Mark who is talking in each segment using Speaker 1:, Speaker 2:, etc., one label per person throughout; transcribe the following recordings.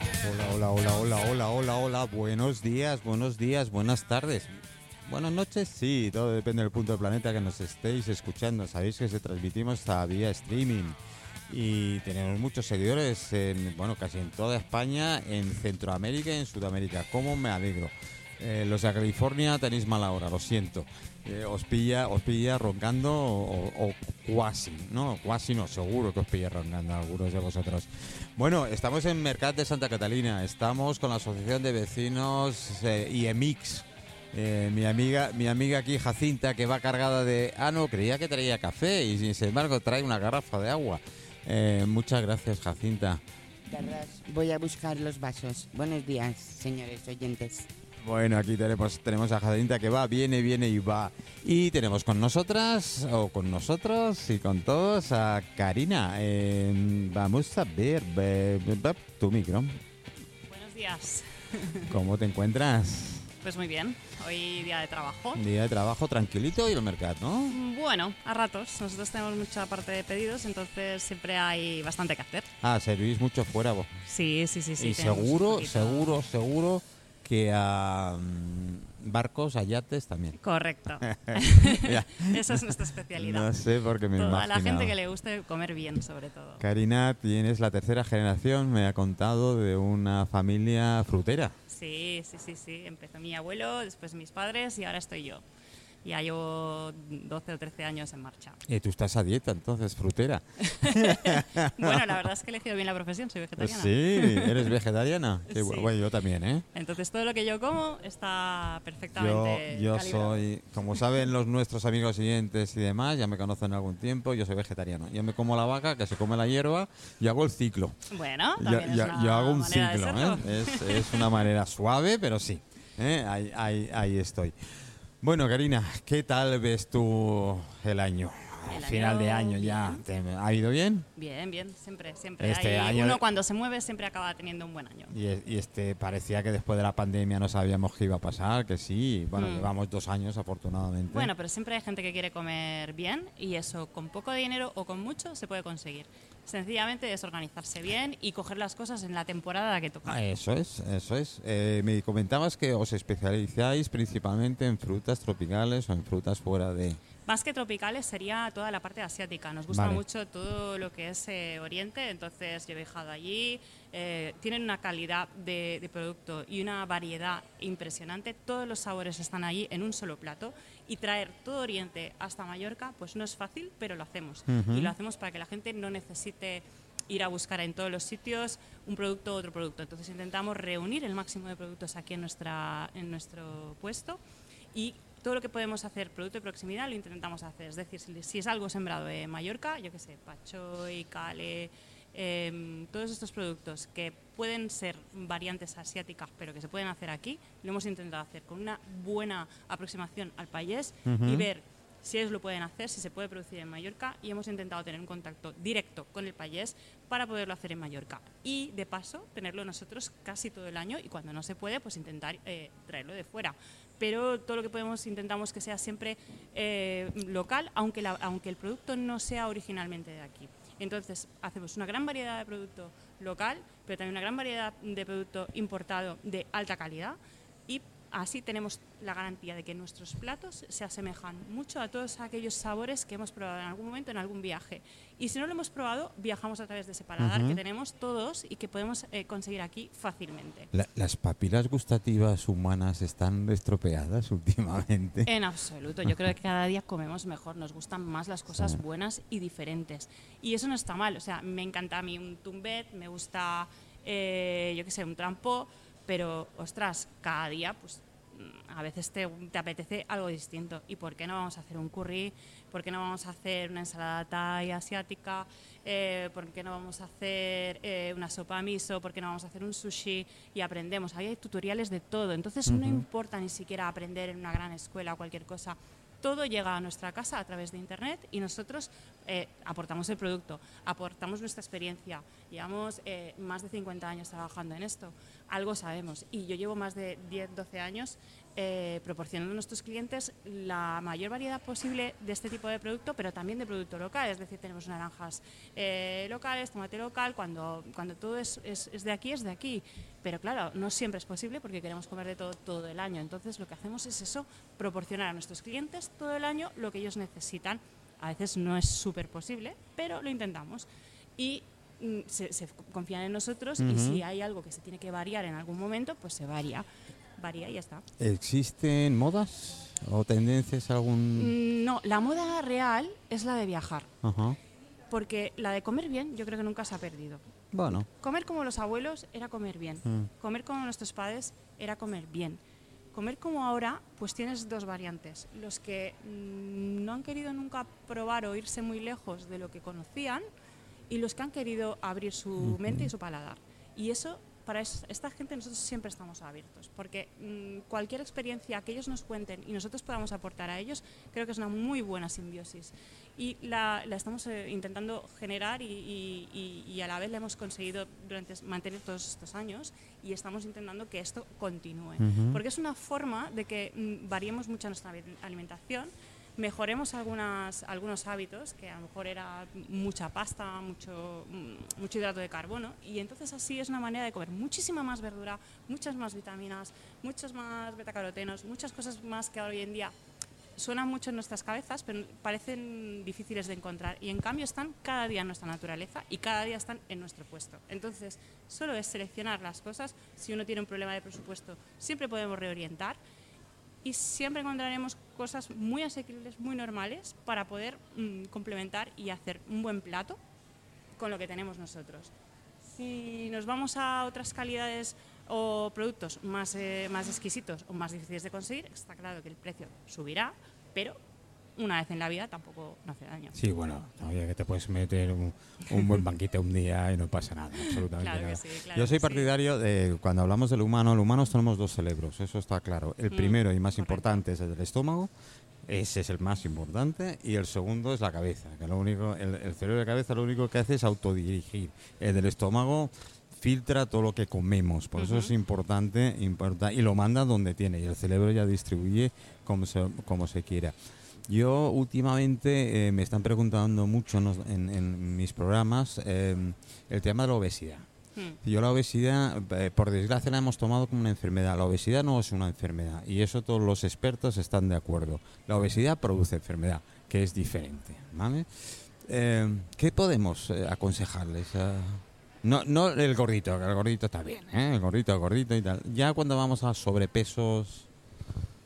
Speaker 1: Hola, hola, hola, hola, hola, hola. Buenos días, buenos días, buenas tardes. Buenas noches, sí, todo depende del punto del planeta que nos estéis escuchando. Sabéis que se transmitimos esta vía streaming y tenemos muchos seguidores, en, bueno, casi en toda España, en Centroamérica y en Sudamérica. ¿Cómo me alegro? Eh, los de California tenéis mala hora, lo siento. Eh, os pilla, os pilla roncando o, o cuasi, ¿no? Cuasi no, seguro que os pilla roncando a algunos de vosotros. Bueno, estamos en Mercat de Santa Catalina, estamos con la Asociación de Vecinos eh, IEMIX. Eh, mi amiga, mi amiga aquí, Jacinta, que va cargada de. Ah, no, creía que traía café y sin embargo trae una garrafa de agua. Eh, muchas gracias, Jacinta.
Speaker 2: Voy a buscar los vasos. Buenos días, señores oyentes.
Speaker 1: Bueno, aquí tenemos, tenemos a Jacinta que va, viene, viene y va. Y tenemos con nosotras, o con nosotros y con todos, a Karina. Eh, vamos a ver, ve- ve- ve- tu micro.
Speaker 3: Buenos días.
Speaker 1: ¿Cómo te encuentras?
Speaker 3: Pues muy bien, hoy día de trabajo.
Speaker 1: Día de trabajo tranquilito y el mercado, ¿no?
Speaker 3: Bueno, a ratos. Nosotros tenemos mucha parte de pedidos, entonces siempre hay bastante que hacer.
Speaker 1: Ah, servís mucho fuera vos.
Speaker 3: Sí, sí, sí, sí.
Speaker 1: y
Speaker 3: tenemos un
Speaker 1: seguro,
Speaker 3: poquito-
Speaker 1: seguro, seguro que a mm, barcos, a yates también.
Speaker 3: Correcto.
Speaker 1: Ya.
Speaker 3: Esa es nuestra especialidad.
Speaker 1: No sé por qué me
Speaker 3: Toda
Speaker 1: imaginaba.
Speaker 3: la gente que le guste comer bien, sobre todo.
Speaker 1: Karina, tienes la tercera generación, me ha contado, de una familia frutera.
Speaker 3: Sí, sí, sí, sí. Empezó mi abuelo, después mis padres y ahora estoy yo. Ya llevo 12 o 13 años en marcha.
Speaker 1: Y Eh, tú estás a dieta, entonces, frutera.
Speaker 3: Bueno, la verdad es que he elegido bien la profesión, soy vegetariana.
Speaker 1: Sí, eres vegetariana. Qué gu-
Speaker 3: Sí.
Speaker 1: Bueno, yo también, ¿eh?
Speaker 3: Entonces todo lo que yo como está
Speaker 1: Yo,
Speaker 3: perfectamente
Speaker 1: yo
Speaker 3: calibrado.
Speaker 1: soy, como saben los nuestros amigos siguientes y demás, ya me conocen algún tiempo, yo soy vegetariano. Yo me como la vaca, que se come la hierba, y hago el ciclo.
Speaker 3: Bueno,
Speaker 1: Yo-
Speaker 3: Ah, también es
Speaker 1: yo,
Speaker 3: una
Speaker 1: yo hago un
Speaker 3: manera de
Speaker 1: ciclo,
Speaker 3: serlo.
Speaker 1: ¿eh? es, es una manera suave, pero sí. ¿eh? Ahí, ahí- ahí estoy. Bueno, Karina, ¿qué tal ves tú el año?
Speaker 3: El
Speaker 1: Final de
Speaker 3: año,
Speaker 1: año ya. ¿Te- ¿Ha ido bien?
Speaker 3: Bien, bien, siempre, siempre.
Speaker 1: Este
Speaker 3: Hay-
Speaker 1: año-
Speaker 3: Uno cuando se mueve siempre acaba teniendo un buen año.
Speaker 1: Y, e- y este parecía que después de la pandemia no sabíamos qué iba a pasar, que sí. Bueno,
Speaker 3: Mm.
Speaker 1: llevamos dos años afortunadamente.
Speaker 3: Bueno, pero siempre hay gente que quiere comer bien y eso con poco dinero o con mucho se puede conseguir. Sencillamente es organizarse bien y coger las cosas en la temporada que toca.
Speaker 1: Ah, eso es, eso es. Eh, me comentabas que os especializáis principalmente en frutas tropicales o en frutas fuera de...
Speaker 3: Más que tropicales sería toda la parte asiática. Nos gusta
Speaker 1: Vale.
Speaker 3: mucho todo lo que es eh, Oriente, entonces yo he viajado allí. eh, tienen una calidad de, de producto y una variedad impresionante. Todos los sabores están allí en un solo plato y traer todo Oriente hasta Mallorca, pues no es fácil, pero lo hacemos. Y lo hacemos para que la gente no necesite ir a buscar en todos los sitios un producto u otro producto. Entonces intentamos reunir el máximo de productos aquí en, nuestra, en nuestro puesto y todo lo que podemos hacer producto de proximidad lo intentamos hacer. Es decir, si, si es algo sembrado en Mallorca, yo qué sé, pachoy, cale, em, todos estos productos que pueden ser variantes asiáticas pero que se pueden hacer aquí, lo hemos intentado hacer con una buena aproximación al país y ver si ellos lo pueden hacer, si se puede producir en Mallorca y hemos intentado tener un contacto directo con el país para poderlo hacer en Mallorca y de paso tenerlo nosotros casi todo el año y cuando no se puede pues intentar eh, traerlo de fuera. Pero todo lo que podemos intentamos que sea siempre eh, local, aunque, la- aunque el producto no sea originalmente de aquí. Entonces hacemos una gran variedad de producto local, pero también una gran variedad de producto importado de alta calidad y así tenemos la garantía de que nuestros platos se asemejan mucho a todos aquellos sabores que hemos probado en algún momento en algún viaje. Y si no lo hemos probado, viajamos a través de ese paladar que tenemos todos y que podemos eh, conseguir aquí fácilmente.
Speaker 1: La- ¿Las papilas gustativas humanas están estropeadas últimamente?
Speaker 3: En absoluto, yo creo que cada día comemos mejor, nos gustan más las cosas
Speaker 1: Sí.
Speaker 3: buenas y diferentes. Y eso no está mal, o sea, me encanta a mí un tumbet, me gusta, eh, yo qué sé, un trampo, pero ostras, cada día pues mm, a veces te, te apetece algo distinto. ¿Y por qué no vamos a hacer un curry? ¿Por qué no vamos a hacer una ensalada thai asiática? Eh, ¿Por qué no vamos a hacer eh, una sopa miso? ¿Por qué no vamos a hacer un sushi? Y aprendemos. Ahí hay tutoriales de todo. Entonces no importa ni siquiera aprender en una gran escuela o cualquier cosa. Todo llega a nuestra casa a través de internet y nosotros eh, aportamos el producto, aportamos nuestra experiencia. Llevamos eh, más de 50 años trabajando en esto. algo sabemos. Y yo llevo más de 10, 12 años eh, proporcionando a nuestros clientes la mayor variedad posible de este tipo de producto, pero también de producto local. Es decir, tenemos naranjas eh, locales, tomate local, cuando, cuando todo es, es, es de aquí, es de aquí. Pero claro, no siempre es posible porque queremos comer de todo todo el año. Entonces lo que hacemos es eso, proporcionar a nuestros clientes todo el año lo que ellos necesitan. A veces no es súper posible, pero lo intentamos. Y mm, se, se confían en nosotros y
Speaker 1: Ujú.
Speaker 3: si hay algo que se tiene que variar en algún momento, pues se varía. Varía y ya está.
Speaker 1: ¿Existen modas o tendencias algún...?
Speaker 3: Mm, No, la moda real es la de viajar,
Speaker 1: Ajá.
Speaker 3: porque la de comer bien yo creo que nunca se ha perdido.
Speaker 1: Bueno,
Speaker 3: Comer como los abuelos era comer bien,
Speaker 1: Mm.
Speaker 3: comer como nuestros padres era comer bien. Comer como ahora, pues tienes dos variantes. Los que mm, no han querido nunca probar o irse muy lejos de lo que conocían y los que han querido abrir su mente y su paladar. Y eso, para es- esta gente nosotros siempre estamos abiertos, porque mm, cualquier experiencia que ellos nos cuenten y nosotros podamos aportar a ellos, creo que es una muy buena simbiosis. Y la, la estamos eh, intentando generar y, y- y- y a la vez la hemos conseguido durante, mantener todos estos años y estamos intentando que esto continúe.
Speaker 1: Ujú.
Speaker 3: Porque es una forma de que mm, variemos mucho nuestra vi- alimentación, mejoremos algunas, algunos hábitos, que a lo mejor era mucha pasta, mucho, mm, mucho hidrato de carbono, y entonces así es una manera de comer muchísima más verdura, muchas más vitaminas, muchos más betacarotenos, muchas cosas más que hoy en día suenan mucho en nuestras cabezas, pero parecen difíciles de encontrar. Y en cambio están cada día en nuestra naturaleza y cada día están en nuestro puesto. Entonces, solo es seleccionar las cosas. Si uno tiene un problema de presupuesto, siempre podemos reorientar y siempre encontraremos cosas muy asequibles, muy normales, para poder mm, complementar y hacer un buen plato con lo que tenemos nosotros. Si nos vamos a otras calidades o productos más, eh, más exquisitos o más difíciles de conseguir, está claro que el precio subirá, pero una vez en la vida tampoco no hace daño.
Speaker 1: sí, bueno, oye, que te puedes meter un, un buen banquito un día y no pasa nada, absolutamente
Speaker 3: Claro que
Speaker 1: nada.
Speaker 3: sí, claro
Speaker 1: Yo soy
Speaker 3: que sí.
Speaker 1: partidario de, cuando hablamos del humano, el humano tenemos dos cerebros, eso está claro. El
Speaker 3: Mm,
Speaker 1: primero y más
Speaker 3: correcto.
Speaker 1: importante es el del estómago, ese es el más importante, y el segundo es la cabeza, que lo único, el, el cerebro de la cabeza lo único que hace es autodirigir. El del estómago filtra todo lo que comemos, por eso es
Speaker 3: Ujú.
Speaker 1: importante, importa, y lo manda donde tiene, y el cerebro ya distribuye como se, como se quiera. Yo últimamente eh, me están preguntando mucho nos- en, en mis programas eh, el tema de la obesidad.
Speaker 3: Mm.
Speaker 1: Yo la obesidad, eh, por desgracia, la hemos tomado como una enfermedad. La obesidad no es una enfermedad y eso todos los expertos están de acuerdo. La obesidad produce enfermedad, que es diferente. ¿vale? Eh, ¿Qué podemos eh, aconsejarles? a- No, no el gordito, que el gordito está bien, ¿eh? el gordito, el gordito y tal. Ya cuando vamos a sobrepesos,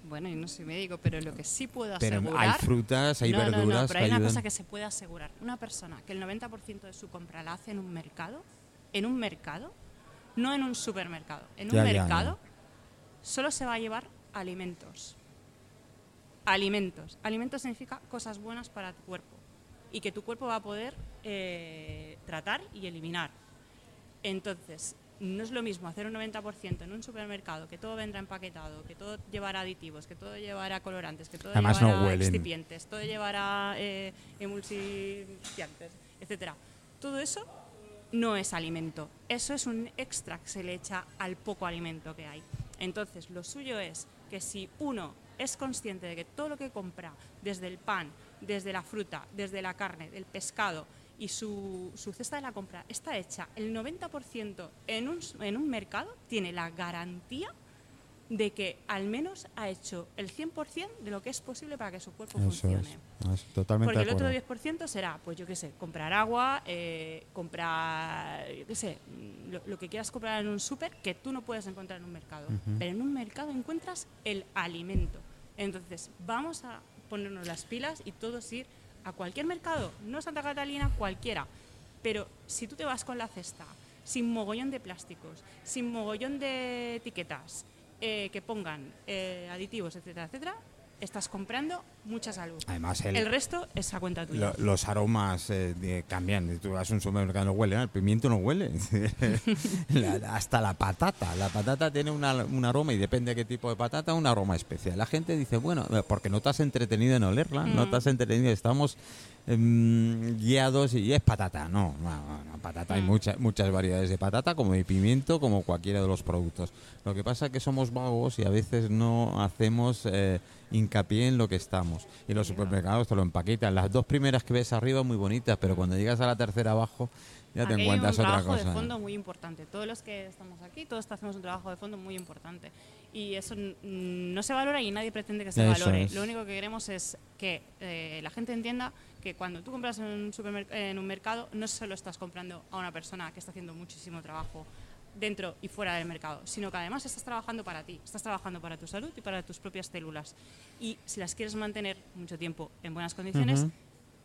Speaker 3: Bueno, y no soy médico, pero lo que sí puedo
Speaker 1: pero
Speaker 3: asegurar...
Speaker 1: hay frutas, hay
Speaker 3: no,
Speaker 1: verduras
Speaker 3: No, no,
Speaker 1: que
Speaker 3: pero hay una
Speaker 1: ayudan.
Speaker 3: cosa que se puede asegurar. Una persona que el 90% de su compra la hace en un mercado, en un mercado, no en un supermercado, en
Speaker 1: Ya,
Speaker 3: un
Speaker 1: ya, ya.
Speaker 3: mercado, solo se va a llevar alimentos. Alimentos. Alimentos significa cosas buenas para tu cuerpo y que tu cuerpo va a poder eh, tratar y eliminar. Entonces, no es lo mismo hacer un 90% en un supermercado, que todo vendrá empaquetado, que todo llevará aditivos, que todo llevará colorantes, que todo
Speaker 1: Además, no
Speaker 3: llevará
Speaker 1: huelen.
Speaker 3: excipientes, todo llevará eh, emulsificantes, etcétera. Todo eso no es alimento, eso es un extra que se le echa al poco alimento que hay. Entonces, lo suyo es que si uno es consciente de que todo lo que compra, desde el pan, desde la fruta, desde la carne, del pescado, y su, su cesta de la compra está hecha el 90% en un, en un mercado, tiene la garantía de que al menos ha hecho el 100% de lo que es posible para que su cuerpo
Speaker 1: Eso
Speaker 3: funcione.
Speaker 1: es, es totalmente
Speaker 3: Porque
Speaker 1: de
Speaker 3: el otro
Speaker 1: acuerdo.
Speaker 3: 10% será, pues yo qué sé, comprar agua, eh, comprar, yo qué sé, mm, lo, lo que quieras comprar en un súper que tú no puedes encontrar en un mercado. Pero en un mercado encuentras el alimento. Entonces, vamos a ponernos las pilas y todos ir a cualquier mercado, no Santa Catalina, cualquiera. Pero si tú te vas con la cesta, sin mogollón de plásticos, sin mogollón de etiquetas, eh, que pongan eh, aditivos, etcétera, etcétera, estás comprando mucha salud.
Speaker 1: Además, el,
Speaker 3: El resto es a cuenta tuya.
Speaker 1: Lo- los aromas eh, de- cambian. Tú vas a un supermercado no huele, ¿no? el pimiento no huele. La- la- hasta la patata. La patata tiene una- un aroma y depende de qué tipo de patata, un aroma especial. La gente dice, bueno, porque no te has entretenido en olerla, no te has entretenido. Estamos em, guiados y es patata, no, no, no, no, patata,
Speaker 3: Mm.
Speaker 1: hay muchas muchas variedades de patata, como de pimiento, como cualquiera de los productos. Lo que pasa es que somos vagos y a veces no hacemos eh, hincapié en lo que estamos. Y los supermercados te lo empaquetan. Las dos primeras que ves arriba muy bonitas, pero cuando llegas a la tercera abajo ya te
Speaker 3: Aquí hay
Speaker 1: encuentras
Speaker 3: un
Speaker 1: otra
Speaker 3: trabajo
Speaker 1: cosa.
Speaker 3: de fondo muy importante. Todos los que estamos aquí, todos hacemos un trabajo de fondo muy importante. Y eso mm, no se valora y nadie pretende que se
Speaker 1: Eso
Speaker 3: valore.
Speaker 1: es.
Speaker 3: Lo único que queremos es que eh, la gente entienda que cuando tú compras en un, supermer- en un mercado, no solo estás comprando a una persona que está haciendo muchísimo trabajo dentro y fuera del mercado, sino que además estás trabajando para ti, estás trabajando para tu salud y para tus propias células. Y si las quieres mantener mucho tiempo en buenas condiciones,
Speaker 1: Ujú.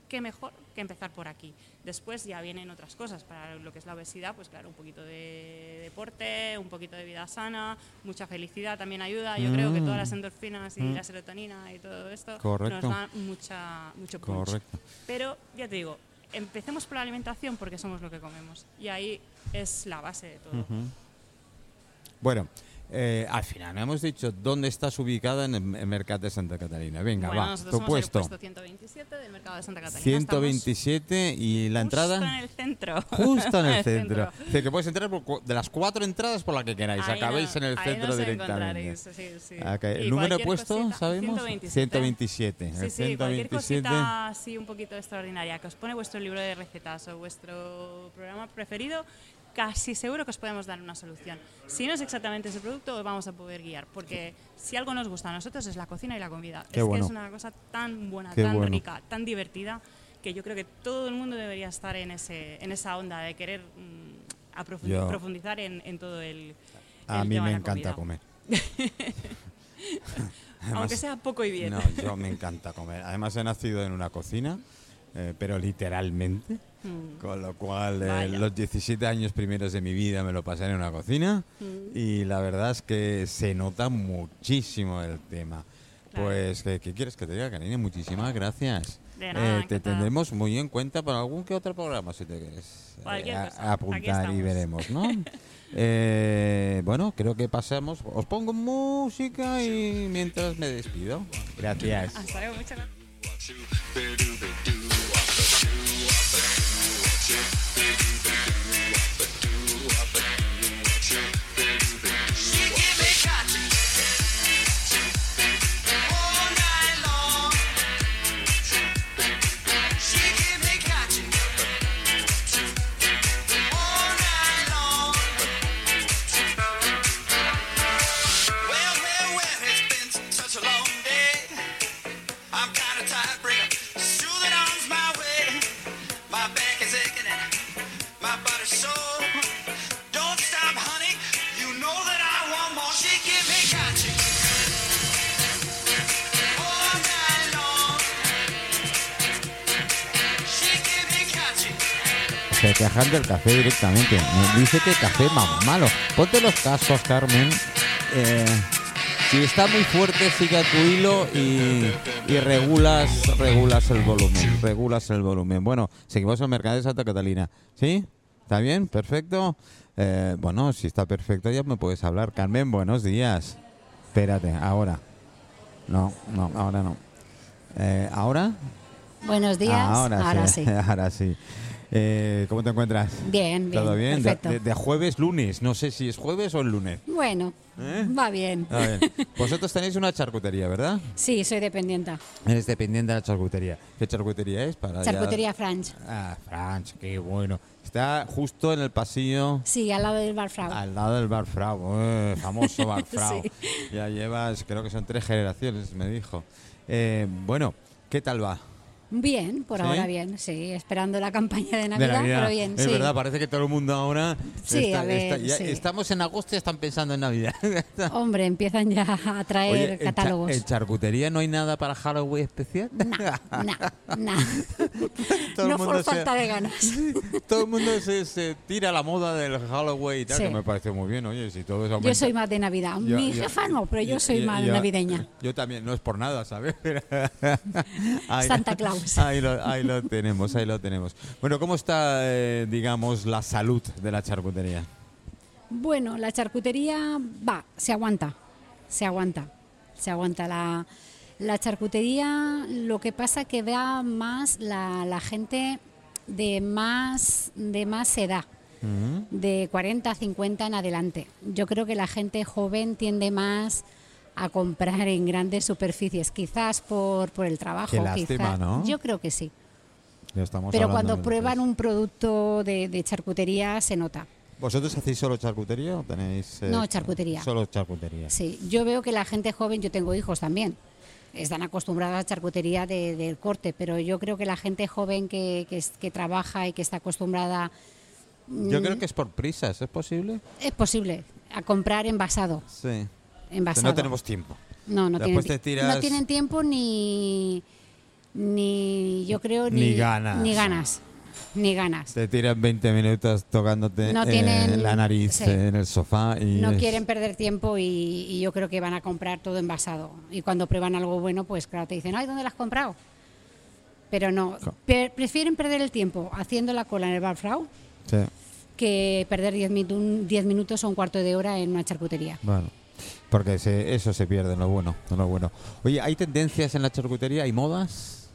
Speaker 3: qué mejor que empezar por aquí. Después ya vienen otras cosas, para lo que es la obesidad, pues claro, un poquito de deporte, un poquito de vida sana, mucha felicidad también ayuda. Yo creo que todas las endorfinas y la serotonina y todo esto
Speaker 1: Mm. Correcto.
Speaker 3: nos dan mucha, mucho punch.
Speaker 1: Correcto.
Speaker 3: Pero ya te digo, empecemos por la alimentación porque somos lo que comemos y ahí es la base de todo.
Speaker 1: Bueno, eh, al final hemos dicho dónde estás ubicada en el en Mercat de Santa Catalina. Venga,
Speaker 3: Bueno,
Speaker 1: va,
Speaker 3: nosotros
Speaker 1: tu
Speaker 3: somos el
Speaker 1: puesto.
Speaker 3: puesto 127 del mercado de Santa Catalina. Estamos
Speaker 1: 127 y la entrada.
Speaker 3: Justo en el centro.
Speaker 1: Justo en
Speaker 3: En
Speaker 1: el
Speaker 3: el
Speaker 1: centro.
Speaker 3: centro.
Speaker 1: Dice que podéis entrar por cu- de las cuatro entradas por la que queráis.
Speaker 3: Ahí
Speaker 1: Acabéis
Speaker 3: no-
Speaker 1: en el
Speaker 3: ahí
Speaker 1: centro
Speaker 3: nos
Speaker 1: directamente.
Speaker 3: encontraréis, sí, sí.
Speaker 1: Acá-
Speaker 3: Y
Speaker 1: el número de
Speaker 3: cualquier
Speaker 1: puesto,
Speaker 3: cosita-
Speaker 1: ¿sabemos?
Speaker 3: 127.
Speaker 1: 127.
Speaker 3: Sí,
Speaker 1: El
Speaker 3: sí, cualquier
Speaker 1: 127.
Speaker 3: cosita así un poquito extraordinaria que os pone vuestro libro de recetas o vuestro programa preferido, casi seguro que os podemos dar una solución. Si no es exactamente ese producto, os vamos a poder guiar, porque si algo nos gusta a nosotros es la cocina y la comida.
Speaker 1: Qué
Speaker 3: es
Speaker 1: bueno.
Speaker 3: que es una cosa tan buena,
Speaker 1: Qué
Speaker 3: tan
Speaker 1: bueno.
Speaker 3: rica, tan divertida, que yo creo que todo el mundo debería estar en, ese, en esa onda de querer mm, aprofu-
Speaker 1: Yo-
Speaker 3: profundizar en, en todo el...
Speaker 1: A
Speaker 3: el
Speaker 1: mí
Speaker 3: tema
Speaker 1: me
Speaker 3: de la
Speaker 1: encanta
Speaker 3: comida.
Speaker 1: comer.
Speaker 3: Aunque sea poco y bien.
Speaker 1: No, yo me encanta comer. Además he nacido en una cocina, eh, pero literalmente.
Speaker 3: Mm.
Speaker 1: Con lo cual, eh,
Speaker 3: Vaya.
Speaker 1: los 17 años primeros de mi vida me lo pasé en una cocina
Speaker 3: Mm.
Speaker 1: y la verdad es que se nota muchísimo el tema.
Speaker 3: Claro.
Speaker 1: Pues, ¿qué, qué quieres que te diga, Karina? Muchísimas gracias. Eh,
Speaker 3: De nada,
Speaker 1: te
Speaker 3: encantada.
Speaker 1: tendremos muy en cuenta para algún que otro programa, si te quieres eh,
Speaker 3: Cualquier
Speaker 1: a-
Speaker 3: cosa. Aquí
Speaker 1: apuntar y
Speaker 3: estamos.
Speaker 1: veremos, ¿no? Eh, bueno, creo que pasamos. Os pongo música y mientras me despido. Gracias.
Speaker 3: Hasta luego, muchas gracias.
Speaker 4: I'm kinda tired, bring a soothing arms my way. My back is aching and my body's sore. Don't stop, honey. You know that I want more. She give me gotcha. All night long. She give me gotcha.
Speaker 1: Se quejan del café directamente. Me dice que café más malo. Ponte los cascos, Carmen. Eh, si está muy fuerte, sigue a tu hilo y, y regulas, regulas el volumen. Regulas el volumen. Bueno, seguimos al mercado de Santa Catalina. ¿Sí? ¿Está bien? ¿Perfecto? Eh, bueno, si está perfecto ya me puedes hablar. Carmen, buenos días. Espérate, ahora. No, no, ahora no. Eh, ¿Ahora?
Speaker 5: Buenos días.
Speaker 1: Ahora, sí.
Speaker 5: sí.
Speaker 1: ahora sí. Eh, ¿Cómo te encuentras?
Speaker 5: Bien, bien.
Speaker 1: ¿Todo bien? De,
Speaker 5: perfecto.
Speaker 1: de- de jueves, lunes. No sé si es jueves o el lunes.
Speaker 5: Bueno, va bien.
Speaker 1: A ver, vosotros tenéis una charcutería, ¿verdad?
Speaker 5: Sí, soy dependienta.
Speaker 1: Eres dependiente de la charcutería. ¿Qué charcutería es? Para ya-
Speaker 5: Charcutería Franch.
Speaker 1: Ah, Franch, qué bueno. Está justo en el pasillo
Speaker 5: Sí, al lado del bar Frau.
Speaker 1: al lado del bar Frau. Eh, famoso bar Frau.
Speaker 5: Sí.
Speaker 1: Ya llevas, creo que son tres generaciones, me dijo. Eh, bueno, ¿qué tal va?
Speaker 5: Bien, por
Speaker 1: ¿Sí?
Speaker 5: ahora bien, sí. Esperando la campaña de Navidad,
Speaker 1: Navidad.
Speaker 5: pero bien,
Speaker 1: es
Speaker 5: sí.
Speaker 1: verdad, parece que todo el mundo ahora.
Speaker 5: Sí, a ver,
Speaker 1: ya
Speaker 5: sí.
Speaker 1: Estamos en agosto y están pensando en Navidad.
Speaker 5: Hombre, empiezan ya a traer
Speaker 1: Oye, en cha-
Speaker 5: catálogos.
Speaker 1: ¿En charcutería no hay nada para Halloween especial?
Speaker 5: Nah, nah.
Speaker 1: Todo el
Speaker 5: no
Speaker 1: mundo
Speaker 5: por
Speaker 1: se-
Speaker 5: falta de ganas.
Speaker 1: Todo el mundo se, se tira a la moda del Halloween y tal,
Speaker 5: Sí.
Speaker 1: que me parece muy bien, oye, si todo eso
Speaker 5: Yo soy más de Navidad. Mi jefa no, pero yo soy más navideña.
Speaker 1: Yo también, no es por nada, ¿sabes? Ahí-
Speaker 5: Santa Claus.
Speaker 1: Ahí lo, ahí lo tenemos, ahí lo tenemos. Bueno, ¿cómo está, eh, digamos, la salud de la charcutería?
Speaker 5: Bueno, la charcutería va, se aguanta, se aguanta, se aguanta la... La charcutería, lo que pasa que vea más la, la gente de más, de más edad,
Speaker 1: Mm.
Speaker 5: de 40 a 50 en adelante. Yo creo que la gente joven tiende más a comprar en grandes superficies, quizás por, por el trabajo.
Speaker 1: Qué lástima,
Speaker 5: quizás.
Speaker 1: ¿no?
Speaker 5: Yo creo que sí.
Speaker 1: Ya estamos
Speaker 5: Pero
Speaker 1: hablando
Speaker 5: cuando
Speaker 1: de-
Speaker 5: prueban un producto de, de charcutería se nota.
Speaker 1: ¿Vosotros hacéis solo charcutería o tenéis...? eh,
Speaker 5: No, charcutería.
Speaker 1: Solo charcutería.
Speaker 5: Sí, yo veo que la gente joven, yo tengo hijos también, están acostumbrados a la charcutería de- del corte, pero yo creo que la gente joven que, que es- que trabaja y que está acostumbrada,
Speaker 1: Yo creo que es por prisas, ¿es posible?
Speaker 5: es posible, a comprar envasado.
Speaker 1: Sí. Pero
Speaker 5: envasado.
Speaker 1: no tenemos tiempo.
Speaker 5: No, no tienen,
Speaker 1: Después
Speaker 5: ti-
Speaker 1: te tiras-
Speaker 5: no tienen tiempo ni, ni yo creo
Speaker 1: Ni
Speaker 5: ni,
Speaker 1: ganas.
Speaker 5: Ni ganas. Ni ganas.
Speaker 1: Te tiran 20 minutos tocándote
Speaker 5: No
Speaker 1: eh,
Speaker 5: tienen-
Speaker 1: la nariz
Speaker 5: sí.
Speaker 1: eh, en el sofá y...
Speaker 5: No
Speaker 1: es-
Speaker 5: quieren perder tiempo y, y yo creo que van a comprar todo envasado. Y cuando prueban algo bueno, pues claro, te dicen, ay, ¿dónde lo has comprado? Pero no,
Speaker 1: Claro.
Speaker 5: pe- prefieren perder el tiempo haciendo la cola en el barfrau
Speaker 1: Sí,
Speaker 5: que perder 10 minu- 10 minutos o un cuarto de hora en una charcutería.
Speaker 1: bueno. Porque se- eso se pierde, en lo bueno, en lo bueno. Oye, ¿hay tendencias en la charcutería? ¿Hay modas?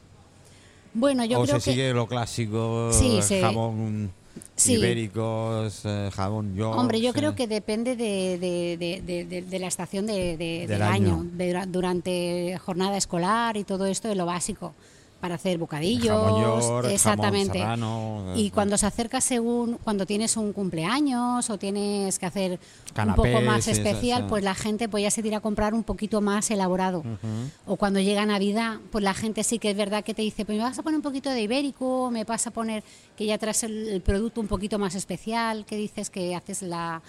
Speaker 5: Bueno, yo
Speaker 1: ¿O
Speaker 5: creo
Speaker 1: se
Speaker 5: que...
Speaker 1: sigue lo clásico?
Speaker 5: Sí, se-
Speaker 1: Jamón
Speaker 5: Sí.
Speaker 1: ibéricos, eh, jamón york...
Speaker 5: Hombre, yo
Speaker 1: eh.
Speaker 5: creo que depende de, de- de- de- de- de la estación de-
Speaker 1: Del
Speaker 5: de- del,
Speaker 1: año.
Speaker 5: año, de- durante jornada escolar y todo esto de lo básico para hacer bocadillos,
Speaker 1: Jamón york, jamón
Speaker 5: exactamente.
Speaker 1: serrano, eh,
Speaker 5: y cuando se acerca según cuando tienes un cumpleaños o tienes que hacer un
Speaker 1: Canapés,
Speaker 5: poco más
Speaker 1: sí, eso,
Speaker 5: especial,
Speaker 1: sí.
Speaker 5: pues la gente pues ya se tira a comprar un poquito más elaborado. O cuando llega Navidad, pues la gente sí que es verdad que te dice, pues me vas a poner un poquito de ibérico, me vas a poner que ya traes el, el producto un poquito más especial, que dices que haces la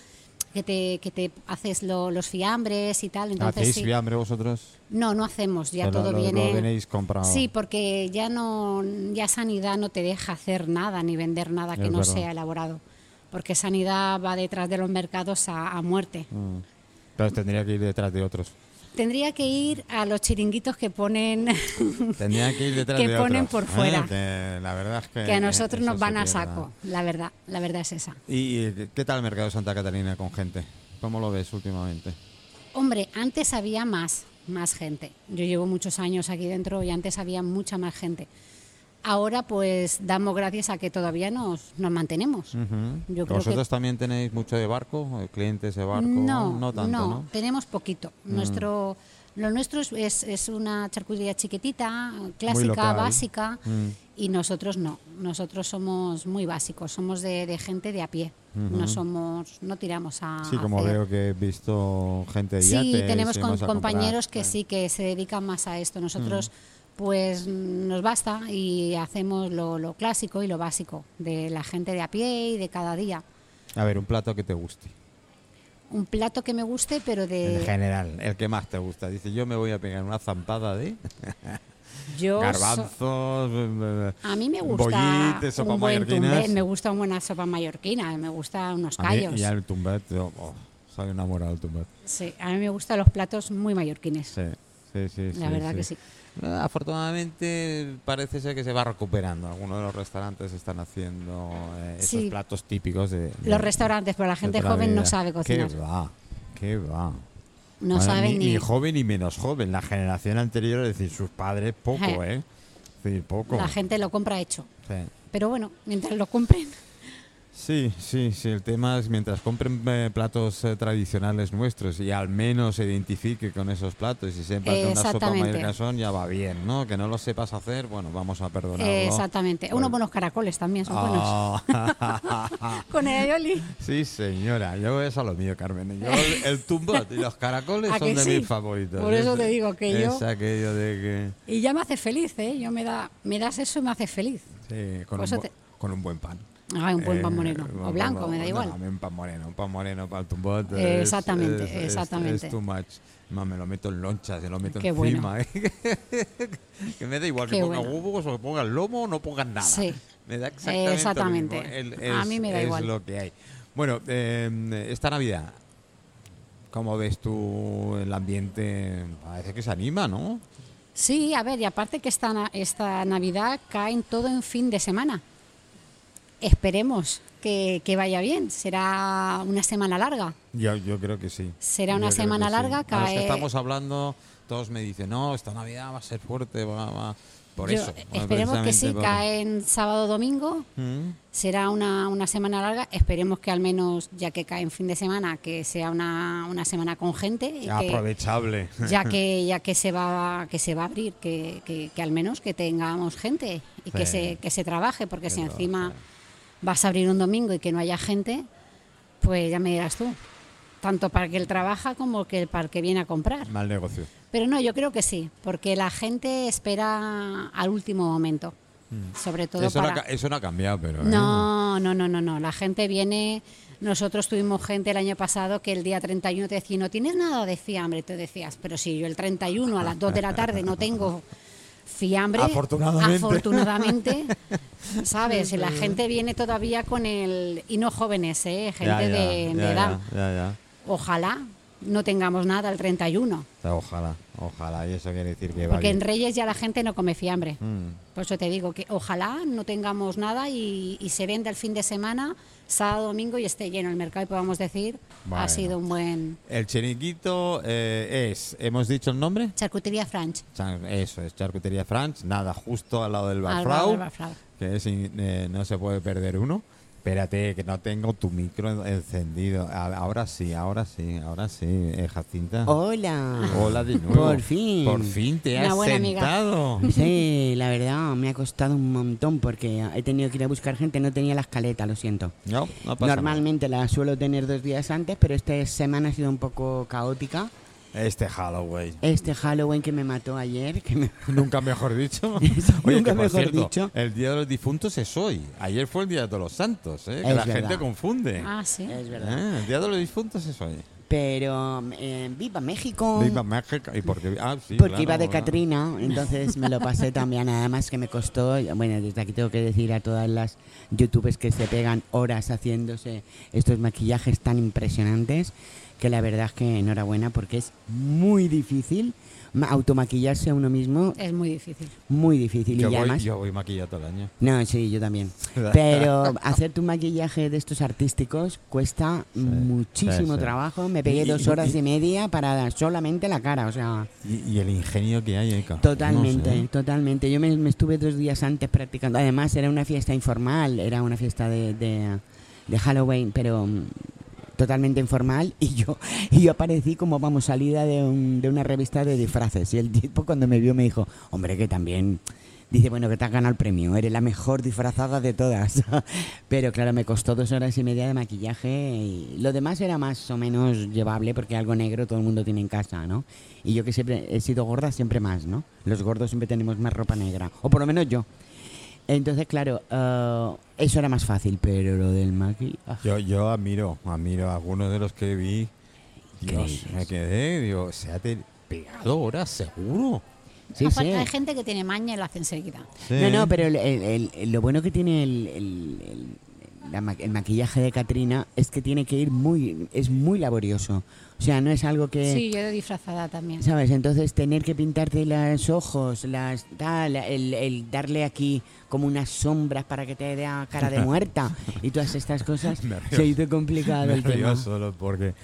Speaker 5: que te, que te haces lo- los fiambres y tal, entonces
Speaker 1: ¿Hacéis
Speaker 5: sí.
Speaker 1: fiambre vosotros?
Speaker 5: No, no hacemos, ya
Speaker 1: Pero
Speaker 5: todo
Speaker 1: lo- lo
Speaker 5: viene.
Speaker 1: tenéis comprado.
Speaker 5: Sí, porque ya no, ya sanidad no te deja hacer nada ni vender nada que
Speaker 1: Es
Speaker 5: no
Speaker 1: verdad.
Speaker 5: sea elaborado, porque sanidad va detrás de los mercados a, a muerte.
Speaker 1: Mm. Entonces tendría que ir detrás de otros.
Speaker 5: Tendría que ir a los chiringuitos que ponen,
Speaker 1: Tendrían que ir detrás
Speaker 5: Que
Speaker 1: de
Speaker 5: ponen
Speaker 1: otros, ¿eh?
Speaker 5: por fuera.
Speaker 1: que la verdad es que...
Speaker 5: que a
Speaker 1: eh,
Speaker 5: nosotros
Speaker 1: eso
Speaker 5: nos
Speaker 1: se
Speaker 5: van a
Speaker 1: pierde.
Speaker 5: saco. La verdad, la verdad es esa.
Speaker 1: ¿Y eh, qué tal el mercado de Santa Catalina con gente? ¿Cómo lo ves últimamente?
Speaker 5: Hombre, antes había más, más gente. Yo llevo muchos años aquí dentro y antes había mucha más gente. Ahora pues damos gracias a que todavía nos, nos mantenemos. Yo creo que-
Speaker 1: ¿Vosotros también tenéis mucho de barco? ¿Eh, ¿Clientes de barco?
Speaker 5: No,
Speaker 1: tanto, ¿no? Mm.
Speaker 5: tenemos poquito. Nuestro, lo nuestro es- es, es una charcutería chiquitita, clásica,
Speaker 1: local.
Speaker 5: básica,
Speaker 1: Mm.
Speaker 5: y nosotros no. Nosotros somos muy básicos, somos de, de gente de a pie. No somos, no tiramos a.
Speaker 1: Sí,
Speaker 5: a
Speaker 1: como
Speaker 5: hacer-
Speaker 1: veo que he visto gente de
Speaker 5: Ah, eh, Sí,
Speaker 1: yates,
Speaker 5: tenemos con-
Speaker 1: irnos a comprar. eh. Mm.
Speaker 5: compañeros que sí que se dedican más a esto. Nosotros, pues, mm, nos basta y hacemos lo, lo clásico y lo básico de la gente de a pie y de cada día.
Speaker 1: A ver, un plato que te guste.
Speaker 5: Un plato que me guste, pero
Speaker 1: En
Speaker 5: de.
Speaker 1: general, el que más te gusta. Dice, yo me voy a pegar una zampada de
Speaker 5: Yo so-
Speaker 1: garbanzos. eh,
Speaker 5: A mí me gusta
Speaker 1: bollit, sopa
Speaker 5: un buen
Speaker 1: mallorquinas.
Speaker 5: tumbet, me gusta una buena sopa mallorquina, me gusta unos
Speaker 1: A mí,
Speaker 5: callos.
Speaker 1: y al tumbet, yo, oh, soy enamorado del tumbet.
Speaker 5: Sí, a mí me gustan los platos muy mallorquines.
Speaker 1: Sí, sí, sí.
Speaker 5: La verdad que sí.
Speaker 1: Eh, Afortunadamente parece ser que se va recuperando. Algunos de los restaurantes están haciendo eh, esos
Speaker 5: Sí.
Speaker 1: platos típicos de... de-
Speaker 5: Los restaurantes, pero la gente
Speaker 1: de otra
Speaker 5: joven no
Speaker 1: vida.
Speaker 5: sabe cocinar.
Speaker 1: ¿Qué va? ¿Qué va?
Speaker 5: No
Speaker 1: Ahora,
Speaker 5: saben
Speaker 1: ni,
Speaker 5: ni-
Speaker 1: joven ni menos joven. La generación anterior, es decir, sus padres, poco,
Speaker 5: Eh.
Speaker 1: ¿eh? Es decir, poco.
Speaker 5: La gente lo compra hecho.
Speaker 1: Sí.
Speaker 5: Pero bueno, mientras lo compren.
Speaker 1: Sí, sí, sí. El tema es mientras compren eh, platos eh, tradicionales nuestros y al menos se identifique con esos platos y sepa que una sopa
Speaker 5: Exactamente.
Speaker 1: mayor son ya va bien, ¿no? Que no lo sepas hacer, bueno, vamos a perdonarlo.
Speaker 5: Exactamente.
Speaker 1: Bueno.
Speaker 5: Unos buenos caracoles también son
Speaker 1: Ah,
Speaker 5: buenos. Con el aioli.
Speaker 1: sí, señora. Yo es a lo mío, Carmen. Yo el, el tumbot y los caracoles
Speaker 5: ¿A
Speaker 1: son
Speaker 5: que
Speaker 1: de
Speaker 5: sí?
Speaker 1: mis favoritos.
Speaker 5: Por eso te digo que yo-
Speaker 1: Es aquello de
Speaker 5: Y ya me hace feliz, ¿eh? Yo me, da, me das eso y me hace feliz.
Speaker 1: que... Sí, con,
Speaker 5: Pues
Speaker 1: un,
Speaker 5: eso
Speaker 1: bu-
Speaker 5: te-
Speaker 1: con un buen pan.
Speaker 5: Ay, un buen pan
Speaker 1: Eh,
Speaker 5: moreno.
Speaker 1: un
Speaker 5: o
Speaker 1: pan
Speaker 5: blanco,
Speaker 1: mo-
Speaker 5: me da
Speaker 1: no,
Speaker 5: igual.
Speaker 1: a mí un pan moreno, un pan moreno para el tumbot.
Speaker 5: Eh,
Speaker 1: es-
Speaker 5: exactamente,
Speaker 1: es- es-
Speaker 5: exactamente.
Speaker 1: Es too much. Más, me lo meto en lonchas, se lo meto
Speaker 5: Qué
Speaker 1: encima.
Speaker 5: bueno.
Speaker 1: ¿eh? que me da igual que
Speaker 5: Qué
Speaker 1: ponga
Speaker 5: bueno.
Speaker 1: huevos o que ponga lomo o no ponga nada.
Speaker 5: Sí.
Speaker 1: Me da exactamente. lo
Speaker 5: Exactamente.
Speaker 1: mismo. El-
Speaker 5: A
Speaker 1: es-
Speaker 5: mí me da
Speaker 1: es
Speaker 5: igual.
Speaker 1: lo que hay. Bueno, eh, esta Navidad, ¿cómo ves tú el ambiente? Parece que se anima, ¿no?
Speaker 5: Sí, a ver, y aparte que esta, na- esta Navidad cae en todo en fin de semana. Esperemos que, que vaya bien. Será una semana larga.
Speaker 1: Yo, yo creo que sí.
Speaker 5: Será
Speaker 1: Yo
Speaker 5: una
Speaker 1: creo que
Speaker 5: semana
Speaker 1: sí.
Speaker 5: larga,
Speaker 1: A los que
Speaker 5: cae-
Speaker 1: estamos hablando, todos me dicen, no, esta Navidad va a ser fuerte, va, va". Por
Speaker 5: Yo- eh,
Speaker 1: eso. bueno,
Speaker 5: Esperemos que sí,
Speaker 1: precisamente por-
Speaker 5: cae en sábado domingo.
Speaker 1: ¿Mm?
Speaker 5: Será una, una semana larga. Esperemos que al menos, ya que cae en fin de semana, que sea una, una semana con gente. y que-
Speaker 1: Aprovechable.
Speaker 5: ya que ya que se va que se va a abrir que, que- que al menos que tengamos gente y que
Speaker 1: Sí.
Speaker 5: se que se trabaje porque si
Speaker 1: Que
Speaker 5: encima
Speaker 1: trabaje.
Speaker 5: vas a abrir un domingo y que no haya gente pues ya me dirás tú tanto para el que él trabaja como que para el que viene a comprar
Speaker 1: Mal negocio.
Speaker 5: pero no yo creo que sí porque la gente espera al último momento sobre todo
Speaker 1: Mm. Eso,
Speaker 5: para
Speaker 1: no ha, ca- eso no ha cambiado, pero. ¿eh?
Speaker 5: no, no, no, no, no. La gente viene. Nosotros tuvimos gente el año pasado que el día 31 te decía, no tienes nada de fiambre. Y Te decías, pero si yo el 31 a las 2 de la tarde no tengo fiambre.
Speaker 1: Afortunadamente.
Speaker 5: afortunadamente, ¿sabes? La gente viene todavía con el. Y no jóvenes, ¿eh? Gente
Speaker 1: Ya, ya,
Speaker 5: de,
Speaker 1: ya,
Speaker 5: de
Speaker 1: ya,
Speaker 5: edad.
Speaker 1: ya, ya.
Speaker 5: Ojalá no tengamos nada el 31.
Speaker 1: O sea, Ojalá, ojalá. Y eso quiere decir que va
Speaker 5: Porque en
Speaker 1: bien.
Speaker 5: Reyes ya la gente no come fiambre.
Speaker 1: Mm.
Speaker 5: Por eso Pues te digo que ojalá no tengamos nada y, y se venda el fin de semana, sábado, domingo y esté lleno el mercado y podamos decir
Speaker 1: Bueno.
Speaker 5: ha sido un buen
Speaker 1: El chiringuito eh, es, ¿hemos dicho el nombre?
Speaker 5: charcutería Franch.
Speaker 1: Chan- Eso es, Charcutería France, nada, justo al lado del
Speaker 5: Al lado
Speaker 1: Barfrau,
Speaker 5: del Barfrau.
Speaker 1: que es in- eh, no se puede perder uno. Espérate, que no tengo tu micro en- encendido. A- Ahora sí, ahora sí, ahora sí, eh, Jacinta.
Speaker 2: Hola.
Speaker 1: Hola de nuevo.
Speaker 2: Oh, Por fin.
Speaker 1: Por fin te
Speaker 5: Una
Speaker 1: has
Speaker 5: buena amiga.
Speaker 1: sentado.
Speaker 2: Sí, la verdad, me ha costado un montón porque he tenido que ir a buscar gente, no tenía la escaleta, lo siento.
Speaker 1: No, no pasa
Speaker 2: Normalmente la suelo tener dos días antes, pero esta semana ha sido un poco caótica.
Speaker 1: nada. Este Halloween.
Speaker 2: Este Halloween que me mató ayer, que me...
Speaker 1: Nunca mejor dicho.
Speaker 2: Nunca
Speaker 1: que por
Speaker 2: mejor dicho.
Speaker 1: El Día de los Difuntos es hoy. Ayer fue el Día de los Santos, ¿eh? Que
Speaker 2: Es
Speaker 1: la
Speaker 2: verdad.
Speaker 1: gente confunde.
Speaker 5: Ah, sí.
Speaker 2: es verdad.
Speaker 1: Ah, el Día de los Difuntos es hoy.
Speaker 2: Pero eh, viva México.
Speaker 1: Viva México. Y porque, ah, sí,
Speaker 2: Porque
Speaker 1: claro,
Speaker 2: iba de
Speaker 1: bueno.
Speaker 2: Catrina, entonces me lo pasé también, además que me costó, bueno, desde aquí tengo que decir a todas las youtubers que se pegan horas haciéndose estos maquillajes tan impresionantes, que la verdad es que enhorabuena porque es muy difícil ma- automaquillarse a uno mismo,
Speaker 5: Es muy difícil.
Speaker 2: muy difícil.
Speaker 1: Yo
Speaker 2: y
Speaker 1: voy,
Speaker 2: además,
Speaker 1: yo voy maquillado todo el año.
Speaker 2: No, sí, yo también. Pero hacer tu maquillaje de estos artísticos cuesta muchísimo
Speaker 1: sí.
Speaker 2: trabajo, me pegué
Speaker 1: Y-
Speaker 2: dos
Speaker 1: y-
Speaker 2: horas
Speaker 1: y-
Speaker 2: y media para solamente la cara, o sea...
Speaker 1: Y, y el ingenio que hay, eh, cabrón,
Speaker 2: Totalmente,
Speaker 1: no sé.
Speaker 2: totalmente. Yo me, me estuve dos días antes practicando. Además, era una fiesta informal, era una fiesta de, de, de Halloween, pero mm, totalmente informal. Y yo, y yo aparecí como, vamos, salida de, un- de una revista de disfraces. Y el tipo cuando me vio me dijo, hombre, que también... Dice, bueno, que te has ganado el premio, eres la mejor disfrazada de todas. Pero claro, me costó dos horas y media de maquillaje y lo demás era más o menos llevable porque algo negro todo el mundo tiene en casa, ¿no? Y yo que siempre he sido gorda, siempre más, ¿no? Los gordos siempre tenemos más ropa negra, o por lo menos yo. Entonces, claro, eh, eso era más fácil, pero lo del maquillaje...
Speaker 1: Yo, yo admiro, admiro a algunos de los que vi. Dios,
Speaker 2: Increíbles.
Speaker 1: me quedé, digo, se ha te- pegado horas, seguro.
Speaker 2: Sí,
Speaker 5: Ah,
Speaker 2: sí.
Speaker 5: porque Hay gente que tiene maña y lo hace enseguida.
Speaker 2: No, no, pero el- el- el- lo bueno que tiene el, el- el- la ma- el maquillaje de Katrina es que tiene que ir muy, es muy laborioso. O sea, no es algo que...
Speaker 5: Sí, yo de disfrazada también.
Speaker 2: ¿Sabes? Entonces tener que pintarte los ojos, las tal, el, el darle aquí como unas sombras para que te dé a cara de muerta y todas estas cosas,
Speaker 1: Me río.
Speaker 2: se hizo complicado
Speaker 1: Me
Speaker 2: el
Speaker 1: río
Speaker 2: tema.
Speaker 1: solo porque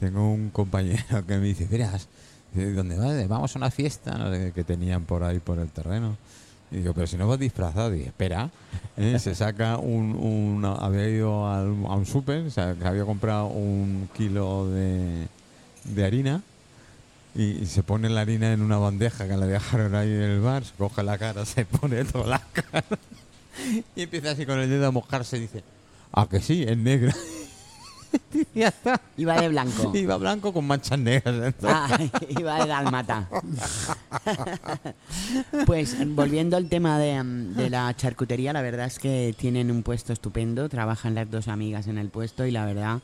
Speaker 1: tengo un compañero que me dice, verás, eh, ¿dónde vas? Vamos a una fiesta no sé qué, que tenían por ahí por el terreno. Y digo, pero si no vas disfrazado, y espera, Eh, se saca un, un- había ido al- a un súper, o sea, que había comprado un kilo de, de harina y, y se pone la harina en una bandeja que la dejaron ahí en el bar, se coge la cara, se pone toda la cara y empieza así con el dedo a mojarse y dice, ah, que sí, es negra. Y ya está.
Speaker 2: Iba de blanco.
Speaker 1: Iba blanco con manchas negras. dentro.
Speaker 2: Ah, iba de dálmata. pues volviendo al tema de, mm, de la charcutería, la verdad es que tienen un puesto estupendo, trabajan las dos amigas en el puesto y la verdad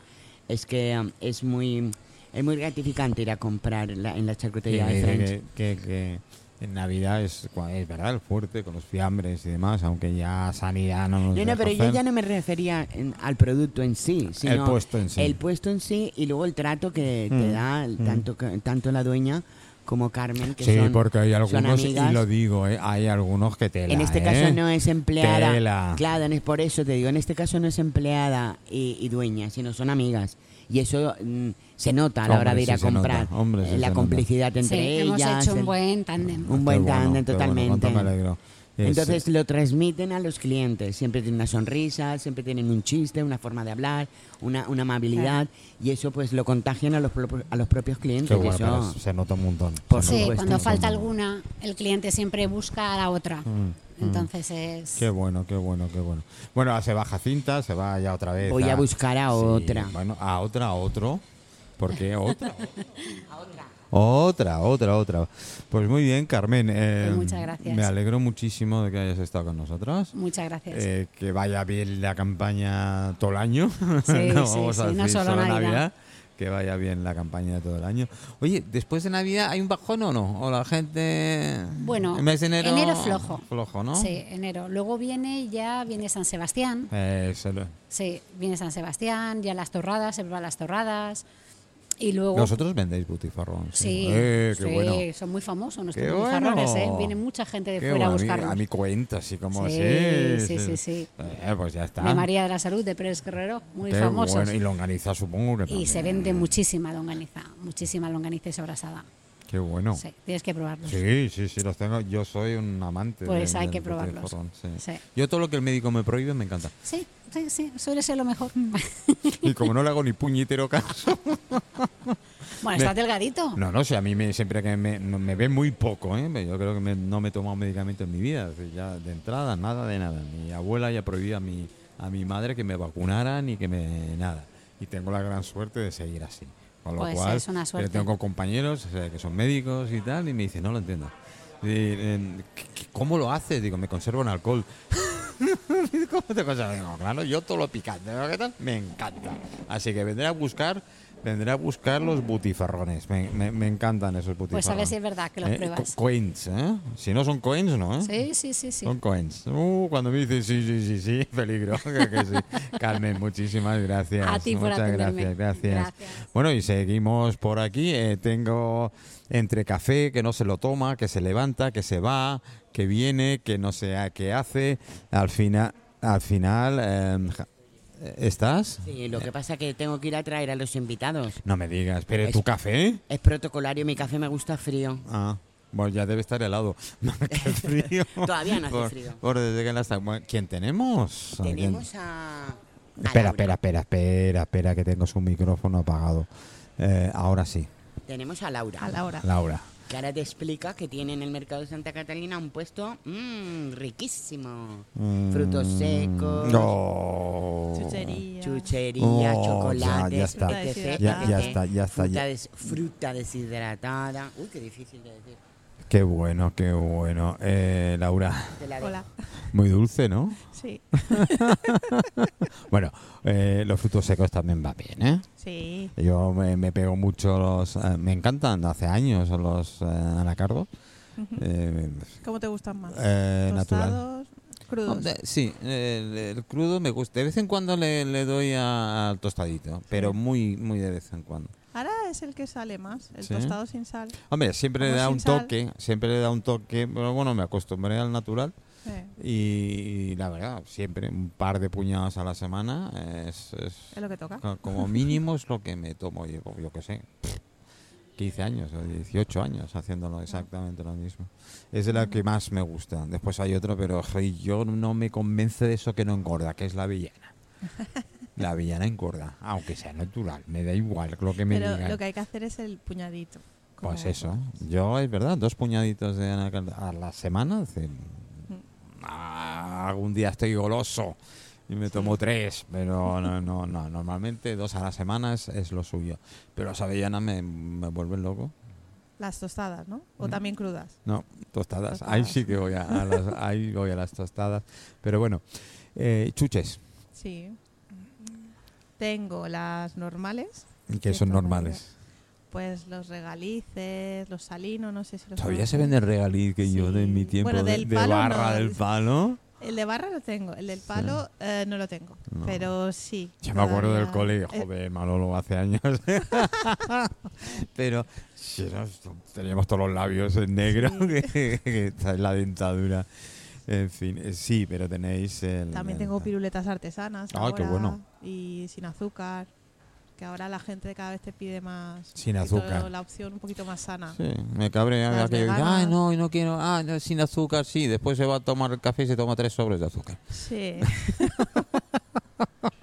Speaker 2: es que mm, es muy es muy gratificante ir a comprar la- en la charcutería de French.
Speaker 1: que, que- que en Navidad es, cua- es verdad el fuerte con los fiambres y demás, aunque ya sanidad no nos
Speaker 2: No, no,
Speaker 1: deja
Speaker 2: pero yo
Speaker 1: hacer.
Speaker 2: ya no me refería en- al producto en sí, sino
Speaker 1: El puesto en sí.
Speaker 2: el puesto en sí y luego el trato que te
Speaker 1: Mm,
Speaker 2: da el-
Speaker 1: mm.
Speaker 2: tanto, que- tanto la dueña como Carmen, que
Speaker 1: Sí,
Speaker 2: son,
Speaker 1: porque hay
Speaker 2: son
Speaker 1: algunos, y
Speaker 2: amigas.
Speaker 1: lo digo, ¿eh? hay algunos que tela.
Speaker 2: En este
Speaker 1: ¿eh?
Speaker 2: caso no es empleada.
Speaker 1: Tela. Ah,
Speaker 2: Claro, no es por eso te digo, en este caso no es empleada y, y dueña, sino son amigas. Y eso mm, se nota a la hora
Speaker 1: Hombre,
Speaker 2: de ir
Speaker 1: sí
Speaker 2: a
Speaker 1: se
Speaker 2: comprar.
Speaker 1: nota, hombre, sí
Speaker 2: Eh, la
Speaker 1: se
Speaker 2: complicidad
Speaker 5: Sí,
Speaker 2: entre ellas.
Speaker 5: hemos hecho
Speaker 2: el-
Speaker 5: un buen tándem.
Speaker 1: Qué
Speaker 2: un buen
Speaker 1: bueno,
Speaker 2: tándem,
Speaker 1: qué bueno,
Speaker 2: totalmente.
Speaker 1: cuánto me alegro. Eh,
Speaker 2: Entonces
Speaker 1: sí.
Speaker 2: lo transmiten a los clientes. Siempre tienen una sonrisa, siempre tienen un chiste, una forma de hablar, una, una amabilidad. Y eso pues lo contagian a los, pro- a los propios clientes.
Speaker 1: Qué
Speaker 2: que
Speaker 1: bueno, pero
Speaker 2: eso-
Speaker 1: se nota un montón.
Speaker 2: Por
Speaker 1: Se
Speaker 5: Sí,
Speaker 1: nota
Speaker 2: supuesto,
Speaker 1: un
Speaker 5: cuando
Speaker 1: montón.
Speaker 5: falta alguna, el cliente siempre busca a la otra.
Speaker 2: Mm,
Speaker 5: Entonces es...
Speaker 1: Qué bueno, qué bueno, qué bueno. Bueno, ahora se baja cinta, se va ya otra vez.
Speaker 2: Voy a buscar a
Speaker 1: Sí,
Speaker 2: otra.
Speaker 1: Bueno, a otra, a otro. ¿Por qué otra? otra, otra, otra. Pues muy bien, Carmen. eh,
Speaker 5: Pues muchas gracias.
Speaker 1: Me alegro muchísimo de que hayas estado con nosotros.
Speaker 5: Muchas gracias.
Speaker 1: Eh, que vaya bien la campaña todo el año.
Speaker 5: Sí,
Speaker 1: no
Speaker 5: sí,
Speaker 1: vamos a
Speaker 5: sí, no
Speaker 1: decir
Speaker 5: solo Navidad.
Speaker 1: Que vaya bien la campaña todo el año. Oye, ¿después de Navidad hay un bajón o no? ¿O la gente.?
Speaker 5: Bueno,
Speaker 1: el mes de enero.
Speaker 5: flojo.
Speaker 1: Flojo, ¿no?
Speaker 5: Sí, enero. Luego viene ya, viene San Sebastián.
Speaker 1: Eh, se lo-
Speaker 5: Sí, viene San Sebastián, ya las torradas, se preparan las torradas. Y luego...
Speaker 1: Vosotros vendéis butifarrón.
Speaker 5: Sí,
Speaker 1: Eh, qué
Speaker 5: sí,
Speaker 1: bueno.
Speaker 5: son muy famosos
Speaker 1: Qué
Speaker 5: nuestros butifarrones,
Speaker 1: bueno.
Speaker 5: ¿eh? Viene mucha gente de
Speaker 1: Qué
Speaker 5: fuera a
Speaker 1: bueno, mí-
Speaker 5: buscarlos.
Speaker 1: A mi cuenta, así como
Speaker 5: Sí,
Speaker 1: así.
Speaker 5: sí, sí, sí.
Speaker 1: Eh, pues ya está.
Speaker 5: de María de la Salud, de Pérez Guerrero, muy
Speaker 1: Qué
Speaker 5: famosos.
Speaker 1: bueno, Y longaniza, supongo que
Speaker 5: Y
Speaker 1: también.
Speaker 5: se vende muchísima longaniza, muchísima longaniza y sobrasada.
Speaker 1: Qué bueno.
Speaker 5: Sí, tienes que probarlos.
Speaker 1: Oh. Sí, sí, sí, los tengo. Yo soy un amante.
Speaker 5: Pues
Speaker 1: del-
Speaker 5: hay
Speaker 1: del
Speaker 5: que probarlos.
Speaker 1: butifarrón, sí.
Speaker 5: Sí.
Speaker 1: Yo todo lo que el médico me prohíbe me encanta.
Speaker 5: Sí, sí, sí, suele ser lo mejor.
Speaker 1: Y como no le hago ni puñetero caso.
Speaker 5: bueno, estás delgadito.
Speaker 1: No, no, sé, a mí me, siempre que me, no- me ve muy poco, ¿eh? Yo creo que me- no me he tomado medicamento en mi vida. o sea, Ya de entrada, nada de nada. Mi abuela ya prohibía a mi, a mi madre que me vacunara ni que me. nada. Y tengo la gran suerte de seguir así. Con lo
Speaker 5: Pues
Speaker 1: cual,
Speaker 5: es una
Speaker 1: eh,
Speaker 5: suerte.
Speaker 1: tengo compañeros o sea, que son médicos y tal, y me dicen, no lo entiendo. Y, eh, ¿qué- qué- ¿Cómo lo haces? Digo, me conservo en alcohol. ¿Cómo te pasa? Digo, claro, yo todo lo picante, ¿no? ¿Qué tal? Me encanta. Así que vendré a buscar, vendré a buscar los butifarrones. Me, me- me encantan esos butifarrones.
Speaker 5: a ver si es verdad que los
Speaker 1: Eh,
Speaker 5: pruebas.
Speaker 1: co- Coins, ¿eh? Si no son coins, ¿no? eh?
Speaker 5: Sí, sí, sí, sí.
Speaker 1: Son coins. Uh, cuando me dicen sí, sí, sí, sí, peligro. que- que sí. Carmen, muchísimas gracias.
Speaker 5: A ti por
Speaker 1: Muchas
Speaker 5: atenderme.
Speaker 1: gracias, gracias.
Speaker 5: Gracias.
Speaker 1: Bueno, y seguimos por aquí. Eh, tengo entre café, que no se lo toma, que se levanta, que se va, que viene, que no sé a qué hace. Al, final al final, eh, ja- ¿estás?
Speaker 2: Sí, lo que pasa es que tengo que ir a traer a los invitados.
Speaker 1: No me digas, pero
Speaker 2: Es-
Speaker 1: ¿tu café?
Speaker 2: Es protocolario, mi café me gusta frío.
Speaker 1: Ah, bueno, ya debe estar helado. Qué frío.
Speaker 2: Todavía no hace
Speaker 1: Por-
Speaker 2: frío.
Speaker 1: por desde que la está- bueno, ¿Quién tenemos? ¿A quién?
Speaker 2: Tenemos a. a
Speaker 1: Espera,
Speaker 2: Laura.
Speaker 1: espera, espera, espera, espera, que tengo su micrófono apagado. Eh, ahora sí,
Speaker 2: Tenemos a Laura.
Speaker 3: A la hora.
Speaker 1: Laura.
Speaker 2: Que ahora te explica que tiene en el mercado de Santa Catalina un puesto mmm, riquísimo.
Speaker 1: Mm,
Speaker 2: Frutos secos,
Speaker 1: No.
Speaker 3: Chuchería.
Speaker 2: chuchería,
Speaker 1: Oh,
Speaker 2: chocolates,
Speaker 1: ya, ya está.
Speaker 2: etc, etc,
Speaker 1: Ya- ya está, ya está,
Speaker 2: Fruta,
Speaker 1: ya.
Speaker 2: des- fruta deshidratada. Uy, qué difícil de decir.
Speaker 1: Qué bueno, qué bueno. Eh, Laura,
Speaker 2: Te la
Speaker 6: Hola,
Speaker 1: muy dulce, ¿no?
Speaker 6: sí,
Speaker 1: Bueno, eh, los frutos secos también va bien, ¿eh?
Speaker 6: sí,
Speaker 1: Yo me, me pego mucho los... eh, me encantan, hace años, los eh, anacardos. Eh,
Speaker 6: ¿cómo te gustan más?
Speaker 1: eh, natural.
Speaker 6: Tostados, crudos.
Speaker 1: Hombre, Sí, el, el crudo me gusta. De vez en cuando le, le doy a- al tostadito, pero muy, muy de vez en cuando.
Speaker 6: Ahora es el que sale más, el
Speaker 1: Sí.
Speaker 6: tostado sin sal.
Speaker 1: Hombre, siempre le
Speaker 6: Como
Speaker 1: da
Speaker 6: sin
Speaker 1: un
Speaker 6: sal.
Speaker 1: toque, siempre le da un toque, pero bueno, me acostumbré al natural
Speaker 6: Eh,
Speaker 1: y, la verdad, siempre un par de puñadas a la semana es, es-
Speaker 6: es lo que toca.
Speaker 1: co- como mínimo es lo que me tomo, yo, yo qué sé, 15 años o 18 años haciéndolo exactamente lo mismo. Es de la que más me gusta. Después hay otro, pero jo, yo no me convence de eso que no engorda, que es la villana. La villana engorda, aunque sea natural, me da igual lo que me
Speaker 6: Pero
Speaker 1: digan.
Speaker 6: lo que hay que hacer es el puñadito. como-
Speaker 1: Pues eso. Yo, es verdad, dos puñaditos de anacarda a la semana. hace- Ah, algún día estoy goloso y me tomo tres, pero no, no, no. Normalmente dos a la semana es, es lo suyo. Pero las avellanas me, me vuelven loco.
Speaker 6: Las tostadas, ¿no? O
Speaker 1: Mm.
Speaker 6: también crudas.
Speaker 1: No, tostadas.
Speaker 6: Tostadas.
Speaker 1: Ahí sí que voy a, a las, ahí voy a las tostadas. Pero bueno, eh, chuches,
Speaker 6: Sí. Tengo las normales,
Speaker 1: que son
Speaker 6: Cierto,
Speaker 1: normales.
Speaker 6: pues los regalices, los salinos, no sé si los
Speaker 1: Todavía
Speaker 6: conoces.
Speaker 1: se vende el regaliz que yo de
Speaker 6: Sí.
Speaker 1: mi tiempo
Speaker 6: Bueno,
Speaker 1: de,
Speaker 6: del
Speaker 1: de
Speaker 6: palo
Speaker 1: barra
Speaker 6: no.
Speaker 1: del palo.
Speaker 6: El de barra lo tengo, el del palo eh, no lo tengo,
Speaker 1: No.
Speaker 6: pero sí.
Speaker 1: Yo me acuerdo del
Speaker 6: todavía-
Speaker 1: cole,
Speaker 6: eh,
Speaker 1: joder, Manolo, hace años. Pero si nos- teníamos todos los labios en negro, que, que está en la dentadura. En fin, eh, sí, pero tenéis el...
Speaker 6: También
Speaker 1: el-
Speaker 6: tengo piruletas artesanas.
Speaker 1: Ah, qué
Speaker 6: ahora,
Speaker 1: bueno.
Speaker 6: Y sin azúcar. Que ahora la gente cada vez te pide más.
Speaker 1: Sin
Speaker 6: un poquito
Speaker 1: azúcar.
Speaker 6: La opción un poquito más sana.
Speaker 1: Sí, me cabrea
Speaker 6: Las
Speaker 1: aquello,
Speaker 6: veganas.
Speaker 1: Ah, no, no quiero. Ah, no, sin azúcar, sí. Después se va a tomar café y se toma tres sobres de azúcar.
Speaker 6: Sí.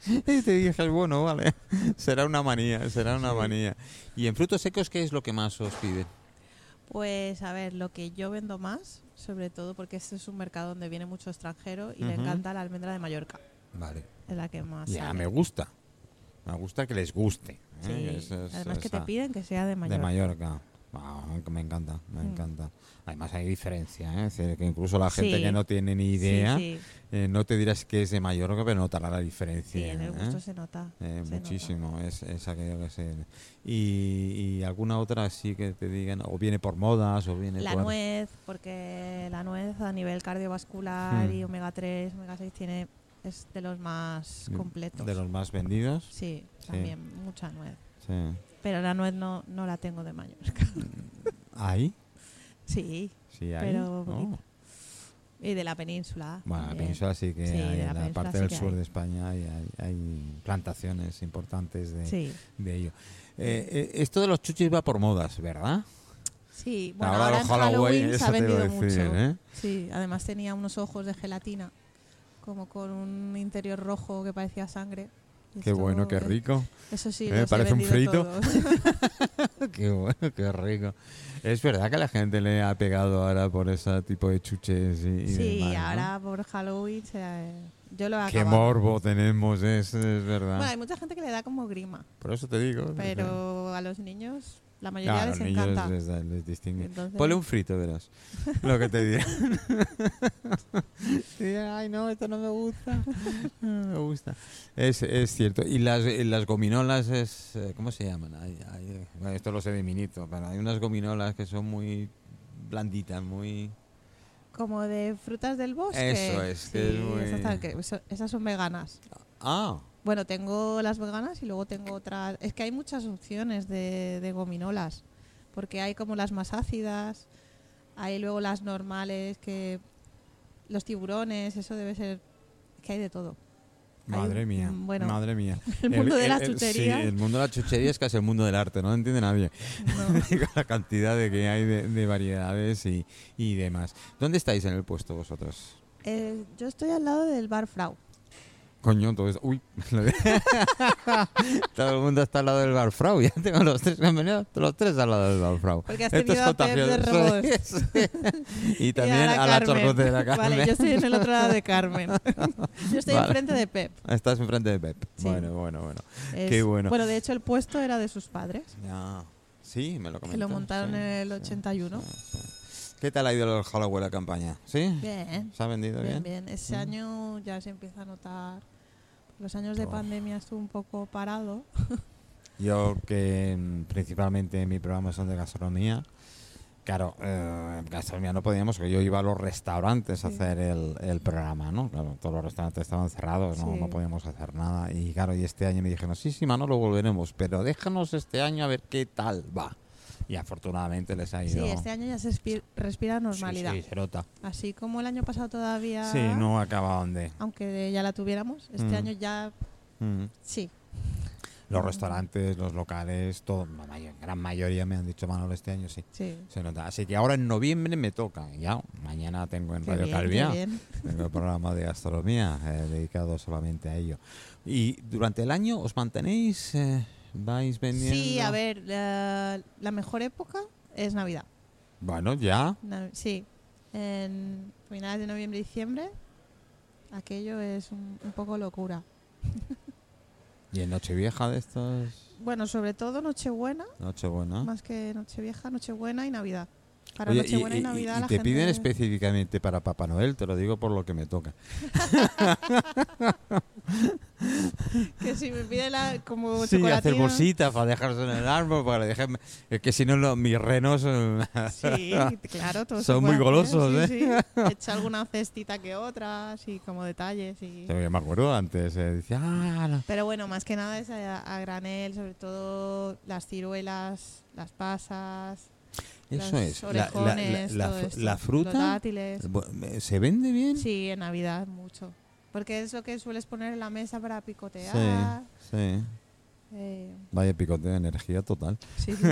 Speaker 1: Y te dije, bueno, vale. Será una manía, será una manía. ¿Y en frutos secos qué es lo que más os piden?
Speaker 6: Pues a ver, lo que yo vendo más, sobre todo porque este es un mercado donde viene mucho extranjero y le
Speaker 1: Ujú.
Speaker 6: encanta la almendra de Mallorca.
Speaker 1: Vale.
Speaker 6: Es la que más.
Speaker 1: Ya,
Speaker 6: sale.
Speaker 1: me gusta. Me gusta que les guste. ¿eh?
Speaker 6: Sí.
Speaker 1: Esa es-
Speaker 6: Además que te
Speaker 1: esa-
Speaker 6: piden que sea de Mallorca.
Speaker 1: De Mallorca. Ah, que me encanta, me
Speaker 6: Mm.
Speaker 1: encanta. Además hay diferencia, ¿eh? Es decir, que incluso la gente
Speaker 6: Sí.
Speaker 1: que no tiene ni
Speaker 6: Sí,
Speaker 1: idea,
Speaker 6: Sí,
Speaker 1: eh, no te dirás que es de Mallorca, pero notará la diferencia.
Speaker 6: Sí, en el gusto
Speaker 1: ¿eh?
Speaker 6: se nota.
Speaker 1: Eh,
Speaker 6: se
Speaker 1: muchísimo, es, es aquello que se... Y, y alguna otra sí que te digan, o viene por modas, o viene
Speaker 6: nota. La
Speaker 1: por...
Speaker 6: nuez, porque la nuez a nivel cardiovascular
Speaker 1: Hmm.
Speaker 6: y omega 3, omega 6 tiene, es de los más completos.
Speaker 1: De los más vendidos.
Speaker 6: Sí, también mucha nuez.
Speaker 1: Sí.
Speaker 6: Pero la nuez no, no la tengo de Mallorca.
Speaker 1: ¿Ahí?
Speaker 6: sí,
Speaker 1: Sí, ahí.
Speaker 6: Pero
Speaker 1: Oh.
Speaker 6: poquito. y de la península.
Speaker 1: Bueno, la
Speaker 6: también.
Speaker 1: península sí que
Speaker 6: Sí,
Speaker 1: hay,
Speaker 6: de la
Speaker 1: en la
Speaker 6: península
Speaker 1: parte
Speaker 6: sí
Speaker 1: del
Speaker 6: que
Speaker 1: sur
Speaker 6: hay.
Speaker 1: de España hay, hay- hay plantaciones importantes de,
Speaker 6: Sí,
Speaker 1: de ello. Eh, eh, esto de los chuchis va por modas, ¿verdad?
Speaker 6: sí.
Speaker 1: La
Speaker 6: Bueno,
Speaker 1: hora
Speaker 6: ahora
Speaker 1: del
Speaker 6: en
Speaker 1: Halloween,
Speaker 6: Halloween se
Speaker 1: eso
Speaker 6: ha
Speaker 1: te iba a
Speaker 6: vendido
Speaker 1: decir,
Speaker 6: mucho.
Speaker 1: ¿eh?
Speaker 6: Sí, además tenía unos ojos de gelatina, como con un interior rojo que parecía sangre. Y
Speaker 1: Qué
Speaker 6: esto-
Speaker 1: bueno, qué rico.
Speaker 6: Eso sí,
Speaker 1: Eh,
Speaker 6: los he
Speaker 1: parece un
Speaker 6: vendido
Speaker 1: frito.
Speaker 6: todos.
Speaker 1: Qué bueno, qué rico. Es verdad que la gente le ha pegado ahora por ese tipo de chuches y, y
Speaker 6: sí,
Speaker 1: demás, ¿no?
Speaker 6: ahora por Halloween se ha- eh, yo lo he
Speaker 1: Qué
Speaker 6: acabado.
Speaker 1: morbo tenemos, es, es verdad.
Speaker 6: Bueno, hay mucha gente que le da como grima,
Speaker 1: por eso te digo.
Speaker 6: pero a los niños la
Speaker 1: sí.
Speaker 6: mayoría
Speaker 1: Claro,
Speaker 6: les
Speaker 1: los niños
Speaker 6: encanta.
Speaker 1: les, da- les distingue.
Speaker 6: Entonces-
Speaker 1: Ponle un frito, verás. Lo que te dirán. Sí, Ay, no, esto no me gusta. No me gusta. Es, es cierto. Y las, eh, las gominolas, es, eh, ¿cómo se llaman? Hay- hay- bueno, esto lo sé de Minito, pero hay unas gominolas que son muy blanditas, muy...
Speaker 6: Como de frutas del bosque.
Speaker 1: Eso es, que
Speaker 6: Sí,
Speaker 1: es muy-
Speaker 6: esas tal- que eso- esas son veganas.
Speaker 1: Ah,
Speaker 6: Bueno, tengo las veganas y luego tengo otras. Es que hay muchas opciones de, de gominolas, porque hay como las más ácidas, hay luego las normales que los tiburones, eso debe ser es que hay de todo. Hay
Speaker 1: Madre
Speaker 6: un-
Speaker 1: mía,
Speaker 6: mm, bueno,
Speaker 1: madre mía.
Speaker 6: el mundo de las
Speaker 1: el- sí,
Speaker 6: chucherías.
Speaker 1: el mundo de las chucherías es casi el mundo del arte, no lo entiende nadie. Digo, la cantidad de que hay de, de variedades y, y demás. ¿Dónde estáis en el puesto vosotros?
Speaker 6: Eh, yo estoy al lado del bar Frau.
Speaker 1: Coño, todo esto. Uy, lo de- todo el mundo está al lado del barfrau. Ya tengo los tres que han venido, los tres al lado del barfrau.
Speaker 6: Porque has tenido a Pep de
Speaker 1: contagioso. Sí, sí. Y también
Speaker 6: ahora
Speaker 1: a la
Speaker 6: Carmen.
Speaker 1: chorcotera Carmen.
Speaker 6: Vale, yo estoy en el otro lado de Carmen. yo estoy
Speaker 1: Vale.
Speaker 6: enfrente de Pep.
Speaker 1: Estás enfrente de Pep.
Speaker 6: Sí.
Speaker 1: Bueno, bueno, bueno.
Speaker 6: Es-
Speaker 1: Qué bueno.
Speaker 6: Bueno, de hecho el puesto era de sus padres,
Speaker 1: Ya. Sí, me lo comentas.
Speaker 6: que lo montaron
Speaker 1: sí,
Speaker 6: en el
Speaker 1: sí.
Speaker 6: 81.
Speaker 1: ¿Qué tal ha ido el Halloween la campaña? ¿Sí?
Speaker 6: Bien.
Speaker 1: ¿Se ha vendido bien?
Speaker 6: Bien, bien. Ese
Speaker 1: Mm.
Speaker 6: año ya se empieza a notar. Los años de
Speaker 1: Uf.
Speaker 6: pandemia estuvo un poco parado.
Speaker 1: Yo que mm, principalmente en mi programa son de gastronomía. Claro, eh, en gastronomía no podíamos, que yo iba a los restaurantes a
Speaker 6: Sí.
Speaker 1: hacer el, el programa, ¿no? Claro, todos los restaurantes estaban cerrados, no,
Speaker 6: Sí.
Speaker 1: no podíamos hacer nada. Y claro, y este año me dijeron, sí, sí, Manolo, volveremos, pero déjanos este año a ver qué tal va. Y afortunadamente les ha
Speaker 6: Sí,
Speaker 1: ido...
Speaker 6: este año ya se espi- respira
Speaker 1: Sí,
Speaker 6: normalidad.
Speaker 1: sí, se nota.
Speaker 6: Así como el año pasado todavía,
Speaker 1: Sí, no acababan de...
Speaker 6: aunque ya la tuviéramos, este
Speaker 1: Mm.
Speaker 6: año ya
Speaker 1: Mm.
Speaker 6: sí.
Speaker 1: Los restaurantes, los locales, todo, la mayor- gran mayoría me han dicho Manolo este año sí.
Speaker 6: sí.
Speaker 1: Se nota. Así que ahora en noviembre me toca. Ya, mañana tengo en
Speaker 6: Qué
Speaker 1: Radio
Speaker 6: bien, qué
Speaker 1: Calviá.
Speaker 6: bien.
Speaker 1: Tengo el programa de gastronomía eh, dedicado solamente a ello. ¿Y durante el año os mantenéis? eh, ¿Vais vendiendo?
Speaker 6: Sí, a ver, la, la mejor época es Navidad.
Speaker 1: Bueno, ya.
Speaker 6: Na- sí, en finales de noviembre y diciembre, aquello es un- un poco locura.
Speaker 1: ¿Y en Nochevieja de estos?
Speaker 6: Bueno, sobre todo Nochebuena.
Speaker 1: Nochebuena.
Speaker 6: Más que Nochevieja, Nochebuena y Navidad. Para
Speaker 1: Ah. Oye,
Speaker 6: Nochebuena y,
Speaker 1: y-
Speaker 6: Navidad
Speaker 1: y
Speaker 6: la
Speaker 1: te
Speaker 6: gente-
Speaker 1: piden específicamente para Papá Noel, te lo digo por lo que me toca.
Speaker 6: que si me pide la, como
Speaker 1: Sí, hacer
Speaker 6: chocolatina.
Speaker 1: bolsitas para dejarlos en el árbol, para que dejen- Es que si no, los, mis renos. eh,
Speaker 6: Sí, claro, todo se
Speaker 1: Son muy
Speaker 6: puede hacer,
Speaker 1: golosos, ¿eh?
Speaker 6: sí, sí. Echa alguna cestita que otra, así como detalles. Y...
Speaker 1: Yo me acuerdo antes, eh, decía, ah, la-
Speaker 6: Pero bueno, más que nada es a, a granel, sobre todo las ciruelas, las pasas,
Speaker 1: eso
Speaker 6: los
Speaker 1: es. La, la- la-
Speaker 6: orejones,
Speaker 1: la-
Speaker 6: todo
Speaker 1: la
Speaker 6: esto, los
Speaker 1: fruta
Speaker 6: dátiles.
Speaker 1: bu- se vende bien.
Speaker 6: Sí, en Navidad mucho. Porque es lo que sueles poner en la mesa para picotear.
Speaker 1: sí. sí.
Speaker 6: eh,
Speaker 1: Vaya picoteo de energía total.
Speaker 6: sí, sí.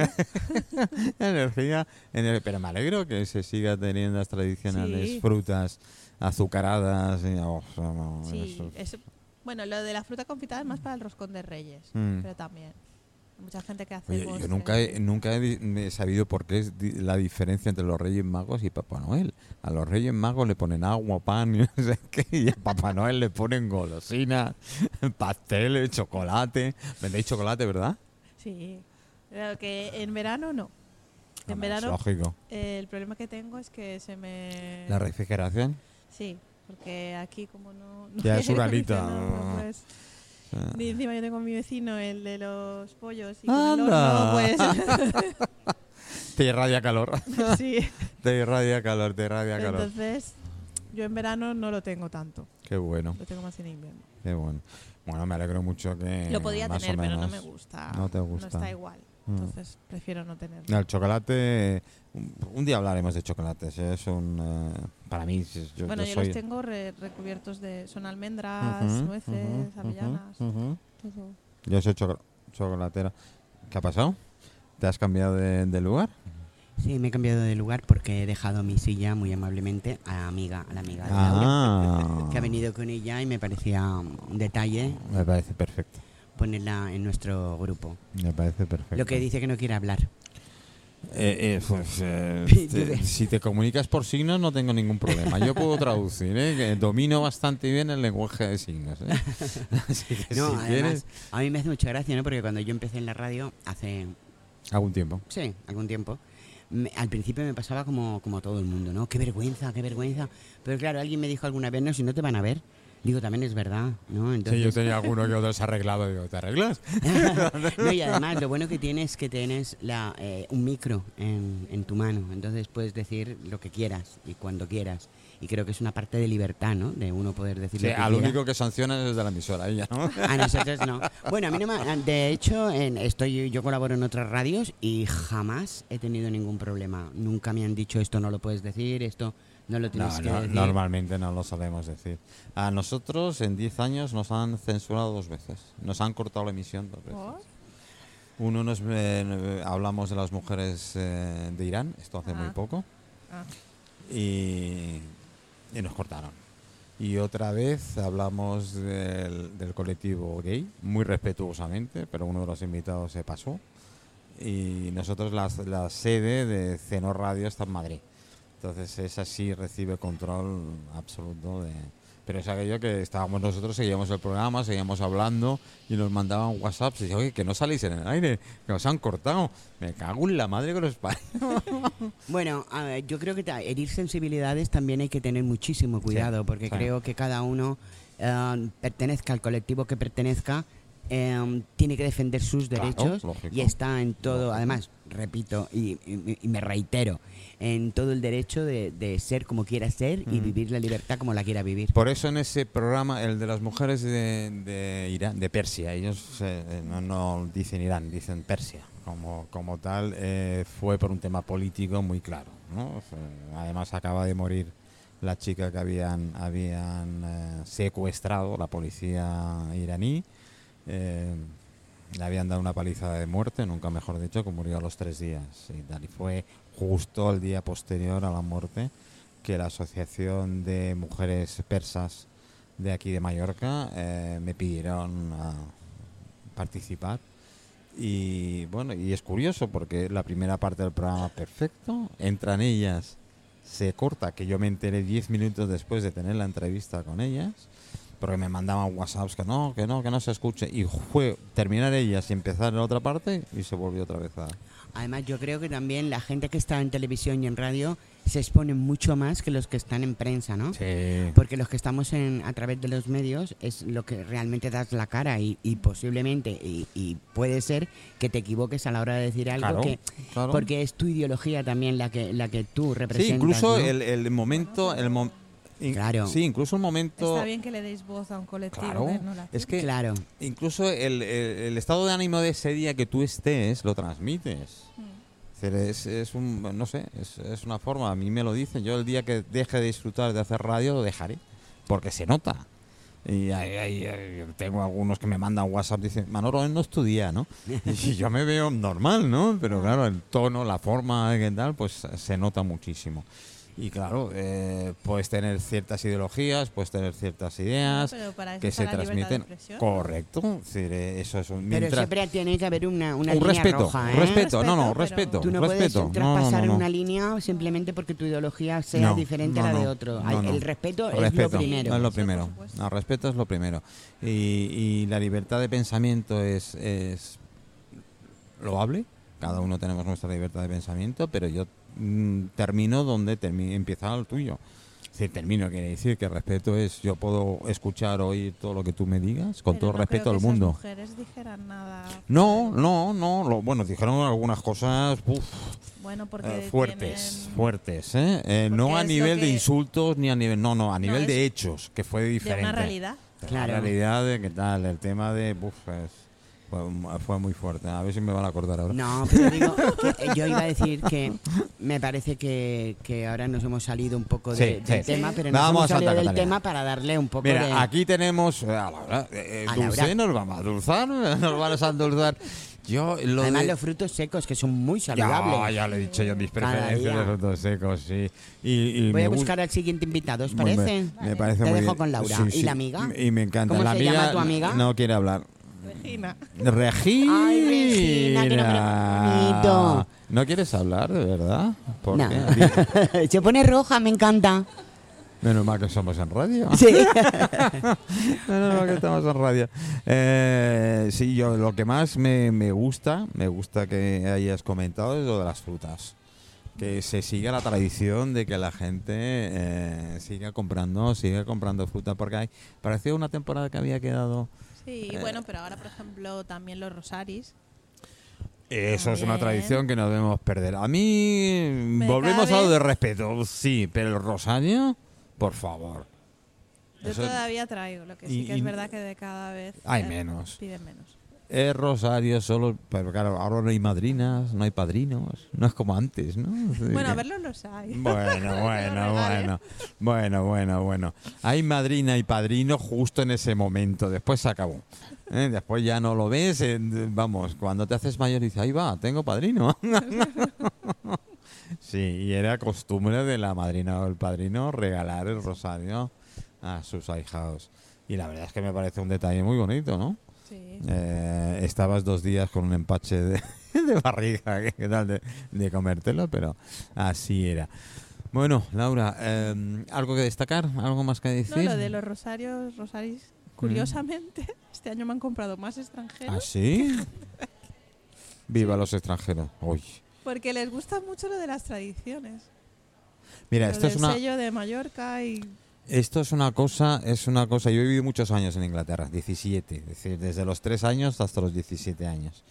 Speaker 1: energía, ener- pero me alegro que se siga teniendo las tradicionales
Speaker 6: Sí.
Speaker 1: frutas azucaradas. y- oh, no,
Speaker 6: Sí,
Speaker 1: eso-
Speaker 6: es- bueno, lo de la fruta confitada es más para el roscón de reyes,
Speaker 1: Mm.
Speaker 6: pero también. Hay Mucha gente que hace.
Speaker 1: Oye, yo
Speaker 6: postres.
Speaker 1: nunca he, nunca he di- me he sabido por qué es di- la diferencia entre los Reyes Magos y Papá Noel. A los Reyes Magos le ponen agua, pan y no sé qué, y a Papá Noel le ponen golosinas, pasteles, chocolate. Vendéis chocolate, ¿verdad?
Speaker 6: Sí, pero que en verano no. En
Speaker 1: Hombre, es
Speaker 6: verano
Speaker 1: Lógico.
Speaker 6: eh, el problema que tengo es que se me.
Speaker 1: La refrigeración.
Speaker 6: Sí, porque aquí como no. no
Speaker 1: Ya
Speaker 6: hay
Speaker 1: es una
Speaker 6: aire
Speaker 1: alita.
Speaker 6: acondicionado, pues,
Speaker 1: Ah.
Speaker 6: y encima yo tengo mi vecino, el de los pollos. Y
Speaker 1: Anda.
Speaker 6: Con el horno,
Speaker 1: Te irradia calor.
Speaker 6: pues, sí.
Speaker 1: Te irradia calor, te irradia calor.
Speaker 6: Entonces, yo en verano no lo tengo tanto.
Speaker 1: Qué bueno,
Speaker 6: Lo tengo más en invierno.
Speaker 1: qué bueno. Bueno, me alegro mucho que.
Speaker 6: Lo podía
Speaker 1: Eh, más o
Speaker 6: tener, pero no
Speaker 1: menos.
Speaker 6: me gusta.
Speaker 1: No te gusta.
Speaker 6: No está igual.
Speaker 1: Mm.
Speaker 6: Entonces prefiero no tenerlo.
Speaker 1: No, el chocolate. Un un día hablaremos de chocolates. ¿eh? Es un. eh, para mí, es- yo,
Speaker 6: bueno,
Speaker 1: yo
Speaker 6: yo
Speaker 1: soy.
Speaker 6: los tengo re- recubiertos de. Son almendras,
Speaker 1: Ujú,
Speaker 6: nueces,
Speaker 1: ujú,
Speaker 6: avellanas,
Speaker 1: ujú, ujú.
Speaker 6: todo.
Speaker 1: Yo soy choco- chocolatera. ¿Qué ha pasado? ¿Te has cambiado de, de lugar?
Speaker 2: Sí, me he cambiado de lugar porque he dejado mi silla muy amablemente a la amiga, a la amiga de Laura,
Speaker 1: Ah,
Speaker 2: que ha venido con ella y me parecía un detalle
Speaker 1: Me parece perfecto.
Speaker 2: ponerla en nuestro grupo.
Speaker 1: Me parece perfecto.
Speaker 2: Lo que dice que no quiere hablar.
Speaker 1: Eh, eh, pues, eh,
Speaker 2: Yo
Speaker 1: te- si te comunicas por signos no tengo ningún problema. Yo puedo traducir, ¿eh? que domino bastante bien el lenguaje de signos. ¿eh? Así que
Speaker 2: No,
Speaker 1: si
Speaker 2: además,
Speaker 1: quieres,
Speaker 2: a mí me hace mucha gracia, ¿no? Porque cuando yo empecé en la radio hace
Speaker 1: algún tiempo.
Speaker 2: Sí, algún tiempo. Me- al principio me pasaba como, como todo el mundo, ¿no? Qué vergüenza, qué vergüenza. Pero claro, alguien me dijo alguna vez, no, si no te van a ver. Digo, también es verdad, ¿no?
Speaker 1: Sí, yo
Speaker 2: Entonces,
Speaker 1: tenía alguno que otro se arreglado. Digo, ¿te arreglas?
Speaker 2: no, y además, lo bueno que tienes es que tienes la, eh, un micro en, en tu mano. Entonces puedes decir lo que quieras y cuando quieras. Y creo que es una parte de libertad, ¿no? De uno poder decir
Speaker 1: Sí,
Speaker 2: lo que
Speaker 1: al
Speaker 2: quiera.
Speaker 1: único que sancionan es de la emisora, ella, ¿no?
Speaker 2: A nosotros no. Bueno, a mí no me- ah, De hecho, en- estoy, yo colaboro en otras radios y jamás he tenido ningún problema. Nunca me han dicho esto no lo puedes decir, esto no lo tienes
Speaker 1: No,
Speaker 2: que
Speaker 1: no,
Speaker 2: decir.
Speaker 1: normalmente no lo solemos decir. A nosotros en 10 años nos han censurado dos veces. Nos han cortado la emisión dos veces.
Speaker 6: ¿Por?
Speaker 1: Uno nos eh, hablamos de las mujeres eh, de Irán, esto hace muy
Speaker 6: Ah.
Speaker 1: poco,
Speaker 6: Ah.
Speaker 1: y, y nos cortaron. Y otra vez hablamos del, del colectivo gay, muy respetuosamente, pero uno de los invitados se pasó. Y nosotros la, la sede de Ceno Radio está en Madrid. Entonces esa sí recibe control absoluto de... Pero es aquello que estábamos nosotros, seguíamos el programa, seguíamos hablando y nos mandaban WhatsApp. Y oye, que no salís en el aire, que os han cortado. Me cago en la madre que los parió.
Speaker 2: Bueno, a ver, yo creo que ta- herir sensibilidades también hay que tener muchísimo cuidado, porque
Speaker 1: sí.
Speaker 2: creo que cada uno, eh, pertenezca al colectivo que pertenezca, eh, tiene que defender sus
Speaker 1: Claro,
Speaker 2: derechos
Speaker 1: lógico.
Speaker 2: y está en todo,
Speaker 1: Lógico.
Speaker 2: además, repito y, y- y me reitero, en todo el derecho de, de ser como quiera ser y vivir la libertad como la quiera vivir.
Speaker 1: Mm. Por eso en ese programa, el de las mujeres de, de Irán, de Persia, ellos eh, no, no dicen Irán, dicen Persia, como, como tal, eh, fue por un tema político muy claro. ¿no? Fue- Además acaba de morir la chica que habían, habían eh, secuestrado, la policía iraní. Eh, le habían dado una paliza de muerte, nunca mejor dicho, que murió a los tres días. Y tal, y fue justo el día posterior a la muerte que la Asociación de Mujeres Persas de aquí de Mallorca eh, me pidieron ah, participar. Y bueno, y es curioso porque la primera parte del programa perfecto, entran ellas, se corta, que yo me enteré 10 minutos después de tener la entrevista con ellas, porque me mandaban WhatsApps que no, que no, que no se escuche. Y fue terminar ellas y empezar en otra parte y se volvió otra vez a...
Speaker 2: Además, yo creo que también la gente que está en televisión y en radio se exponen mucho más que los que están en prensa, ¿no?
Speaker 1: Sí.
Speaker 2: Porque los que estamos en, a través de los medios es lo que realmente das la cara y, y posiblemente, y, y puede ser que te equivoques a la hora de decir algo,
Speaker 1: Claro,
Speaker 2: que,
Speaker 1: claro.
Speaker 2: porque es tu ideología también la que, la que tú
Speaker 1: Sí,
Speaker 2: representas.
Speaker 1: incluso
Speaker 2: ¿no?
Speaker 1: el, el momento... El mom- in-
Speaker 2: Claro.
Speaker 1: Sí, incluso el momento...
Speaker 6: Está bien que le deis voz a un colectivo.
Speaker 1: Claro,
Speaker 6: ¿eh? No la-
Speaker 1: es que
Speaker 2: Claro,
Speaker 1: incluso el, el- el estado de ánimo de ese día que tú estés lo transmites.
Speaker 6: Mm.
Speaker 1: Es decir, Es, es un, no sé, es, es una forma, a mí me lo dicen, yo el día que deje de disfrutar de hacer radio lo dejaré, porque se nota. Y ahí- ahí- ahí tengo algunos que me mandan WhatsApp, dicen, Manolo, hoy no es tu día, ¿no? Y yo me veo normal, ¿no?
Speaker 6: Ah.
Speaker 1: Pero claro, el tono, la forma, que tal, pues se nota muchísimo. Y claro, eh, puedes tener ciertas ideologías, puedes tener ciertas ideas,
Speaker 6: Pero para eso
Speaker 1: que
Speaker 6: está
Speaker 1: se
Speaker 6: la libertad de
Speaker 1: transmiten.
Speaker 6: expresión, ¿no?
Speaker 1: Correcto. Es decir, eh, eso es un.
Speaker 2: pero
Speaker 1: mientras-
Speaker 2: siempre tiene que haber una, una
Speaker 1: un
Speaker 2: línea
Speaker 1: respeto,
Speaker 2: roja,
Speaker 1: un
Speaker 2: ¿eh?
Speaker 1: respeto, no, no,
Speaker 6: Respeto,
Speaker 1: respeto,
Speaker 6: pero-
Speaker 2: Tú no
Speaker 1: respeto.
Speaker 2: puedes
Speaker 1: No, no,
Speaker 2: traspasar
Speaker 1: no, no.
Speaker 2: una línea simplemente porque tu ideología sea
Speaker 1: No,
Speaker 2: diferente a
Speaker 1: no,
Speaker 2: la de
Speaker 1: no,
Speaker 2: otro.
Speaker 1: no,
Speaker 2: Hay-
Speaker 1: no.
Speaker 2: El respeto, es
Speaker 1: Respeto,
Speaker 2: lo primero.
Speaker 1: Es lo
Speaker 6: Sí, por
Speaker 1: primero.
Speaker 6: supuesto.
Speaker 1: No, respeto es lo primero. Y, y la libertad de pensamiento es, es loable. Cada uno tenemos nuestra libertad de pensamiento, pero yo mm, termino donde termi- empieza el tuyo. Es decir, termino, quiere decir que respeto es, yo puedo escuchar, oír todo lo que tú me digas, con
Speaker 6: Pero
Speaker 1: todo
Speaker 6: no
Speaker 1: el
Speaker 6: creo
Speaker 1: respeto
Speaker 6: que
Speaker 1: al
Speaker 6: esas
Speaker 1: mundo.
Speaker 6: mujeres dijeran nada.
Speaker 1: No, no, no. lo- bueno, dijeron algunas cosas uf,
Speaker 6: Bueno, porque
Speaker 1: eh, fuertes,
Speaker 6: tienen-
Speaker 1: fuertes, ¿eh? Eh, No
Speaker 6: Porque
Speaker 1: a
Speaker 6: es lo
Speaker 1: nivel de
Speaker 6: que-
Speaker 1: insultos ni a nivel, no, no, a nivel
Speaker 6: es
Speaker 1: de hechos, que fue
Speaker 6: de
Speaker 1: diferente.
Speaker 6: una realidad.
Speaker 2: Claro.
Speaker 1: La realidad de qué tal, el tema de, uf, es- fue, fue muy fuerte. A ver si me van a acordar ahora.
Speaker 2: No, pero digo, que eh, yo iba a decir que me parece que, que ahora nos hemos salido un poco de-
Speaker 1: Sí,
Speaker 2: del
Speaker 1: sí.
Speaker 2: tema, pero nos
Speaker 1: Vamos
Speaker 2: hemos
Speaker 1: a
Speaker 2: salido
Speaker 1: Santa
Speaker 2: del
Speaker 1: Catalina.
Speaker 2: tema para darle un poco de...
Speaker 1: Mira, aquí tenemos eh, a Laura. Eh, eh,
Speaker 2: A
Speaker 1: dulce,
Speaker 2: Laura.
Speaker 1: nos vamos a dulzar, eh, nos van a endulzar. Yo lo
Speaker 2: además
Speaker 1: de-
Speaker 2: los frutos secos, que son muy saludables.
Speaker 1: ya, ya lo he dicho yo, mis
Speaker 2: Cada
Speaker 1: preferencias
Speaker 2: día.
Speaker 1: de frutos secos, sí. Y, y
Speaker 2: Voy
Speaker 1: me
Speaker 2: a
Speaker 1: gu-
Speaker 2: buscar al siguiente invitado, ¿os
Speaker 1: Muy bien,
Speaker 2: parece?
Speaker 1: Me parece
Speaker 2: Te
Speaker 1: muy
Speaker 2: dejo
Speaker 1: bien.
Speaker 2: con Laura.
Speaker 1: Sí,
Speaker 2: ¿Y
Speaker 1: sí.
Speaker 2: la amiga?
Speaker 1: Y me encanta.
Speaker 2: ¿Cómo
Speaker 1: la
Speaker 2: se
Speaker 1: amiga
Speaker 2: llama tu amiga?
Speaker 1: No quiere hablar.
Speaker 6: Regina.
Speaker 1: Regina.
Speaker 2: Ay, Regina, qué nombre más bonito.
Speaker 1: ¿No quieres hablar, de verdad? ¿Por
Speaker 2: No.
Speaker 1: qué?
Speaker 2: Se pone roja, me encanta.
Speaker 1: Menos mal que somos en radio.
Speaker 2: Sí.
Speaker 1: Menos mal que estamos en radio. Eh, sí, yo lo que más me, me gusta, me gusta que hayas comentado es lo de las frutas. Que se siga la tradición de que la gente eh, siga comprando, siga comprando fruta. Porque hay, parecía una temporada que había quedado...
Speaker 6: Sí,
Speaker 1: Eh,
Speaker 6: bueno, pero ahora, por ejemplo, también los rosaris.
Speaker 1: Eso es una
Speaker 6: También.
Speaker 1: tradición que no debemos perder. A mí,
Speaker 6: Pero
Speaker 1: volvemos
Speaker 6: cada
Speaker 1: a lo de
Speaker 6: vez-
Speaker 1: respeto, sí, pero el rosario, por favor.
Speaker 6: Yo
Speaker 1: Eso-
Speaker 6: todavía traigo, lo que sí
Speaker 1: Y-
Speaker 6: que es
Speaker 1: y-
Speaker 6: verdad que de cada vez
Speaker 1: Hay
Speaker 6: eh,
Speaker 1: menos.
Speaker 6: piden menos.
Speaker 1: El rosario solo, pero claro, ahora no hay madrinas, no hay padrinos, no es como antes, ¿no? Sí Mm.
Speaker 6: Bueno, a
Speaker 1: que-
Speaker 6: verlos los hay.
Speaker 1: Bueno, bueno,
Speaker 6: regales.
Speaker 1: bueno, bueno, bueno, bueno. Hay madrina y padrino justo en ese momento, después se acabó. ¿Eh? Después ya no lo ves, eh, vamos, cuando te haces mayor dices, ahí va, tengo padrino. Sí, y era costumbre de la madrina o el padrino regalar el rosario a sus ahijados. Y la verdad es que me parece un detalle muy bonito, ¿no?
Speaker 6: Sí.
Speaker 1: Eh, estabas dos días con un empache de, de barriga, que- que tal? De, de comértelo, pero así era. Bueno, Laura, eh, ¿algo que destacar? ¿Algo más que
Speaker 6: No,
Speaker 1: decir?
Speaker 6: lo de los rosarios, rosaris, curiosamente, este año me han comprado más extranjeros
Speaker 1: Mm. ¿Ah, sí? Viva los extranjeros. Uy.
Speaker 6: porque les gusta mucho lo de las tradiciones.
Speaker 1: Mira,
Speaker 6: Lo
Speaker 1: esto es
Speaker 6: del
Speaker 1: una,
Speaker 6: sello de Mallorca y
Speaker 1: Esto es una cosa, es una cosa. Yo he vivido muchos años en Inglaterra, 17, es decir, desde los 3 años hasta los 17 años.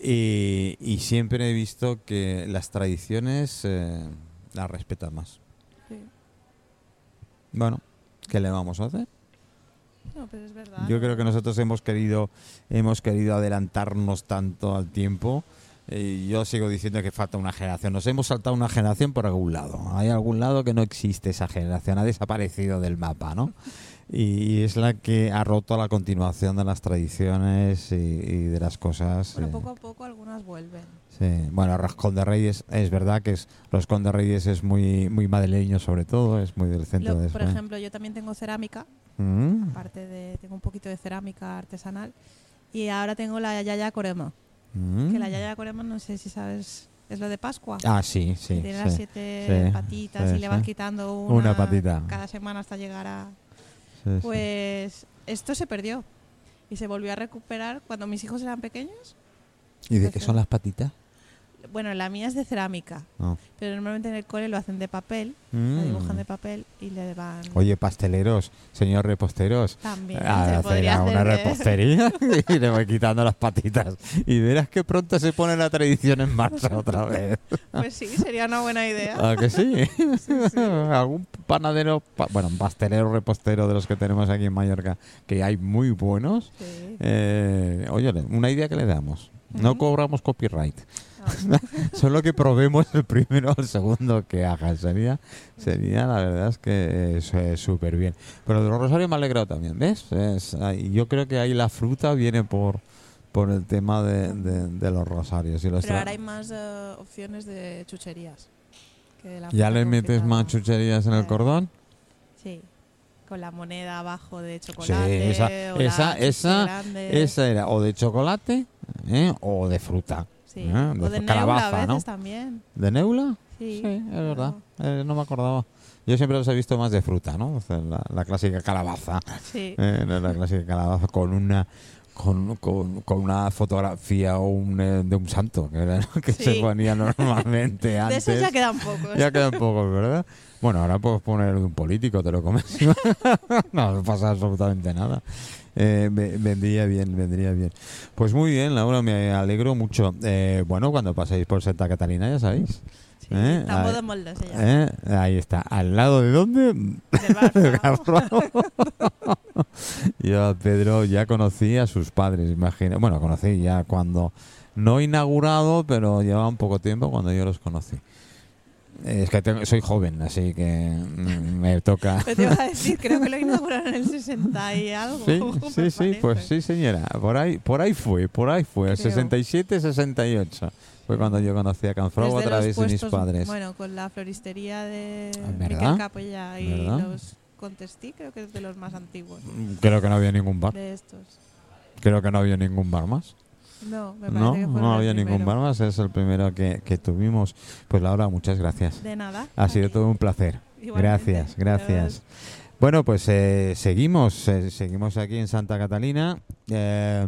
Speaker 1: Y, y siempre he visto que las tradiciones eh, las respetan más.
Speaker 6: Sí.
Speaker 1: Bueno, ¿qué le vamos a hacer?
Speaker 6: No, pero es verdad.
Speaker 1: Yo creo que nosotros hemos querido, hemos querido adelantarnos tanto al tiempo. Y yo sigo diciendo que falta una generación. Nos hemos saltado una generación por algún lado. Hay algún lado que no existe esa generación. Ha desaparecido del mapa, ¿no? Y es la que ha roto la continuación de las tradiciones y, y de las cosas.
Speaker 6: Bueno,
Speaker 1: eh,
Speaker 6: poco a poco algunas vuelven.
Speaker 1: sí. Bueno, Rascón de Reyes es verdad que es, Rascón de Reyes es muy, muy madrileño sobre todo. Es muy del centro
Speaker 6: Lo-
Speaker 1: de
Speaker 6: por
Speaker 1: España.
Speaker 6: ejemplo, yo también tengo cerámica,
Speaker 1: Mm.
Speaker 6: aparte de tengo un poquito de cerámica artesanal y ahora tengo la yaya corema,
Speaker 1: Mm.
Speaker 6: que la yaya corema no sé si sabes, es lo de Pascua.
Speaker 1: Ah, sí,
Speaker 6: que
Speaker 1: sí.
Speaker 6: tiene
Speaker 1: sí.
Speaker 6: las siete
Speaker 1: sí,
Speaker 6: patitas
Speaker 1: sí,
Speaker 6: y le vas
Speaker 1: sí.
Speaker 6: quitando una,
Speaker 1: Una patita.
Speaker 6: cada semana hasta llegar a...
Speaker 1: Sí, sí.
Speaker 6: Pues esto se perdió y se volvió a recuperar cuando mis hijos eran pequeños.
Speaker 1: ¿Y de qué son las patitas?
Speaker 6: Bueno, la mía es de cerámica,
Speaker 1: No.
Speaker 6: pero normalmente en el cole lo hacen de papel, lo
Speaker 1: Mm.
Speaker 6: dibujan de papel y le van
Speaker 1: Oye, pasteleros, señor reposteros.
Speaker 6: también.
Speaker 1: a
Speaker 6: se
Speaker 1: hacer
Speaker 6: podría hacer ¿eh?
Speaker 1: una
Speaker 6: de-
Speaker 1: repostería y le voy quitando las patitas. Y verás que pronto se pone la tradición en marcha otra vez.
Speaker 6: Pues sí, sería una buena idea.
Speaker 1: ¿A que sí? Algún panadero, pa- bueno, un pastelero repostero de los que tenemos aquí en Mallorca, que hay muy buenos.
Speaker 6: Sí.
Speaker 1: Eh, oye, le- una idea que le damos. No
Speaker 6: Ujú. Ah.
Speaker 1: cobramos copyright. Solo que probemos el primero o el segundo que hagan. Sería, sería la verdad es que es, eh, súper bien. Pero de los rosarios me ha alegrado también, ¿ves? Es, ahí- yo creo que ahí la fruta viene por por el tema de, de- de los rosarios. Y los
Speaker 6: Pero
Speaker 1: tra-
Speaker 6: ahora hay más eh, opciones de chucherías. que Eh, de la
Speaker 1: ¿Ya
Speaker 6: fruta
Speaker 1: le metes
Speaker 6: confitada.
Speaker 1: más chucherías en el
Speaker 6: Sí.
Speaker 1: cordón?
Speaker 6: Sí, con la moneda abajo de
Speaker 1: Sí,
Speaker 6: chocolate.
Speaker 1: esa,
Speaker 6: o la
Speaker 1: esa,
Speaker 6: chuche
Speaker 1: esa,
Speaker 6: grande.
Speaker 1: esa era o de chocolate ¿eh? o de fruta.
Speaker 6: Sí.
Speaker 1: ¿eh?
Speaker 6: O de
Speaker 1: calabaza,
Speaker 6: neula a veces
Speaker 1: ¿no?
Speaker 6: también.
Speaker 1: ¿De neula?
Speaker 6: Sí,
Speaker 1: es verdad.
Speaker 6: claro.
Speaker 1: Eh, no me acordaba. Yo siempre los he visto más de fruta, ¿no? O sea, la, la clásica calabaza.
Speaker 6: Sí.
Speaker 1: Eh, la, la clásica calabaza con una con, con- con una fotografía o un, eh, de un santo que, era lo que se
Speaker 6: Sí.
Speaker 1: ponía normalmente
Speaker 6: De
Speaker 1: antes.
Speaker 6: esos ya quedan pocos.
Speaker 1: Ya quedan pocos, ¿verdad? Bueno, ahora puedes poner de un político, te lo comes. no, no pasa absolutamente nada. Eh, ve- vendría bien, vendría bien. Pues muy bien, Laura, me alegro mucho. Eh, bueno, cuando paséis por Santa Catalina, ya sabéis.
Speaker 6: Sí,
Speaker 1: ¿Eh?
Speaker 6: estamos
Speaker 1: Ahí-
Speaker 6: de moldes ya.
Speaker 1: ¿eh? Ahí está. ¿Al lado de dónde?
Speaker 6: Del Barça.
Speaker 1: Yo a Pedro ya conocí a sus padres, imagino. Bueno, conocí ya cuando, no inaugurado, pero llevaba un poco tiempo cuando yo los conocí. Eh, Es que tengo- soy joven, así que mm, me toca.
Speaker 6: Pero te iba a decir, creo que lo inauguraron en el 60 y algo.
Speaker 1: Sí,
Speaker 6: me
Speaker 1: sí, sí, pues
Speaker 6: parece.
Speaker 1: sí, señora. Por ahí, por ahí fue, por ahí fue. El
Speaker 6: Creo.
Speaker 1: 67, 68. Fue cuando yo conocí a Canfrobo a
Speaker 6: Desde
Speaker 1: través
Speaker 6: los
Speaker 1: de mis
Speaker 6: puestos,
Speaker 1: padres.
Speaker 6: Bueno, con la floristería de
Speaker 1: Ah, ¿verdad?
Speaker 6: Miquel Capella y
Speaker 1: ¿Verdad?
Speaker 6: los contestí, creo que es de los más antiguos
Speaker 1: Mm, Creo que no había ningún bar.
Speaker 6: de estos.
Speaker 1: Creo que no había ningún bar más.
Speaker 6: No, me parece
Speaker 1: No,
Speaker 6: que fueron
Speaker 1: no
Speaker 6: el
Speaker 1: había ningún
Speaker 6: primero.
Speaker 1: bar más. Es el primero que, que tuvimos. Pues Laura, muchas gracias.
Speaker 6: De nada.
Speaker 1: Ha sido
Speaker 6: Aquí.
Speaker 1: todo un placer.
Speaker 6: Igualmente.
Speaker 1: Gracias, gracias. Bueno, pues eh, seguimos, eh, seguimos aquí en Santa Catalina. Eh,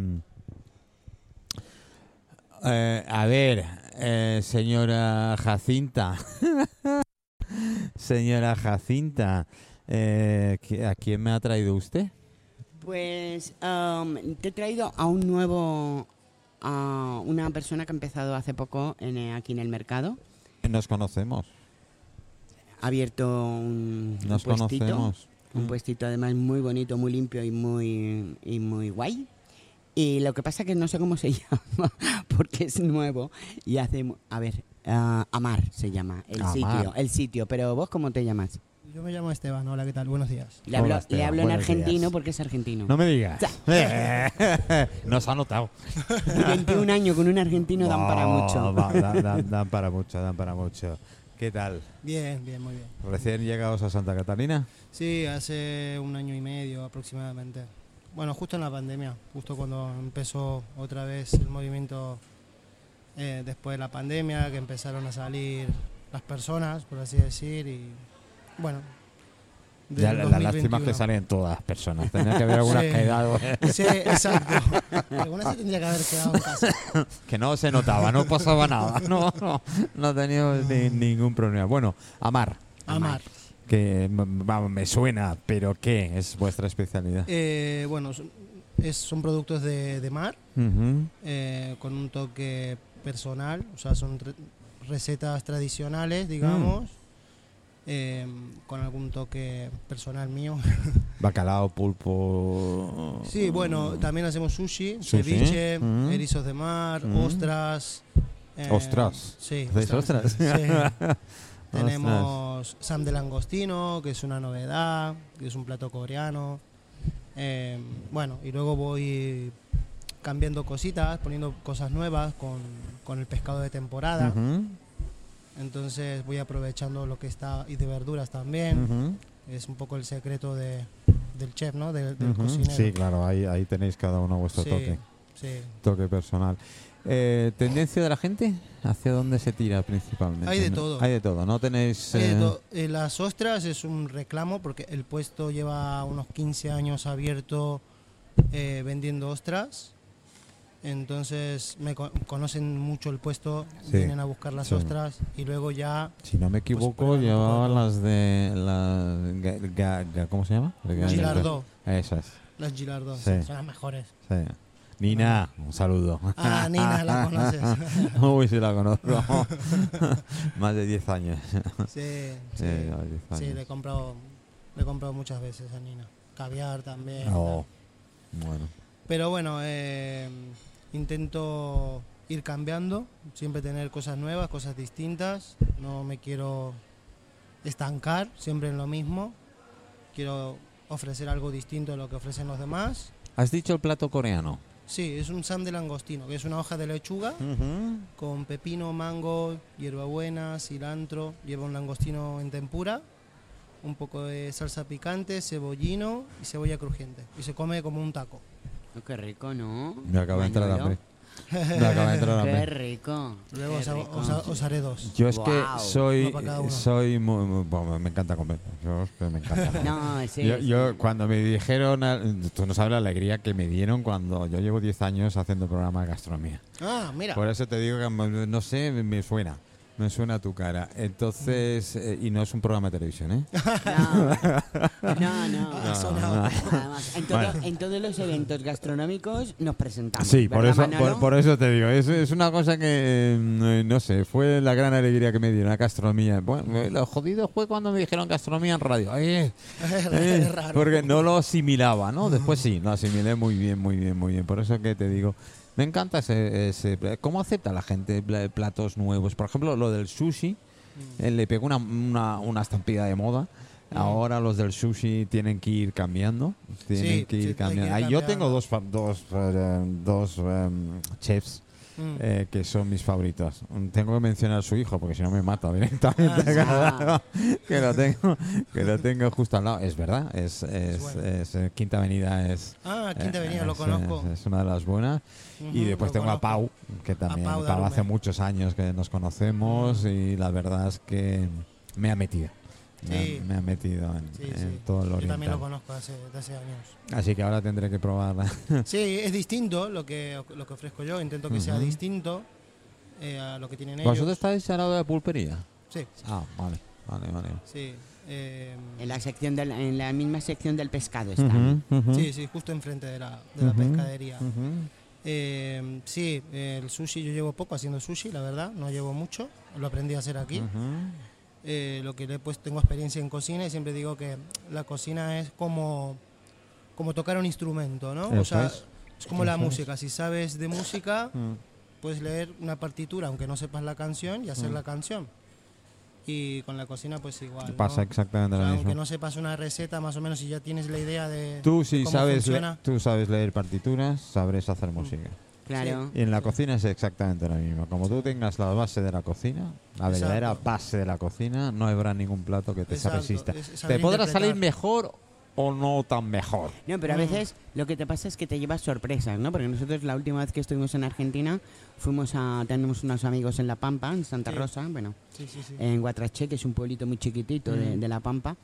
Speaker 1: eh, a ver, eh, señora Jacinta, señora Jacinta, eh, ¿qui- ¿a quién me ha traído usted?
Speaker 2: Pues um, te he traído a un nuevo, a una persona que ha empezado hace poco en, eh, aquí en el mercado.
Speaker 1: Nos conocemos,
Speaker 2: Ha abierto un, un
Speaker 1: nos
Speaker 2: puestito,
Speaker 1: conocemos. Mm.
Speaker 2: un puestito además muy bonito, muy limpio y muy, y muy guay. Y lo que pasa que no sé cómo se llama, porque es nuevo y hace... mu- A ver, ah, Amar se llama, el
Speaker 1: Amar.
Speaker 2: sitio, el sitio. Pero vos, ¿cómo te llamas?
Speaker 7: Yo me llamo Esteban, hola, ¿qué tal? Buenos días.
Speaker 2: Le hablo,
Speaker 1: Hola, Esteban,
Speaker 2: le hablo en
Speaker 1: buenos
Speaker 2: argentino
Speaker 1: días.
Speaker 2: porque es argentino.
Speaker 1: No me digas. nos ha notado.
Speaker 2: Y 21 años con un argentino dan para
Speaker 1: No,
Speaker 2: mucho.
Speaker 1: va, dan- dan- dan para mucho, dan para mucho. ¿Qué tal?
Speaker 7: Bien, bien, muy bien.
Speaker 1: ¿Recién llegados a Santa Catalina?
Speaker 7: Sí, hace un año y medio aproximadamente. Bueno, justo en la pandemia, justo cuando empezó otra vez el movimiento eh, después de la pandemia, que empezaron a salir las personas, por así decir, y bueno. del
Speaker 1: Ya, la, la lástima
Speaker 7: 2021.
Speaker 1: es que salen todas las personas. Tenía que haber algunas
Speaker 7: Sí.
Speaker 1: que, eh. era-
Speaker 7: Sí, exacto. Algunas se tendría que haber quedado en casa.
Speaker 1: que no se notaba, no pasaba nada. No, no, no he tenido ni- ningún problema. Bueno, Amar,
Speaker 7: Amar.
Speaker 1: que m- vamos, me suena, pero ¿qué es vuestra especialidad?
Speaker 7: Eh, bueno, son, es- son productos de- de mar,
Speaker 1: Ujú.
Speaker 7: eh, con un toque personal, o sea, son re- recetas
Speaker 1: Mm.
Speaker 7: tradicionales, digamos, eh, con algún toque personal mío.
Speaker 1: Bacalao, pulpo.
Speaker 7: sí, bueno, también hacemos sushi,
Speaker 1: Sushi,
Speaker 7: ceviche,
Speaker 1: Oh. mm.
Speaker 7: erizos de mar,
Speaker 1: Mm.
Speaker 7: ostras. eh,
Speaker 1: Ostras.
Speaker 7: Sí,
Speaker 1: ¿Hacéis ostras?
Speaker 7: Sí. Tenemos sam de langostino, que es una novedad, que es un plato coreano. Eh, bueno, y luego voy cambiando cositas, poniendo cosas nuevas con, con el pescado de temporada.
Speaker 1: Ujú,
Speaker 7: Entonces voy aprovechando lo que está, y de verduras también.
Speaker 1: ujú,
Speaker 7: Es un poco el secreto de- del chef, ¿no? Del- del
Speaker 1: ujú.
Speaker 7: cocinero.
Speaker 1: Sí, claro, ahí, ahí tenéis cada uno vuestro
Speaker 7: Sí,
Speaker 1: toque.
Speaker 7: sí.
Speaker 1: toque personal. Eh, ¿Tendencia de la gente? ¿Hacia dónde se tira principalmente?
Speaker 7: Hay de
Speaker 1: ¿No?
Speaker 7: todo.
Speaker 1: Hay de todo, ¿no tenéis...?
Speaker 7: Eh,
Speaker 1: eh,
Speaker 7: do- eh, las ostras es un reclamo porque el puesto lleva unos 15 años abierto eh, vendiendo ostras. Entonces me co- conocen mucho el puesto,
Speaker 1: Sí,
Speaker 7: vienen a buscar las
Speaker 1: sí.
Speaker 7: ostras y luego ya
Speaker 1: Si no me
Speaker 7: Pues,
Speaker 1: equivoco,
Speaker 7: prueba,
Speaker 1: llevaba
Speaker 7: prueba.
Speaker 1: las de. La, ga- ga- ga- ¿Cómo se llama?
Speaker 7: Gilardo,
Speaker 1: Esas.
Speaker 7: las Gilardo,
Speaker 1: Sí.
Speaker 7: son las mejores.
Speaker 1: sí. Nina, un saludo.
Speaker 7: Ah, Nina, la conoces.
Speaker 1: Uy, sí la conozco. Más de 10 años.
Speaker 7: Sí,
Speaker 1: Sí,
Speaker 7: sí,
Speaker 1: no, diez
Speaker 7: Sí,
Speaker 1: años.
Speaker 7: le he comprado, le he comprado muchas veces a Nina. Caviar también.
Speaker 1: Oh, bueno.
Speaker 7: Pero bueno, eh, intento ir cambiando, siempre tener cosas nuevas, cosas distintas. No me quiero estancar siempre en lo mismo. Quiero ofrecer algo distinto a lo que ofrecen los demás.
Speaker 1: ¿Has dicho el plato coreano?
Speaker 7: Sí, es un sam de langostino, que es una hoja de lechuga con pepino, mango, hierbabuena, cilantro, lleva un langostino en tempura, un poco de salsa picante, cebollino y cebolla crujiente. Y se come como un taco.
Speaker 2: Oh, qué rico, ¿no?
Speaker 1: Me acaba de entrar
Speaker 2: Manolo,
Speaker 1: hambre. Me acaba de entrar
Speaker 2: Qué
Speaker 1: hambre.
Speaker 2: rico.
Speaker 7: Luego
Speaker 2: qué
Speaker 7: os, hago-
Speaker 2: rico.
Speaker 7: os ha- os haré dos.
Speaker 1: Yo es que
Speaker 2: Guau.
Speaker 1: soy.
Speaker 7: Uno para cada uno.
Speaker 1: soy muy- muy- bueno, me encanta comer. Yo es que me encanta comer.
Speaker 2: No, sí.
Speaker 1: Yo,
Speaker 2: sí.
Speaker 1: yo cuando me dijeron, al- tú no sabes la alegría que me dieron cuando yo llevo 10 años haciendo programa de gastronomía.
Speaker 7: Ah, mira.
Speaker 1: Por eso te digo que mm, no sé, me- me suena. Me suena tu cara. Entonces, eh, y no es un programa de televisión, ¿eh?
Speaker 2: No, no. no.
Speaker 7: Ah, Ha sonado.
Speaker 2: Además, en, todo-
Speaker 1: Ah. Bueno.
Speaker 2: en todos los eventos gastronómicos nos presentamos.
Speaker 1: Sí, por
Speaker 2: ¿verdad,
Speaker 1: eso,
Speaker 2: Manolo?
Speaker 1: por, por eso te digo. Es, es una cosa que, eh, no- no sé, fue la gran alegría que me dieron la gastronomía. Bueno, eh, lo jodido fue cuando me dijeron gastronomía en radio. Ay, eh, eh,
Speaker 7: raro.
Speaker 1: porque no lo asimilaba, ¿no? Después sí, lo asimilé muy bien, muy bien, muy bien. Por eso que te digo, me encanta ese... ese pla- ¿Cómo acepta la gente pla- platos nuevos? Por ejemplo, lo del sushi,
Speaker 7: Mm.
Speaker 1: eh, le pegó una, una, una estampida de moda. Ahora los del sushi tienen que ir cambiando. Tienen
Speaker 7: Sí,
Speaker 1: que
Speaker 7: sí, hay
Speaker 1: ir
Speaker 7: que
Speaker 1: cambiando.
Speaker 7: ir
Speaker 1: Ah, yo
Speaker 7: cambiando.
Speaker 1: tengo dos, fa- dos, eh, dos em, chefs
Speaker 7: Mm.
Speaker 1: eh, que son mis favoritos. Mm, Tengo que mencionar a su hijo porque si no me mata directamente.
Speaker 2: Ah,
Speaker 1: que, lo tengo, que lo tengo justo al lado. Es verdad, es, es-
Speaker 7: bueno.
Speaker 1: es, eh, Quinta Avenida es...
Speaker 7: Ah, Quinta
Speaker 1: eh,
Speaker 7: Avenida, lo
Speaker 1: es,
Speaker 7: conozco.
Speaker 1: Es, es una de las buenas. y
Speaker 7: Ujú,
Speaker 1: después
Speaker 7: lo
Speaker 1: tengo a
Speaker 7: conozco.
Speaker 1: Pau, que también
Speaker 7: Pau
Speaker 1: Pau
Speaker 7: Darume.
Speaker 1: hace muchos años que nos conocemos y la verdad es que me ha metido. Me,
Speaker 7: Sí.
Speaker 1: ha, me ha metido en,
Speaker 7: Sí,
Speaker 1: en
Speaker 7: sí.
Speaker 1: todo lo
Speaker 7: Yo también lo
Speaker 1: oriental.
Speaker 7: conozco hace, de hace años.
Speaker 1: Así que ahora tendré que probar.
Speaker 7: Sí, es distinto lo que, lo que ofrezco yo. Intento que sea
Speaker 1: Ujú.
Speaker 7: distinto eh, a lo que tienen ellos.
Speaker 1: ¿Vosotros estáis al lado de la pulpería?
Speaker 7: Sí,
Speaker 1: Ah, vale, vale, vale.
Speaker 7: sí. eh,
Speaker 2: en la sección del- en la misma sección del pescado está.
Speaker 1: Ujú, ujú.
Speaker 7: sí, sí, justo enfrente de la, de la
Speaker 1: Ujú.
Speaker 7: pescadería.
Speaker 1: Ujú.
Speaker 7: Eh, sí, eh, el sushi, yo llevo poco haciendo sushi, la verdad, no llevo mucho, lo aprendí a hacer aquí.
Speaker 1: Ujú.
Speaker 7: Eh, lo que le he puesto, tengo experiencia en cocina y siempre digo que la cocina es como, como tocar un instrumento, ¿no?
Speaker 1: Eso
Speaker 7: o sea,
Speaker 1: es.
Speaker 7: es, como la
Speaker 1: Eso es.
Speaker 7: música, si sabes de música,
Speaker 1: Mm.
Speaker 7: puedes leer una partitura, aunque no sepas la canción, y hacer
Speaker 1: Mm.
Speaker 7: la canción. Y con la cocina pues igual.
Speaker 1: Pasa
Speaker 7: ¿no? O
Speaker 1: exactamente
Speaker 7: sea,
Speaker 1: lo
Speaker 7: aunque
Speaker 1: mismo.
Speaker 7: no sepas una receta, más o menos si ya tienes la idea de...
Speaker 1: Tú
Speaker 7: de
Speaker 1: si
Speaker 7: cómo
Speaker 1: sabes, eh, le-
Speaker 7: funciona.
Speaker 1: tú sabes leer partituras, sabrás hacer música.
Speaker 2: Claro.
Speaker 1: Y en la cocina es exactamente lo mismo. Como tú tengas la base de la cocina, la
Speaker 7: Exacto.
Speaker 1: verdadera base de la cocina, no habrá ningún plato que te
Speaker 7: Exacto,
Speaker 1: resista.
Speaker 7: es- es
Speaker 1: Te
Speaker 7: saber
Speaker 1: podrá salir
Speaker 7: interpretar.
Speaker 1: mejor o no tan mejor.
Speaker 2: No, pero a veces lo que te pasa es que te llevas sorpresas, ¿no? Porque nosotros la última vez que estuvimos en Argentina fuimos a tenemos unos amigos en La Pampa, en Santa
Speaker 7: Sí.
Speaker 2: Rosa, bueno,
Speaker 7: Sí, sí, sí.
Speaker 2: en Guatrache, que es un pueblito muy chiquitito de, de La Pampa,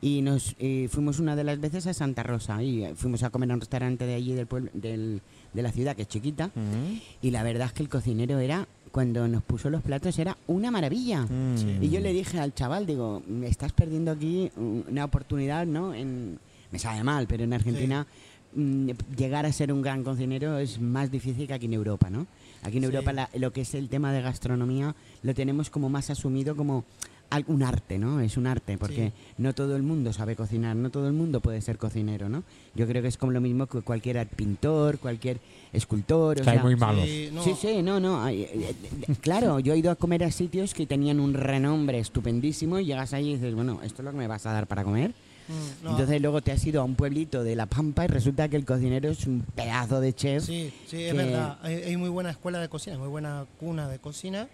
Speaker 2: y nos eh, fuimos una de las veces a Santa Rosa y eh, fuimos a comer a un restaurante de allí del pueblo del- de la ciudad que es chiquita
Speaker 7: Mm,
Speaker 2: y la verdad es que el cocinero era cuando nos puso los platos era una maravilla.
Speaker 1: Mm.
Speaker 2: Y yo le dije al chaval, digo, me estás perdiendo aquí una oportunidad, ¿no? En, me sabe mal, pero en Argentina mm, llegar a ser un gran cocinero es más difícil que aquí en Europa, ¿no? Aquí en
Speaker 7: Sí.
Speaker 2: Europa la- lo que es el tema de gastronomía lo tenemos como más asumido como al- un arte, ¿no? Es un arte, porque
Speaker 7: Sí.
Speaker 2: no todo el mundo sabe cocinar, no todo el mundo puede ser cocinero, ¿no? Yo creo que es como lo mismo que cualquier pintor, cualquier escultor, o
Speaker 1: Que hay
Speaker 2: sea,
Speaker 1: muy malos.
Speaker 7: Sí, no,
Speaker 2: Sí, sí, no, no. ay, eh, eh, Claro, yo he ido a comer a sitios que tenían un renombre estupendísimo y llegas ahí y dices, bueno, ¿esto es lo que me vas a dar para comer?
Speaker 7: mm, no.
Speaker 2: Entonces luego te has ido a un pueblito de La Pampa y resulta que el cocinero es un pedazo de
Speaker 1: ¿eh?
Speaker 2: chef.
Speaker 7: Sí, sí, es
Speaker 2: que-
Speaker 7: verdad. Hay, hay muy buena escuela de cocina, muy buena cuna de cocina.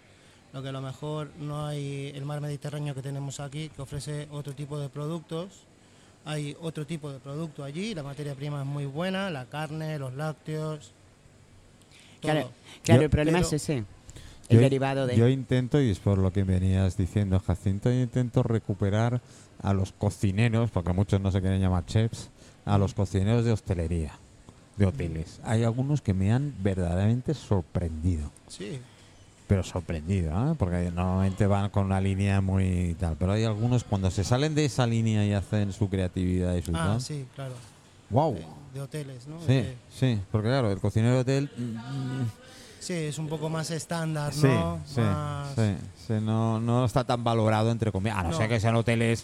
Speaker 7: Lo que a lo mejor no hay el mar Mediterráneo que tenemos aquí, que ofrece otro tipo de productos. Hay otro tipo de producto allí, la materia prima es muy buena, la carne, los lácteos. todo.
Speaker 2: claro, claro,
Speaker 1: Yo-
Speaker 2: el problema
Speaker 7: pero-
Speaker 2: es ese. El
Speaker 1: yo,
Speaker 2: derivado de...
Speaker 1: yo intento, y es por lo que venías diciendo, Jacinto, yo intento recuperar a los cocineros, porque muchos no se quieren llamar chefs, a los cocineros de hostelería. de hoteles. Hay algunos que me han verdaderamente sorprendido.
Speaker 7: Sí,
Speaker 1: Pero sorprendido, ¿eh? porque normalmente van con una línea muy tal. Pero hay algunos cuando se salen de esa línea y hacen su creatividad y su
Speaker 7: ah,
Speaker 1: tal.
Speaker 7: sí, claro.
Speaker 1: ¡Wow!
Speaker 7: De, de hoteles, ¿no?
Speaker 1: Sí,
Speaker 7: De-
Speaker 1: sí, porque claro, el cocinero de hotel. mm,
Speaker 7: sí, es un poco más estándar,
Speaker 1: Sí,
Speaker 7: ¿no?
Speaker 1: sí,
Speaker 7: Más-
Speaker 1: sí, sí, no, no está tan valorado entre comillas. A no,
Speaker 7: No.
Speaker 1: ser que sean hoteles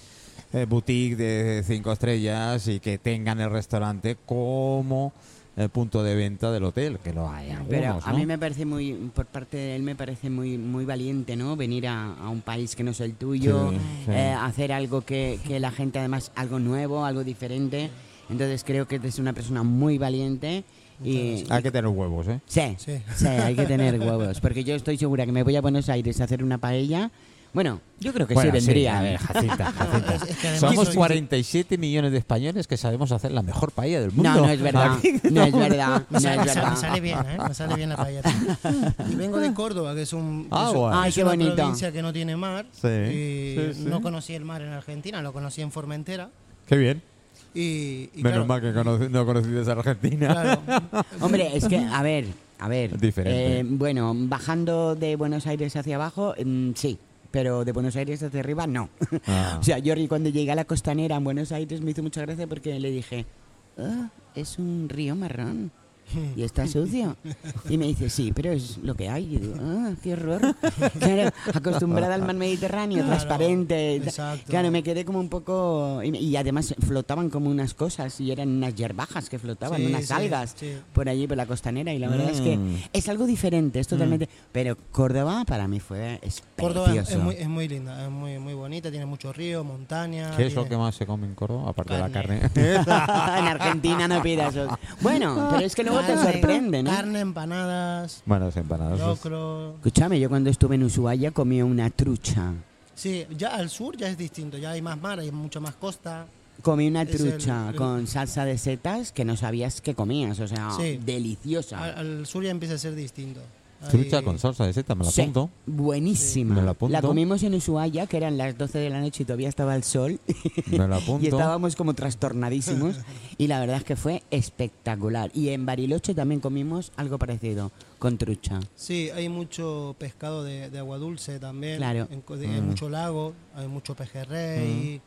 Speaker 1: eh, boutique de cinco estrellas y que tengan el restaurante como el punto de venta del hotel, que lo hay algunos,
Speaker 2: Pero a
Speaker 1: ¿no?
Speaker 2: mí me parece muy, por parte de él me parece muy, muy valiente, ¿no? Venir a, a un país que no es el tuyo,
Speaker 1: Sí, sí.
Speaker 2: eh, hacer algo que, que la gente además, algo nuevo, algo diferente. Entonces creo que es una persona muy valiente y...
Speaker 1: Hay que tener huevos, ¿eh?
Speaker 2: Sí, sí,
Speaker 7: Sí.
Speaker 2: hay que tener huevos, porque yo estoy segura que me voy a Buenos Aires a hacer una paella. Bueno, yo creo que
Speaker 1: Bueno,
Speaker 2: sí vendría.
Speaker 1: a ver, Jacinta, Jacinta.
Speaker 7: Ah, Es que además pues,
Speaker 1: Somos
Speaker 7: soy-
Speaker 1: 47 millones de españoles que sabemos hacer la mejor paella del mundo.
Speaker 2: No, no es verdad,
Speaker 1: Aquí-
Speaker 2: no es verdad, no
Speaker 7: Me
Speaker 2: es
Speaker 7: sale, me sale- me
Speaker 2: verdad.
Speaker 7: sale bien, ¿eh? Me sale bien la playa. Y vengo de Córdoba, que es un
Speaker 1: Ah,
Speaker 7: es, un-
Speaker 1: bueno.
Speaker 2: Ay,
Speaker 7: es
Speaker 2: qué
Speaker 7: una
Speaker 2: bonito.
Speaker 7: provincia que no tiene mar.
Speaker 1: Sí,
Speaker 7: y
Speaker 1: sí, sí.
Speaker 7: no conocí el mar en Argentina, lo conocí en Formentera.
Speaker 1: Qué bien.
Speaker 7: Y, y
Speaker 1: Menos
Speaker 7: claro,
Speaker 1: mal que conoc- no conociste a Argentina.
Speaker 7: Claro,
Speaker 2: Hombre, es que, a ver, a ver.
Speaker 1: Diferente.
Speaker 2: eh, bueno, bajando de Buenos Aires hacia abajo, mm, sí. Pero de Buenos Aires hacia arriba, no.
Speaker 1: Ah.
Speaker 2: o sea, yo ri- cuando llegué a la costanera en Buenos Aires me hizo mucha gracia porque le dije, "Ah, es un río marrón. Y está sucio. Y me dice, sí, pero es lo que hay. Y digo, ah, qué horror. Claro, acostumbrada al mar Mediterráneo,
Speaker 7: Claro,
Speaker 2: transparente.
Speaker 7: exacto.
Speaker 2: Claro, me quedé como un poco... Y, y además flotaban como unas cosas y eran unas yerbajas que flotaban,
Speaker 7: Sí,
Speaker 2: unas
Speaker 7: sí,
Speaker 2: algas
Speaker 7: sí.
Speaker 2: por allí, por la costanera, y la verdad es
Speaker 1: Mm.
Speaker 2: que es algo diferente, es totalmente... Pero Córdoba para mí fue es
Speaker 7: Mm. Córdoba es,
Speaker 2: precioso.
Speaker 7: muy, es muy linda, es muy, muy bonita, tiene mucho río, montaña.
Speaker 1: ¿Qué es lo
Speaker 7: tiene-
Speaker 1: que más se come en Córdoba? Aparte de
Speaker 7: Carne. ¿Eh?
Speaker 1: la carne.
Speaker 2: en Argentina no pidas eso. Bueno, pero es que luego te
Speaker 7: Carne,
Speaker 2: sorprende, ¿no?
Speaker 7: Carne, empanadas,
Speaker 1: bueno, las empanadas. Ah, es-
Speaker 7: locro.
Speaker 2: Escúchame, yo cuando estuve en Ushuaia comí una trucha.
Speaker 7: Sí, ya al sur ya es distinto, ya hay más mar, hay mucha más costa.
Speaker 2: Comí una
Speaker 7: Es el-
Speaker 2: trucha
Speaker 7: el-
Speaker 2: con salsa de setas que no sabías que comías, o sea,
Speaker 7: Sí. Ah,
Speaker 2: deliciosa.
Speaker 7: Al, al sur ya empieza a ser distinto. Ahí-
Speaker 1: Trucha con salsa de seta, me la
Speaker 2: Sí,
Speaker 1: apunto.
Speaker 2: buenísima.
Speaker 1: Me la apunto.
Speaker 2: comimos en Ushuaia, que eran las 12 de la noche y todavía estaba el sol.
Speaker 1: Me la apunto.
Speaker 2: Y estábamos como trastornadísimos. y la verdad es que fue espectacular. Y en Bariloche también comimos algo parecido, con trucha.
Speaker 7: Sí, hay mucho pescado de, de agua dulce también.
Speaker 2: Claro. Mm.
Speaker 7: En co- de- Hay mucho lago, hay mucho pejerrey.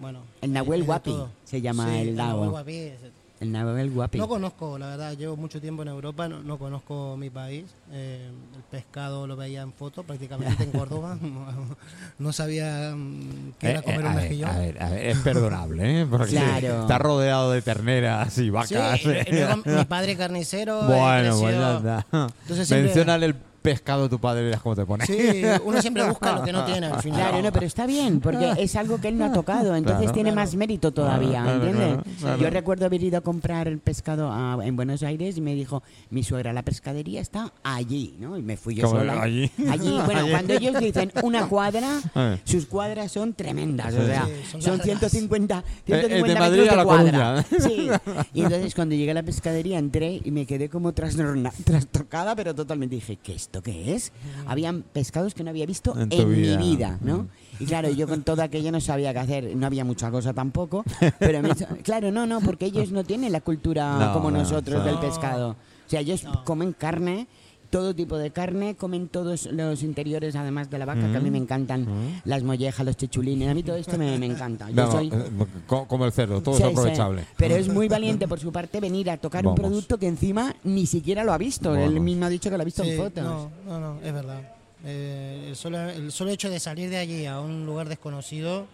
Speaker 7: Bueno.
Speaker 2: El
Speaker 7: hay
Speaker 2: Nahuel
Speaker 7: de
Speaker 2: Huapi
Speaker 7: todo.
Speaker 2: se llama
Speaker 7: Sí,
Speaker 2: el lago.
Speaker 7: Nahuel Huapi es-
Speaker 2: El Nahuel Guapi.
Speaker 7: No conozco, la verdad, llevo mucho tiempo en Europa, no, no conozco mi país. eh, el pescado lo veía en foto prácticamente en Córdoba. No, no sabía mm, qué
Speaker 1: Eh,
Speaker 7: era
Speaker 1: eh,
Speaker 7: comer
Speaker 1: a,
Speaker 7: un
Speaker 1: ver,
Speaker 7: mejillón.
Speaker 1: a ver, a ver, es perdonable, ¿eh? Porque
Speaker 2: Claro.
Speaker 1: está rodeado de terneras y
Speaker 7: Sí,
Speaker 1: vacas. ¿eh?
Speaker 7: y luego mi padre carnicero. eh, he
Speaker 1: bueno,
Speaker 7: crecido-
Speaker 1: pues ya está.
Speaker 7: Entonces siempre-
Speaker 1: Menciónale el pescado a tu padre y verás cómo te pone.
Speaker 7: Sí, uno siempre busca lo que no tiene al final.
Speaker 2: Claro, no, pero está bien, porque es algo que él no ha tocado, entonces
Speaker 1: Ah. Claro.
Speaker 2: tiene más mérito todavía,
Speaker 1: Claro, claro,
Speaker 2: ¿entiendes?
Speaker 1: claro, claro.
Speaker 2: Yo recuerdo haber ido a comprar el pescado a- en Buenos Aires y me dijo, mi suegra, la pescadería está allí, ¿no? Y me fui yo
Speaker 1: ¿Cómo
Speaker 2: sola.
Speaker 1: allí?
Speaker 2: bueno, cuando ellos dicen una cuadra,
Speaker 1: Eh.
Speaker 2: sus cuadras son tremendas, o
Speaker 1: Sí.
Speaker 2: sea,
Speaker 7: Sí, son
Speaker 2: son
Speaker 7: largas.
Speaker 2: 150,
Speaker 1: Eh, eh, de
Speaker 2: 150 metros
Speaker 1: Madrid a La
Speaker 2: cuadra.
Speaker 1: Coruña.
Speaker 2: Sí. Y entonces cuando llegué a la pescadería entré y me quedé como trastorna- trastocada, pero totalmente dije, ¿qué esto qué es? Habían pescados que no había visto
Speaker 1: En
Speaker 2: en,
Speaker 1: tu vida.
Speaker 2: mi vida, ¿no?
Speaker 1: Mm.
Speaker 2: Y claro, yo con todo aquello no sabía qué hacer, no había mucha cosa tampoco, pero me hizo- claro, no, no, porque ellos no tienen la cultura
Speaker 1: No,
Speaker 2: como
Speaker 1: no,
Speaker 2: nosotros
Speaker 1: no.
Speaker 2: del pescado. O sea, ellos
Speaker 7: No.
Speaker 2: comen carne, todo tipo de carne, comen todos los interiores además de la vaca, que a mí
Speaker 1: Mm.
Speaker 2: me encantan las mollejas, los chichulines, a mí todo esto me, me encanta. Yo
Speaker 1: Vamos,
Speaker 2: soy-
Speaker 1: eh, co- como el cerdo, todo
Speaker 2: Sí,
Speaker 1: es
Speaker 2: sí.
Speaker 1: aprovechable.
Speaker 2: Pero es muy valiente por su parte venir a tocar
Speaker 1: Vamos.
Speaker 2: un producto que encima ni siquiera lo ha visto. Él
Speaker 1: Vamos.
Speaker 2: mismo ha dicho que lo ha visto
Speaker 7: Sí,
Speaker 2: en fotos.
Speaker 7: No, no, no, es verdad. Eh, el, solo, el solo hecho de salir de allí a un lugar desconocido,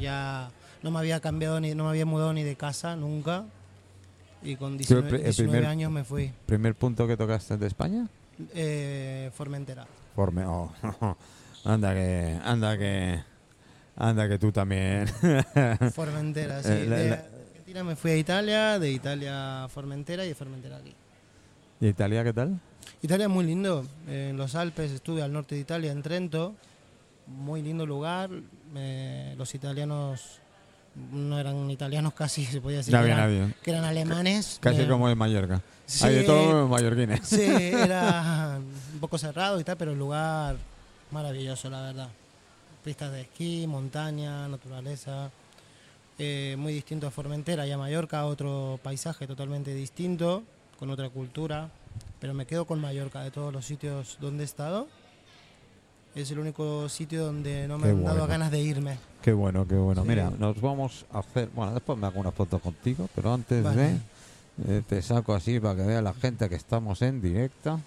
Speaker 7: ya no me había cambiado ni, no me había mudado ni de casa nunca. Y con
Speaker 1: Yo el
Speaker 7: 19,
Speaker 1: pri- el
Speaker 7: 19
Speaker 1: primer-
Speaker 7: años me fui.
Speaker 1: ¿Primer punto que tocaste de España?
Speaker 7: Eh, Formentera.
Speaker 1: Por me- oh, anda que, anda que, anda que tú también.
Speaker 7: Formentera, sí.
Speaker 1: Eh, la-
Speaker 7: de
Speaker 1: la-
Speaker 7: Argentina me fui a Italia, de Italia a Formentera y de Formentera aquí.
Speaker 1: ¿Y Italia qué tal?
Speaker 7: Italia es muy lindo. eh, en los Alpes estuve al norte de Italia, en Trento. Muy lindo lugar. eh, los italianos no eran italianos casi, se podía decir.
Speaker 1: No
Speaker 7: que
Speaker 1: había
Speaker 7: eran-
Speaker 1: nadie.
Speaker 7: Que eran alemanes.
Speaker 1: Casi
Speaker 7: eh,
Speaker 1: como en Mallorca.
Speaker 7: sí,
Speaker 1: Hay de todos los mallorquines.
Speaker 7: Sí, era un poco cerrado y tal, pero el lugar maravilloso, la verdad. Pistas de esquí, montaña, naturaleza. eh, muy distinto a Formentera y a Mallorca, otro paisaje totalmente distinto. con otra cultura, pero me quedo con Mallorca de todos los sitios donde he estado. Es el único sitio donde no me
Speaker 1: Qué
Speaker 7: han dado
Speaker 1: bueno.
Speaker 7: ganas de irme.
Speaker 1: Qué bueno, qué bueno.
Speaker 7: Sí.
Speaker 1: Mira, nos vamos a hacer. Bueno, después me hago una foto contigo, pero antes
Speaker 7: Vale.
Speaker 1: de. eh, te saco así para que vea la gente que estamos en directa.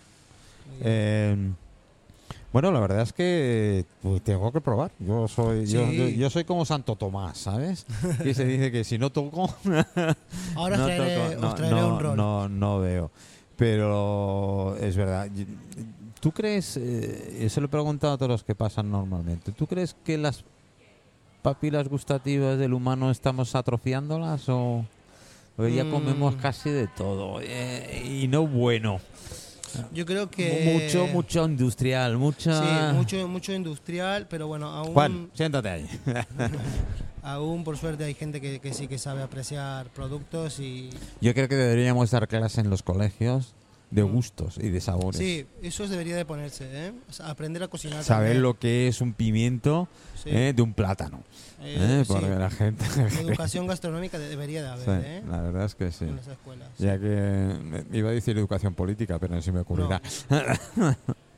Speaker 1: Eh, bueno, la verdad es que pues, tengo que probar. Yo soy yo,
Speaker 7: Sí.
Speaker 1: yo, yo soy como Santo Tomás, ¿sabes? Y se dice que si no toco,
Speaker 7: Ahora os
Speaker 1: no
Speaker 7: traeré,
Speaker 1: toco,
Speaker 7: os traeré
Speaker 1: no,
Speaker 7: un rol.
Speaker 1: no, no veo. Pero es verdad. Y- ¿Tú crees, eh, se lo he preguntado a todos los que pasan normalmente, ¿tú crees que las papilas gustativas del humano estamos atrofiándolas o hoy ya comemos
Speaker 7: Mm.
Speaker 1: casi de todo eh, y no bueno?
Speaker 7: Yo creo que...
Speaker 1: Mucho, mucho industrial, mucha...
Speaker 7: Sí, mucho, mucho industrial, pero bueno, aún...
Speaker 1: Juan, siéntate ahí.
Speaker 7: Aún, por suerte, hay gente que, que sí que sabe apreciar productos y...
Speaker 1: Yo creo que deberíamos dar clase en los colegios de gustos y de sabores.
Speaker 7: Mm. Sí, eso debería de ponerse, ¿eh? O sea, aprender a cocinar.
Speaker 1: Saber
Speaker 7: también.
Speaker 1: lo que es un pimiento
Speaker 7: Sí.
Speaker 1: eh, de un plátano.
Speaker 7: Eh,
Speaker 1: eh, porque
Speaker 7: sí.
Speaker 1: la gente...
Speaker 7: Educación gastronómica de- debería de
Speaker 1: Sí,
Speaker 7: haber, ¿eh?
Speaker 1: la verdad es que sí.
Speaker 7: En las escuelas.
Speaker 1: Ya que eh, iba a decir educación política, pero no se me ocurrirá.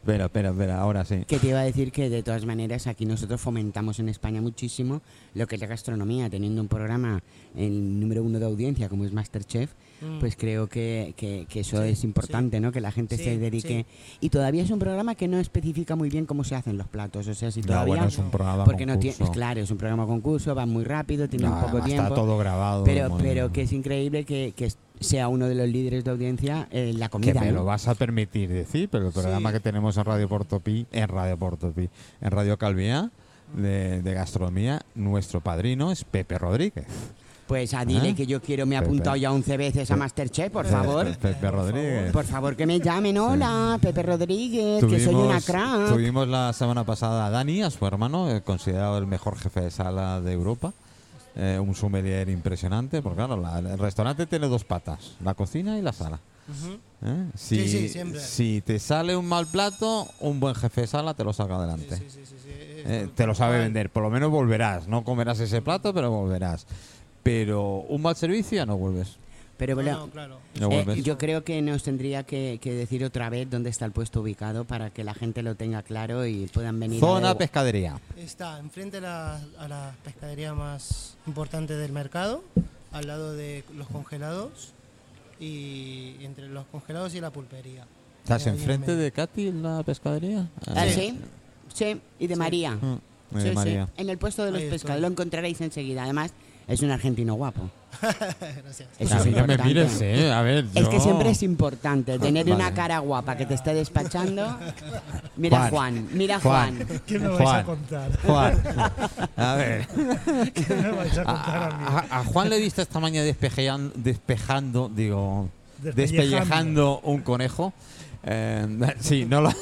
Speaker 1: Espera, espera, espera, ahora sí.
Speaker 2: Que te iba a decir que de todas maneras aquí nosotros fomentamos en España muchísimo lo que es la gastronomía, teniendo un programa el número uno de audiencia como es Masterchef,
Speaker 7: Mm.
Speaker 2: pues creo que, que- que eso
Speaker 7: Sí,
Speaker 2: es importante, ¿no? Que la gente
Speaker 7: Sí,
Speaker 2: se dedique. Y todavía es un programa que no especifica muy bien cómo se hacen los platos, o sea, si
Speaker 1: No,
Speaker 2: todavía...
Speaker 1: bueno, es un programa
Speaker 2: porque no
Speaker 1: concurso.
Speaker 2: tiene, claro, es un programa concurso, va muy rápido, tiene
Speaker 1: No,
Speaker 2: un poco
Speaker 1: además
Speaker 2: tiempo.
Speaker 1: Está todo grabado.
Speaker 2: pero,
Speaker 1: muy-
Speaker 2: pero que es increíble que, que sea uno de los líderes de audiencia eh, la
Speaker 1: Que
Speaker 2: comida.
Speaker 1: me
Speaker 2: ¿no?
Speaker 1: lo vas a permitir decir, pero el programa
Speaker 7: Sí.
Speaker 1: que tenemos en Radio Portopí, en Radio Portopí, en Radio Calviá, de, de gastronomía, nuestro padrino es Pepe Rodríguez.
Speaker 2: Pues a dile
Speaker 1: ¿Eh?
Speaker 2: que yo quiero, me he
Speaker 1: Pepe.
Speaker 2: apuntado ya 11 veces a
Speaker 1: Pe-
Speaker 2: Masterchef, por
Speaker 1: Eh,
Speaker 2: favor.
Speaker 1: Pe- Pepe Rodríguez.
Speaker 2: Por favor, que me llamen. Hola, Pepe Rodríguez, que soy una crack.
Speaker 1: tuvimos la semana pasada a Dani, a su hermano, eh, considerado el mejor jefe de sala de Europa. eh, un sommelier impresionante, porque claro, la- el restaurante tiene dos patas, la cocina y la sala.
Speaker 7: Ujú.
Speaker 1: ¿eh? Si,
Speaker 7: Sí, sí, siempre.
Speaker 1: si te sale un mal plato, un buen jefe de sala te lo saca
Speaker 7: Sí,
Speaker 1: adelante.
Speaker 7: sí, sí, sí, sí, es
Speaker 1: Eh,
Speaker 7: total.
Speaker 1: te lo sabe vender, por lo menos volverás, no comerás ese plato, pero volverás. Pero un mal servicio ya no vuelves.
Speaker 2: Pero
Speaker 7: No,
Speaker 2: bueno,
Speaker 7: no, claro.
Speaker 1: No
Speaker 2: eh,
Speaker 1: vuelves.
Speaker 2: yo creo que nos tendría que, que decir otra vez dónde está el puesto ubicado para que la gente lo tenga claro y puedan venir. a
Speaker 1: Zona
Speaker 2: ver-
Speaker 1: pescadería.
Speaker 7: Está enfrente a la, a la pescadería más importante del mercado, al lado de los congelados y entre los congelados y la pulpería.
Speaker 1: ¿Estás
Speaker 7: Ahí en
Speaker 1: enfrente
Speaker 7: medio.
Speaker 1: de Katy en la pescadería?
Speaker 2: Ah,
Speaker 1: Eh,
Speaker 2: sí, sí, y de María.
Speaker 1: Mm,
Speaker 2: Sí,
Speaker 1: de
Speaker 2: sí,
Speaker 1: María.
Speaker 2: En el puesto de los
Speaker 7: Ahí estoy.
Speaker 2: pescados lo encontraréis enseguida. Además, es un argentino guapo.
Speaker 7: Gracias.
Speaker 2: Eso
Speaker 1: A
Speaker 2: es
Speaker 1: mí no me
Speaker 2: importante.
Speaker 1: mires, eh. A ver,
Speaker 2: Es que
Speaker 1: yo-
Speaker 2: siempre es importante tener
Speaker 1: Ah, Vale.
Speaker 2: una cara guapa que te esté despachando.
Speaker 1: Juan.
Speaker 2: Mira Juan, mira Juan.
Speaker 8: ¿Qué me vais
Speaker 1: eh, Juan.
Speaker 8: a contar?
Speaker 1: Juan. A ver.
Speaker 8: ¿Qué me vais a contar a mí?
Speaker 1: A, a- a Juan le he visto esta mañana despejando, despejando digo,
Speaker 8: Despellejando.
Speaker 1: despellejando un conejo. Eh, sí, no lo.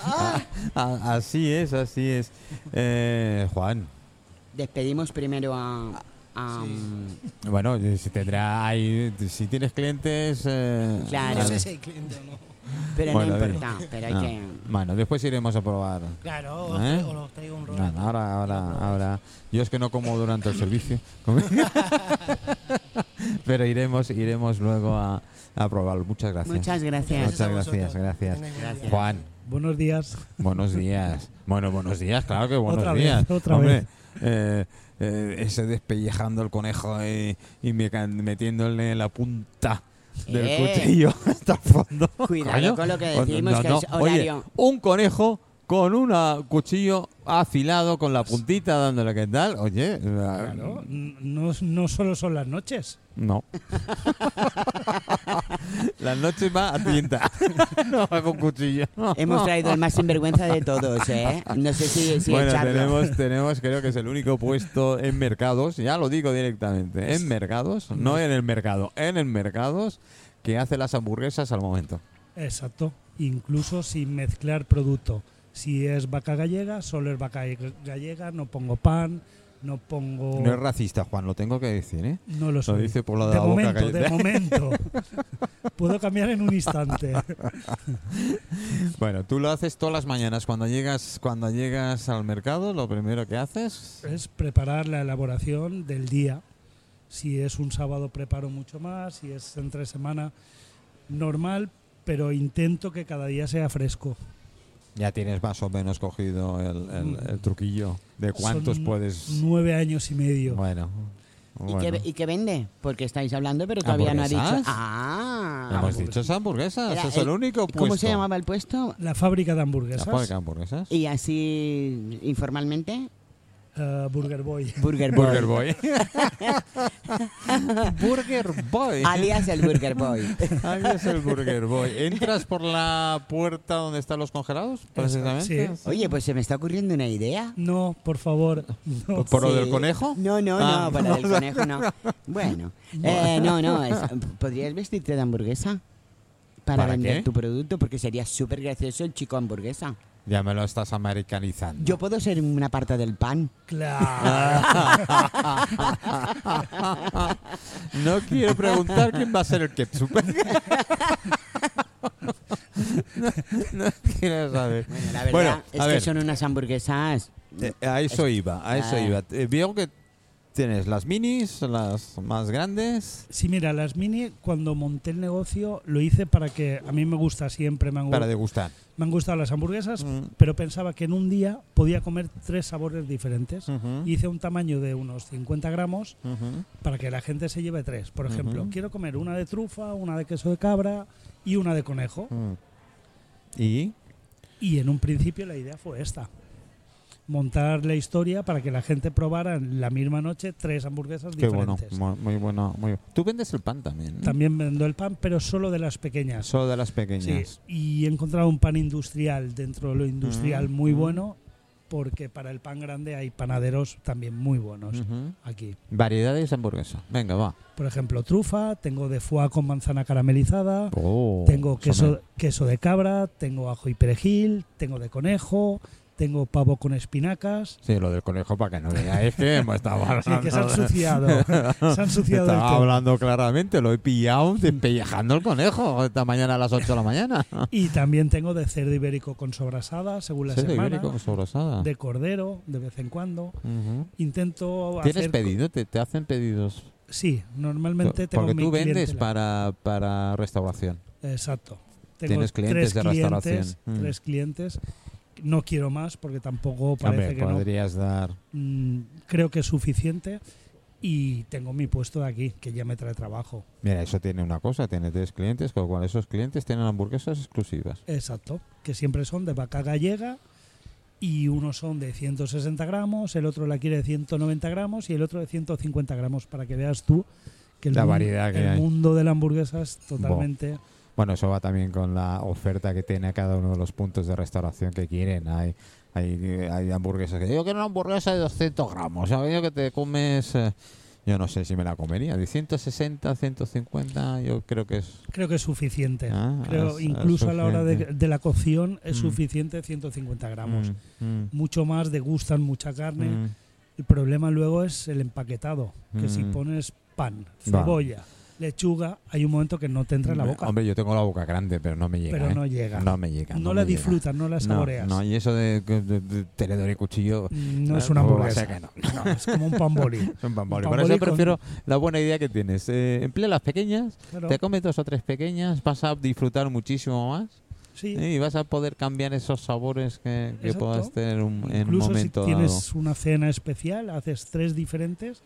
Speaker 1: A- a- así es, así es. Eh, Juan.
Speaker 2: Despedimos primero a. a-
Speaker 1: Bueno, si tendrá ahí, si tienes clientes. eh,
Speaker 2: Claro.
Speaker 7: No
Speaker 1: vale.
Speaker 7: sé si hay cliente o no.
Speaker 2: Pero
Speaker 1: Bueno,
Speaker 2: no
Speaker 1: bien.
Speaker 2: importa, pero hay
Speaker 1: Ah,
Speaker 2: que.
Speaker 1: Bueno, después iremos a probar.
Speaker 7: Claro, o,
Speaker 1: ¿Eh?
Speaker 7: o los traigo un rol.
Speaker 1: Nada, ahora, ahora, ahora. Yo es que no como durante el servicio. Pero iremos, iremos luego a, a probarlo. Muchas gracias.
Speaker 2: Muchas gracias.
Speaker 1: Muchas
Speaker 7: Gracias a
Speaker 1: gracias,
Speaker 7: vosotros.
Speaker 1: gracias.
Speaker 7: Que tengáis buen día.
Speaker 1: Juan,
Speaker 8: Buenos días.
Speaker 1: buenos días. Bueno, buenos días, claro que buenos
Speaker 8: Otra vez,
Speaker 1: días.
Speaker 8: otra
Speaker 1: Hombre,
Speaker 8: vez.
Speaker 1: eh, eh, ese despellejando el conejo y, y me can- metiéndole la punta del
Speaker 2: Eh.
Speaker 1: cuchillo hasta el fondo.
Speaker 2: Cuidado
Speaker 1: Coño.
Speaker 2: con lo que
Speaker 1: Oh,
Speaker 2: decimos, que es
Speaker 1: Oye,
Speaker 2: horario.
Speaker 1: un conejo con un cuchillo afilado con la puntita dándole que tal. Oye, eh,
Speaker 8: Claro, n- no, no solo son las noches.
Speaker 1: no. Las noches más a tienta. no, con cuchillo.
Speaker 2: Hemos traído el más sinvergüenza de todos, ¿eh? No sé si, si
Speaker 1: bueno,
Speaker 2: echarlo.
Speaker 1: tenemos, tenemos, creo que es el único puesto en mercados, ya lo digo directamente, en mercados, no en el mercado, en el mercados que hace las hamburguesas al momento.
Speaker 8: Exacto. Incluso sin mezclar producto. Si es vaca gallega, solo es vaca gallega, no pongo pan, no pongo...
Speaker 1: No es racista, Juan, lo tengo que decir, ¿eh?
Speaker 8: No lo
Speaker 1: Lo
Speaker 8: soy.
Speaker 1: dice por la de
Speaker 8: de
Speaker 1: la boca
Speaker 8: momento,
Speaker 1: que-
Speaker 8: de momento. Puedo cambiar en un instante.
Speaker 1: Bueno, tú lo haces todas las mañanas cuando llegas cuando llegas al mercado, lo primero que haces
Speaker 8: Es preparar la elaboración del día. Si es un sábado preparo mucho más, si es entre semana normal, pero intento que cada día sea fresco.
Speaker 1: Ya tienes más o menos cogido el, el- el truquillo de cuántos
Speaker 8: Son
Speaker 1: puedes.
Speaker 8: Nueve años y medio.
Speaker 1: Bueno.
Speaker 2: ¿Y,
Speaker 1: bueno.
Speaker 2: qué, y qué vende? Porque estáis hablando, pero todavía no ha dicho.
Speaker 1: ¿Hamburguesas?
Speaker 2: Ah,
Speaker 1: Hemos dicho esas hamburguesas,
Speaker 2: Era
Speaker 1: es el
Speaker 2: el-
Speaker 1: único puesto.
Speaker 2: ¿Cómo se llamaba el puesto?
Speaker 8: La fábrica de
Speaker 1: ¿La
Speaker 8: hamburguesas.
Speaker 1: fábrica de hamburguesas?
Speaker 2: Y así, informalmente,
Speaker 8: eh, Burger Boy.
Speaker 2: Burger Boy.
Speaker 1: Burger Boy. Burger Boy.
Speaker 2: Alias el Burger Boy.
Speaker 1: Alias el Burger Boy. ¿Entras por la puerta donde están los congelados, precisamente?
Speaker 8: Sí.
Speaker 2: Oye, pues se me está ocurriendo una idea.
Speaker 8: No, por favor. no.
Speaker 1: ¿Por lo
Speaker 2: Sí.
Speaker 1: del conejo?
Speaker 2: No, no,
Speaker 1: Ah.
Speaker 2: no, por lo del conejo no. Bueno, eh, no, no, es- ¿podrías vestirte de hamburguesa? Para,
Speaker 1: ¿Para
Speaker 2: vender
Speaker 1: qué?
Speaker 2: tu producto, porque sería súper gracioso el chico hamburguesa.
Speaker 1: Ya me lo estás americanizando.
Speaker 2: Yo puedo ser una parte del pan.
Speaker 8: Claro.
Speaker 1: No quiero preguntar quién va a ser el ketchup. no, no quiero saber.
Speaker 2: Bueno, la verdad es
Speaker 1: a
Speaker 2: que
Speaker 1: ver,
Speaker 2: son unas hamburguesas.
Speaker 1: eh, a eso iba, a eso
Speaker 2: Ah.
Speaker 1: iba. Eh, veo que tienes las minis, las más grandes,
Speaker 8: Sí, mira, las mini, cuando monté el negocio, lo hice para que. A mí me gusta siempre, me han, gu-
Speaker 1: para degustar.
Speaker 8: me han gustado las hamburguesas,
Speaker 1: Mm.
Speaker 8: pero pensaba que en un día podía comer tres sabores diferentes.
Speaker 1: Ujú.
Speaker 8: Hice un tamaño de unos 50 gramos
Speaker 1: Ujú.
Speaker 8: para que la gente se lleve tres. Por ejemplo,
Speaker 1: Ujú.
Speaker 8: quiero comer una de trufa, una de queso de cabra y una de conejo.
Speaker 1: Mm. ¿Y?
Speaker 8: Y en un principio la idea fue esta. Montar la historia para que la gente probara en la misma noche tres hamburguesas
Speaker 1: Qué bueno,
Speaker 8: diferentes.
Speaker 1: mu- muy bueno. Muy... Tú vendes el pan también. ¿no?
Speaker 8: También vendo el pan, pero solo de las pequeñas.
Speaker 1: Solo de las
Speaker 8: Sí,
Speaker 1: pequeñas.
Speaker 8: y he encontrado un pan industrial dentro de lo industrial
Speaker 1: Mm,
Speaker 8: muy
Speaker 1: mm.
Speaker 8: bueno, porque para el pan grande hay panaderos también muy buenos
Speaker 1: Ujú.
Speaker 8: aquí.
Speaker 1: Variedades de hamburguesa. Venga, va.
Speaker 8: Por ejemplo, trufa, tengo de foie con manzana caramelizada,
Speaker 1: Oh,
Speaker 8: tengo queso,
Speaker 1: somen.
Speaker 8: queso de cabra, tengo ajo y perejil, tengo de conejo, tengo pavo con espinacas.
Speaker 1: Sí, lo del conejo para que no veáis que hemos estado
Speaker 8: Sí,
Speaker 1: hablando.
Speaker 8: que se han
Speaker 1: de-
Speaker 8: ensuciado. se han ensuciado el
Speaker 1: Estaba
Speaker 8: tema.
Speaker 1: hablando claramente, lo he pillado despellejando el conejo esta mañana a las 8 de la mañana.
Speaker 8: Y también tengo de cerdo ibérico con sobrasada, según la
Speaker 1: Cerdo
Speaker 8: semana.
Speaker 1: ibérico con sobrasada.
Speaker 8: De cordero, de vez en cuando.
Speaker 1: Ujú.
Speaker 8: Intento
Speaker 1: ¿Tienes
Speaker 8: hacer...
Speaker 1: pedido? ¿Te, te hacen pedidos?
Speaker 8: Sí, normalmente tengo
Speaker 1: Porque
Speaker 8: mi
Speaker 1: tú vendes
Speaker 8: clientela.
Speaker 1: para, para restauración.
Speaker 8: Exacto. Tengo
Speaker 1: Tienes clientes
Speaker 8: tres
Speaker 1: de
Speaker 8: clientes,
Speaker 1: restauración. Mm.
Speaker 8: Tres clientes. No quiero más porque tampoco parece
Speaker 1: Hombre,
Speaker 8: que no.
Speaker 1: podrías dar.
Speaker 8: Mm, creo que es suficiente y tengo mi puesto de aquí, que ya me trae trabajo.
Speaker 1: Mira, eso tiene una cosa, tiene tres clientes, con lo cual esos clientes tienen hamburguesas exclusivas.
Speaker 8: Exacto, que siempre son de vaca gallega y unos son de 160 gramos, el otro la quiere de 190 gramos y el otro de 150 gramos, para que veas tú que el,
Speaker 1: La
Speaker 8: mun-
Speaker 1: variedad que
Speaker 8: el
Speaker 1: hay.
Speaker 8: mundo de la hamburguesa es totalmente...
Speaker 1: Bueno, eso va también con la oferta que tiene cada uno de los puntos de restauración que quieren. Hay, hay, hay hamburguesas que yo quiero una hamburguesa de 200 gramos. ¿Sabes yo que te comes? eh, Yo no sé si me la comería. De 160, 150, yo creo que es.
Speaker 8: Creo que es suficiente.
Speaker 1: Ah,
Speaker 8: Creo
Speaker 1: es- es
Speaker 8: incluso a la hora de,
Speaker 1: suficiente.
Speaker 8: de la cocción es
Speaker 1: Mm.
Speaker 8: suficiente 150 gramos.
Speaker 1: Mm, mm,
Speaker 8: Mucho más, degustan mucha carne.
Speaker 1: mm.
Speaker 8: El problema luego es el empaquetado, que si
Speaker 1: Mm.
Speaker 8: pones pan,
Speaker 1: Vale.
Speaker 8: cebolla, lechuga, hay un momento que no te entra en la boca,
Speaker 1: mm. Hombre, yo tengo la boca grande, pero no me llega.
Speaker 8: pero
Speaker 1: ¿eh?
Speaker 8: no llega.
Speaker 1: No me llega.
Speaker 8: No
Speaker 1: me
Speaker 8: la
Speaker 1: llega.
Speaker 8: disfrutas, no la
Speaker 1: No,
Speaker 8: saboreas.
Speaker 1: No,
Speaker 8: No,
Speaker 1: y eso de, de- de- de te le doy el cuchillo.
Speaker 8: es una
Speaker 1: no,
Speaker 8: hamburguesa.
Speaker 1: o sea que no.
Speaker 8: No, es como un pan boli.
Speaker 1: Son pamboli.
Speaker 8: Un
Speaker 1: Por eso
Speaker 8: pamboli con-
Speaker 1: prefiero la buena idea que tienes. Eh, emplea las pequeñas
Speaker 8: Claro,
Speaker 1: Te comes dos o tres pequeñas, vas a disfrutar muchísimo más
Speaker 8: sí.
Speaker 1: ¿eh? y vas a poder cambiar esos sabores que, que
Speaker 8: Exacto.
Speaker 1: puedas tener un- en un
Speaker 8: Incluso si
Speaker 1: momento
Speaker 8: tienes una cena especial, haces tres diferentes,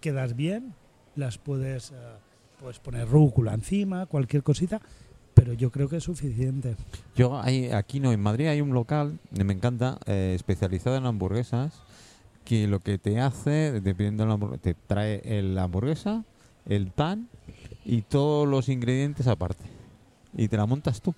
Speaker 8: quedas bien, las puedes, eh, puedes poner rúcula encima, cualquier cosita, pero yo creo que es suficiente.
Speaker 1: dado. Yo hay- aquí no, en Madrid hay un local, eh, me encanta, eh, especializado en hamburguesas, que lo que te hace, dependiendo de la hamburguesa, te trae el- la hamburguesa, el pan y todos los ingredientes aparte. Y te la montas tú.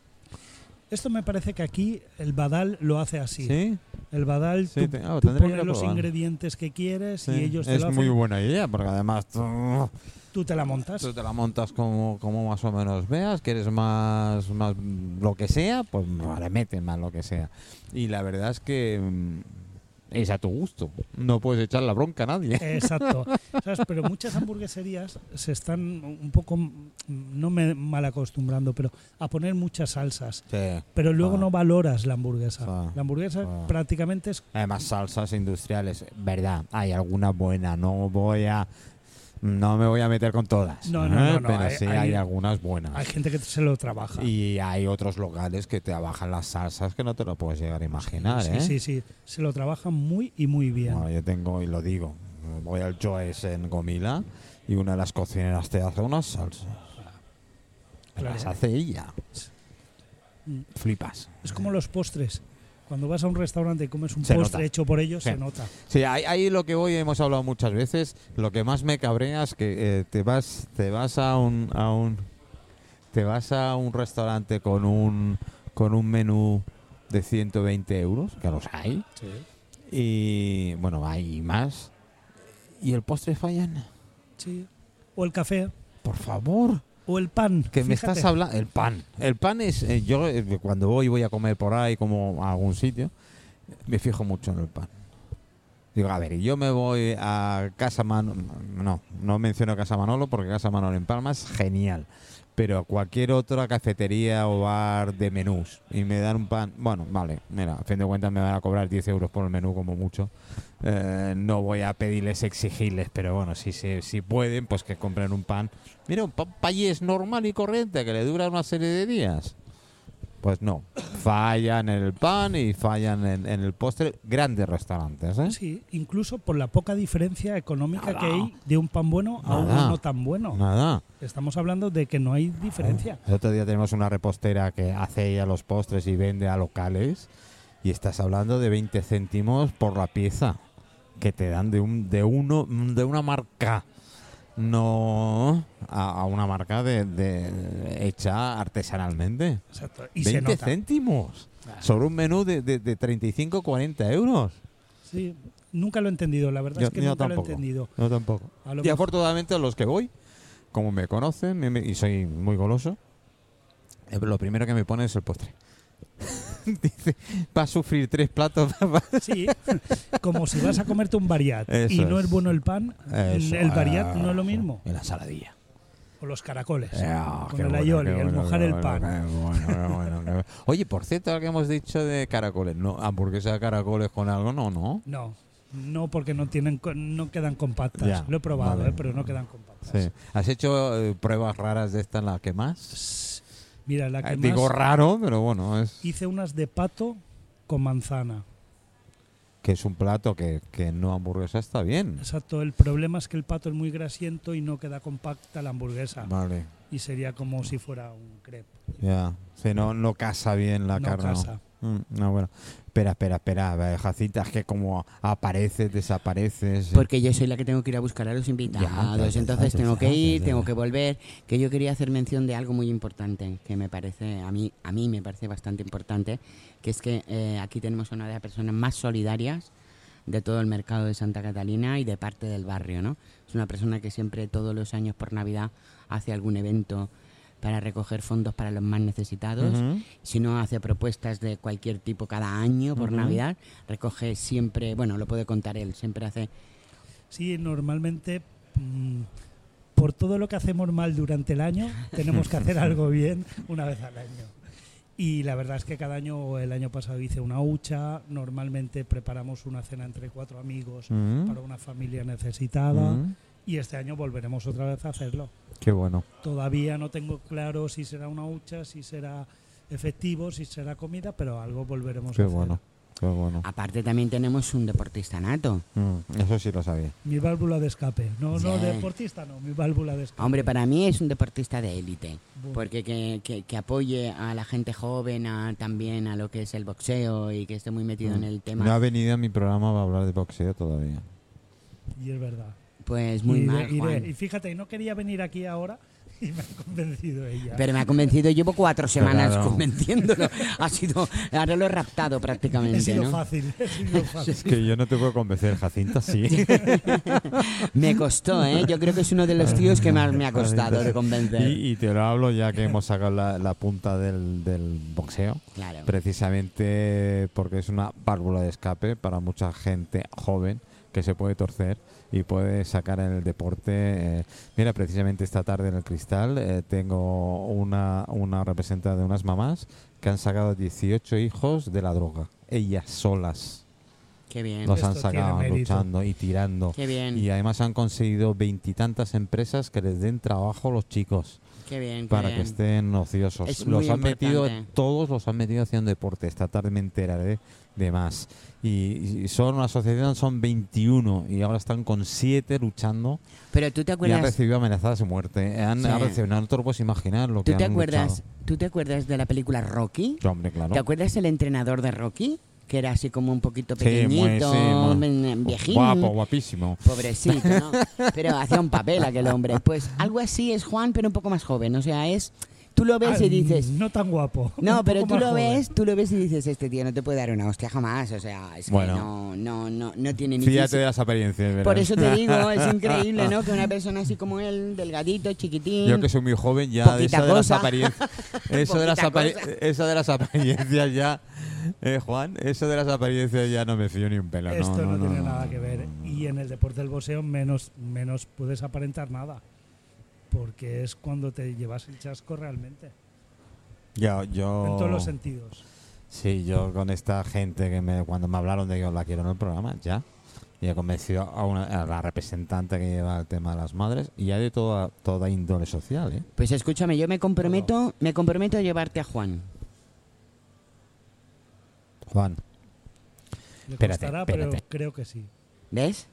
Speaker 8: Esto me parece que aquí el badal lo hace así.
Speaker 1: ¿Sí?
Speaker 8: El badal
Speaker 1: Sí,
Speaker 8: tú,
Speaker 1: te- ah,
Speaker 8: tú
Speaker 1: tendré que ir
Speaker 8: pones
Speaker 1: a
Speaker 8: los
Speaker 1: probar.
Speaker 8: ingredientes que quieres
Speaker 1: Sí.
Speaker 8: y ellos te
Speaker 1: es
Speaker 8: lo hacen,
Speaker 1: muy buena idea, porque además tú-
Speaker 8: tú te la montas.
Speaker 1: Tú te la montas como, como más o menos veas, quieres más, más lo que sea, pues no le meten más lo que sea. Y la verdad es que mm, es a tu gusto. No puedes echar la bronca a nadie.
Speaker 8: Exacto. ¿Sabes? Pero muchas hamburgueserías se están un poco, mm, no me mal acostumbrando, pero a poner muchas salsas.
Speaker 1: Sí.
Speaker 8: Pero luego
Speaker 1: Ah.
Speaker 8: no valoras la hamburguesa.
Speaker 1: Ah.
Speaker 8: La hamburguesa
Speaker 1: Ah.
Speaker 8: prácticamente es
Speaker 1: Además, salsas industriales, verdad, hay alguna buena, no voy a... No me voy a meter con todas.
Speaker 8: No, no,
Speaker 1: ¿eh?
Speaker 8: no, no,
Speaker 1: Pero
Speaker 8: hay-
Speaker 1: sí hay,
Speaker 8: hay-
Speaker 1: algunas buenas.
Speaker 8: Hay gente que se lo trabaja.
Speaker 1: y hay otros locales que te bajan las salsas que no te lo puedes llegar a imaginar,
Speaker 8: sí,
Speaker 1: ¿eh?
Speaker 8: sí, sí. Se lo trabajan muy y muy bien.
Speaker 1: Bueno, yo tengo, y lo digo, voy al Joes en Gomila y una de las cocineras te hace unas salsas.
Speaker 8: Claro.
Speaker 1: Las hace ella.
Speaker 8: Mm.
Speaker 1: Flipas.
Speaker 8: Es como los postres. Cuando vas a un restaurante y comes un
Speaker 1: Se
Speaker 8: postre
Speaker 1: nota.
Speaker 8: hecho por ellos,
Speaker 1: Sí.
Speaker 8: se nota.
Speaker 1: Sí, ahí, ahí lo que voy hemos hablado muchas veces. Lo que más me cabrea es que eh, te vas, te vas a un, a un, te vas a un restaurante con un, con un menú de 120 euros, que los hay, y bueno, hay más. Y el postre fallan.
Speaker 8: Sí. O el café,
Speaker 1: Por favor.
Speaker 8: o el pan.
Speaker 1: Que me
Speaker 8: fíjate.
Speaker 1: estás hablando. El pan. El pan es. eh, yo eh, cuando voy, voy a comer por ahí, como a algún sitio, me fijo mucho en el pan. Digo, a ver, y yo me voy a Casa Manolo. No, no menciono Casa Manolo porque Casa Manolo en Palma es genial. Pero cualquier otra cafetería o bar de menús y me dan un pan. Bueno, vale, mira, a fin de cuentas me van a cobrar 10 euros por el menú, como mucho. Eh, no voy a pedirles, exigirles, pero bueno, si, se- si pueden, pues que compren un pan Mira, un pan payés normal y corriente que le dura una serie de días. Pues no, fallan en el pan y fallan en, en el postre. Grandes restaurantes, ¿eh?
Speaker 8: Sí, incluso por la poca diferencia económica
Speaker 1: Nada.
Speaker 8: que hay de un pan bueno a
Speaker 1: Nada.
Speaker 8: uno no tan bueno.
Speaker 1: Nada.
Speaker 8: Estamos hablando de que no hay diferencia.
Speaker 1: El otro día tenemos una repostera que hace ella los postres y vende a locales. Y estás hablando de 20 céntimos por la pieza que te dan de un de uno de una marca. No a, a una marca de, de- hecha artesanalmente.
Speaker 8: Exacto. Y se
Speaker 1: 20
Speaker 8: nota.
Speaker 1: céntimos sobre un menú de, de, de 35, 40 euros.
Speaker 8: Sí, nunca lo he entendido, la verdad
Speaker 1: Yo-
Speaker 8: es que
Speaker 1: yo
Speaker 8: nunca
Speaker 1: tampoco.
Speaker 8: lo he entendido.
Speaker 1: No tampoco.
Speaker 8: A lo
Speaker 1: Y
Speaker 8: mejor-
Speaker 1: afortunadamente a los que voy, como me conocen me- me- y soy muy goloso, eh, lo primero que me pone es el postre. Dice, va a sufrir tres platos. papá".
Speaker 8: Sí, como si vas a comerte un variat
Speaker 1: Eso
Speaker 8: y no
Speaker 1: es.
Speaker 8: es bueno el pan,
Speaker 1: Eso,
Speaker 8: el variat
Speaker 1: ah,
Speaker 8: no es lo mismo.
Speaker 1: En la saladilla.
Speaker 8: O los caracoles,
Speaker 1: Ah,
Speaker 8: con
Speaker 1: qué
Speaker 8: el
Speaker 1: bueno,
Speaker 8: aioli,
Speaker 1: qué
Speaker 8: el
Speaker 1: bueno,
Speaker 8: mojar
Speaker 1: qué
Speaker 8: el
Speaker 1: bueno,
Speaker 8: pan.
Speaker 1: qué bueno, qué bueno, qué bueno. Oye, por cierto, ahora que hemos dicho de caracoles, no, hamburguesa de caracoles con algo, no, no.
Speaker 8: No, no porque no tienen, co- no quedan compactas.
Speaker 1: Ya,
Speaker 8: Lo he probado,
Speaker 1: vale.
Speaker 8: eh, pero no quedan compactas.
Speaker 1: Sí. ¿Has hecho eh, pruebas raras de estas en las que más?
Speaker 8: Mira, la que
Speaker 1: Eh, Digo
Speaker 8: más
Speaker 1: raro, pero bueno, es
Speaker 8: hice unas de pato con manzana.
Speaker 1: que es un plato que, que no hamburguesa está bien.
Speaker 8: Exacto, el problema es que el pato es muy grasiento y no queda compacta la hamburguesa.
Speaker 1: Vale,
Speaker 8: Y sería como si fuera un crepe.
Speaker 1: ya. Si no, no casa bien la
Speaker 8: no
Speaker 1: carne.
Speaker 8: casa.
Speaker 1: Mm, no, bueno. Espera, espera, espera. a ver, Jacinta, es que como apareces, desapareces. ¿eh?
Speaker 2: Porque yo soy la que tengo que ir a buscar a los invitados,
Speaker 1: ya,
Speaker 2: entonces
Speaker 1: ya,
Speaker 2: tengo
Speaker 1: ya,
Speaker 2: que
Speaker 1: ya,
Speaker 2: ir,
Speaker 1: ya.
Speaker 2: tengo que volver. Que yo quería hacer mención de algo muy importante, que me parece, a mí, a mí me parece bastante importante, que es que eh, aquí tenemos a una de las personas más solidarias de todo el mercado de Santa Catalina y de parte del barrio, ¿no? Es una persona que siempre, todos los años por Navidad, hace algún evento para recoger fondos para los más necesitados
Speaker 1: Ujú. Mm.
Speaker 2: si no hace propuestas de cualquier tipo cada año por Navidad, recoge siempre, bueno, lo puede contar él, siempre hace...
Speaker 8: Sí, normalmente mm, por todo lo que hacemos mal durante el año, tenemos que hacer algo bien una vez al año. Y la verdad es que cada año, o el año pasado hice una hucha, normalmente preparamos una cena entre cuatro amigos
Speaker 1: Mm,
Speaker 8: para una familia necesitada
Speaker 1: mm,
Speaker 8: y este año volveremos otra vez a hacerlo.
Speaker 1: Qué bueno.
Speaker 8: Todavía no tengo claro si será una hucha, si será efectivo, si será comida, pero algo volveremos
Speaker 1: Qué
Speaker 8: a hacer.
Speaker 1: bueno. Qué bueno.
Speaker 2: Aparte también tenemos un deportista nato.
Speaker 1: Mm, eso sí lo sabía.
Speaker 8: Mi válvula de escape. No, no,
Speaker 2: Sí.
Speaker 8: deportista no, mi válvula de escape.
Speaker 2: Hombre, para mí es un deportista de élite,
Speaker 8: Bueno.
Speaker 2: porque que, que- que apoye a la gente joven, a- también a lo que es el boxeo y que esté muy metido
Speaker 8: Mm.
Speaker 2: en el
Speaker 1: No ha
Speaker 2: tema,
Speaker 1: venido a mi programa para hablar de boxeo todavía.
Speaker 8: Y es verdad.
Speaker 2: pues muy
Speaker 8: Iré-
Speaker 2: mal,
Speaker 8: iré.
Speaker 2: Juan.
Speaker 8: Y fíjate, no quería venir aquí ahora y me ha convencido ella.
Speaker 2: Pero me ha convencido, llevo cuatro semanas
Speaker 1: Claro.
Speaker 2: convenciéndolo. Ha sido, ahora lo he raptado prácticamente,
Speaker 8: He sido
Speaker 2: ¿no?
Speaker 8: fácil, he sido fácil.
Speaker 1: Es que yo no te puedo convencer, Jacinta, sí.
Speaker 2: Me costó, ¿eh? Yo creo que es uno de los tíos que más me ha costado de convencer.
Speaker 1: Y, y te lo hablo ya que hemos sacado la, la punta del, del boxeo,
Speaker 2: Claro.
Speaker 1: precisamente porque es una válvula de escape para mucha gente joven que se puede torcer y puede sacar en el deporte. eh, Mira, precisamente esta tarde en el Cristal eh, tengo una, una representante de unas mamás que han sacado 18 hijos de la droga, ellas solas.
Speaker 2: Qué bien.
Speaker 1: Los han
Speaker 8: Esto tiene
Speaker 1: sacado
Speaker 8: mérito.
Speaker 1: luchando y tirando.
Speaker 2: Qué bien.
Speaker 1: Y además han conseguido veintitantas empresas que les den trabajo a los chicos
Speaker 2: Qué bien. qué
Speaker 1: para que
Speaker 2: bien.
Speaker 1: estén ociosos.
Speaker 2: Es
Speaker 1: los
Speaker 2: muy
Speaker 1: han metido,
Speaker 2: importante.
Speaker 1: todos los han metido haciendo deporte, esta tarde me enteraré de más. Y, y son una asociación, son 21 y ahora están con 7 luchando
Speaker 2: Pero tú
Speaker 1: y
Speaker 2: te
Speaker 1: han
Speaker 2: acuerdas.
Speaker 1: recibido amenazadas de muerte. Eh, Han,
Speaker 2: Sí.
Speaker 1: han recibido, no te lo puedes imaginar lo
Speaker 2: ¿Tú
Speaker 1: que
Speaker 2: te
Speaker 1: han
Speaker 2: acuerdas?
Speaker 1: luchado.
Speaker 2: ¿Tú te acuerdas de la película Rocky?
Speaker 1: Sí, hombre, claro.
Speaker 2: ¿Te acuerdas del entrenador de Rocky? Que era así como un poquito
Speaker 1: Sí, muy-
Speaker 2: pequeñito,
Speaker 1: sí, muy-
Speaker 2: men- eh, viejín.
Speaker 1: Guapo, guapísimo.
Speaker 2: Pobrecito, ¿no? Pero hacía un papel aquel hombre. Pues algo así es Juan, pero un poco más joven. O sea, es. Tú lo ves
Speaker 8: Ah,
Speaker 2: y dices.
Speaker 8: No tan guapo.
Speaker 2: No,
Speaker 8: un
Speaker 2: pero
Speaker 8: poco
Speaker 2: tú
Speaker 8: más
Speaker 2: lo
Speaker 8: joven.
Speaker 2: ves, tú lo ves y dices, este tío no te puede dar una hostia jamás. O sea, es que
Speaker 1: Bueno.
Speaker 2: no, no, no, no tiene ni
Speaker 1: Fíjate
Speaker 2: físico.
Speaker 1: de las apariencias. verás.
Speaker 2: Por eso te digo, es increíble, ¿no? Que una persona así como él, delgadito, chiquitín.
Speaker 1: Yo que soy muy joven ya de
Speaker 2: Mm. Poquita
Speaker 1: eso de las
Speaker 2: cosa.
Speaker 1: apariencias, eso de las
Speaker 2: Poquita
Speaker 1: apare-
Speaker 2: cosa.
Speaker 1: eso de las apariencias ya, eh, Juan, eso de las apariencias ya no me fío ni un pelo. no,
Speaker 8: Esto no,
Speaker 1: no, no,
Speaker 8: tiene
Speaker 1: no,
Speaker 8: nada
Speaker 1: no,
Speaker 8: que
Speaker 1: no,
Speaker 8: ver.
Speaker 1: no, no.
Speaker 8: Y en el deporte del boxeo menos, menos puedes aparentar nada. Porque es cuando te llevas el chasco realmente.
Speaker 1: Yo, yo-
Speaker 8: En todos los sentidos.
Speaker 1: sí, yo con esta gente que me, cuando me hablaron de que os la quiero en el programa, ya. Y he convencido a, una, a la representante que lleva el tema de las madres y hay de toda, toda índole social, ¿eh?
Speaker 2: Pues escúchame, yo me comprometo, me comprometo a llevarte a Juan.
Speaker 1: Juan.
Speaker 8: Le
Speaker 1: Espérate,
Speaker 8: costará,
Speaker 1: espérate.
Speaker 8: pero creo que sí.
Speaker 2: ¿Ves?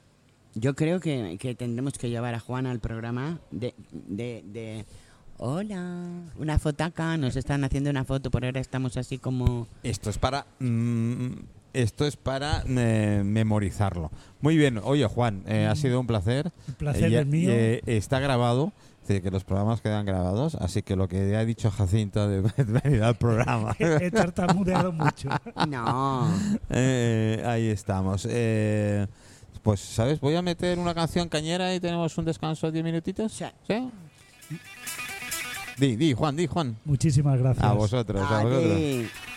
Speaker 2: Yo creo que, que tendremos que llevar a Juan al programa de, de, de- Hola, una fotaca, nos están haciendo una foto, por ahora estamos así como...
Speaker 1: Esto es para. mm, esto es para eh, memorizarlo. Muy bien, oye Juan, eh, ha sido un placer.
Speaker 8: Mm. El placer
Speaker 1: Eh, ya-
Speaker 8: es mío.
Speaker 1: eh, está grabado, es decir, que los programas quedan grabados, así que lo que ha dicho Jacinta de venir al programa.
Speaker 8: He tartamudeado mucho.
Speaker 2: No,
Speaker 1: Eh, ahí estamos. Eh, pues, ¿sabes? Voy a meter una canción cañera y tenemos un descanso de 10 minutitos.
Speaker 2: Sí.
Speaker 1: Di, di, Juan, di, Juan.
Speaker 8: Muchísimas gracias.
Speaker 1: A vosotros, a
Speaker 2: a
Speaker 1: vosotros.
Speaker 2: ti.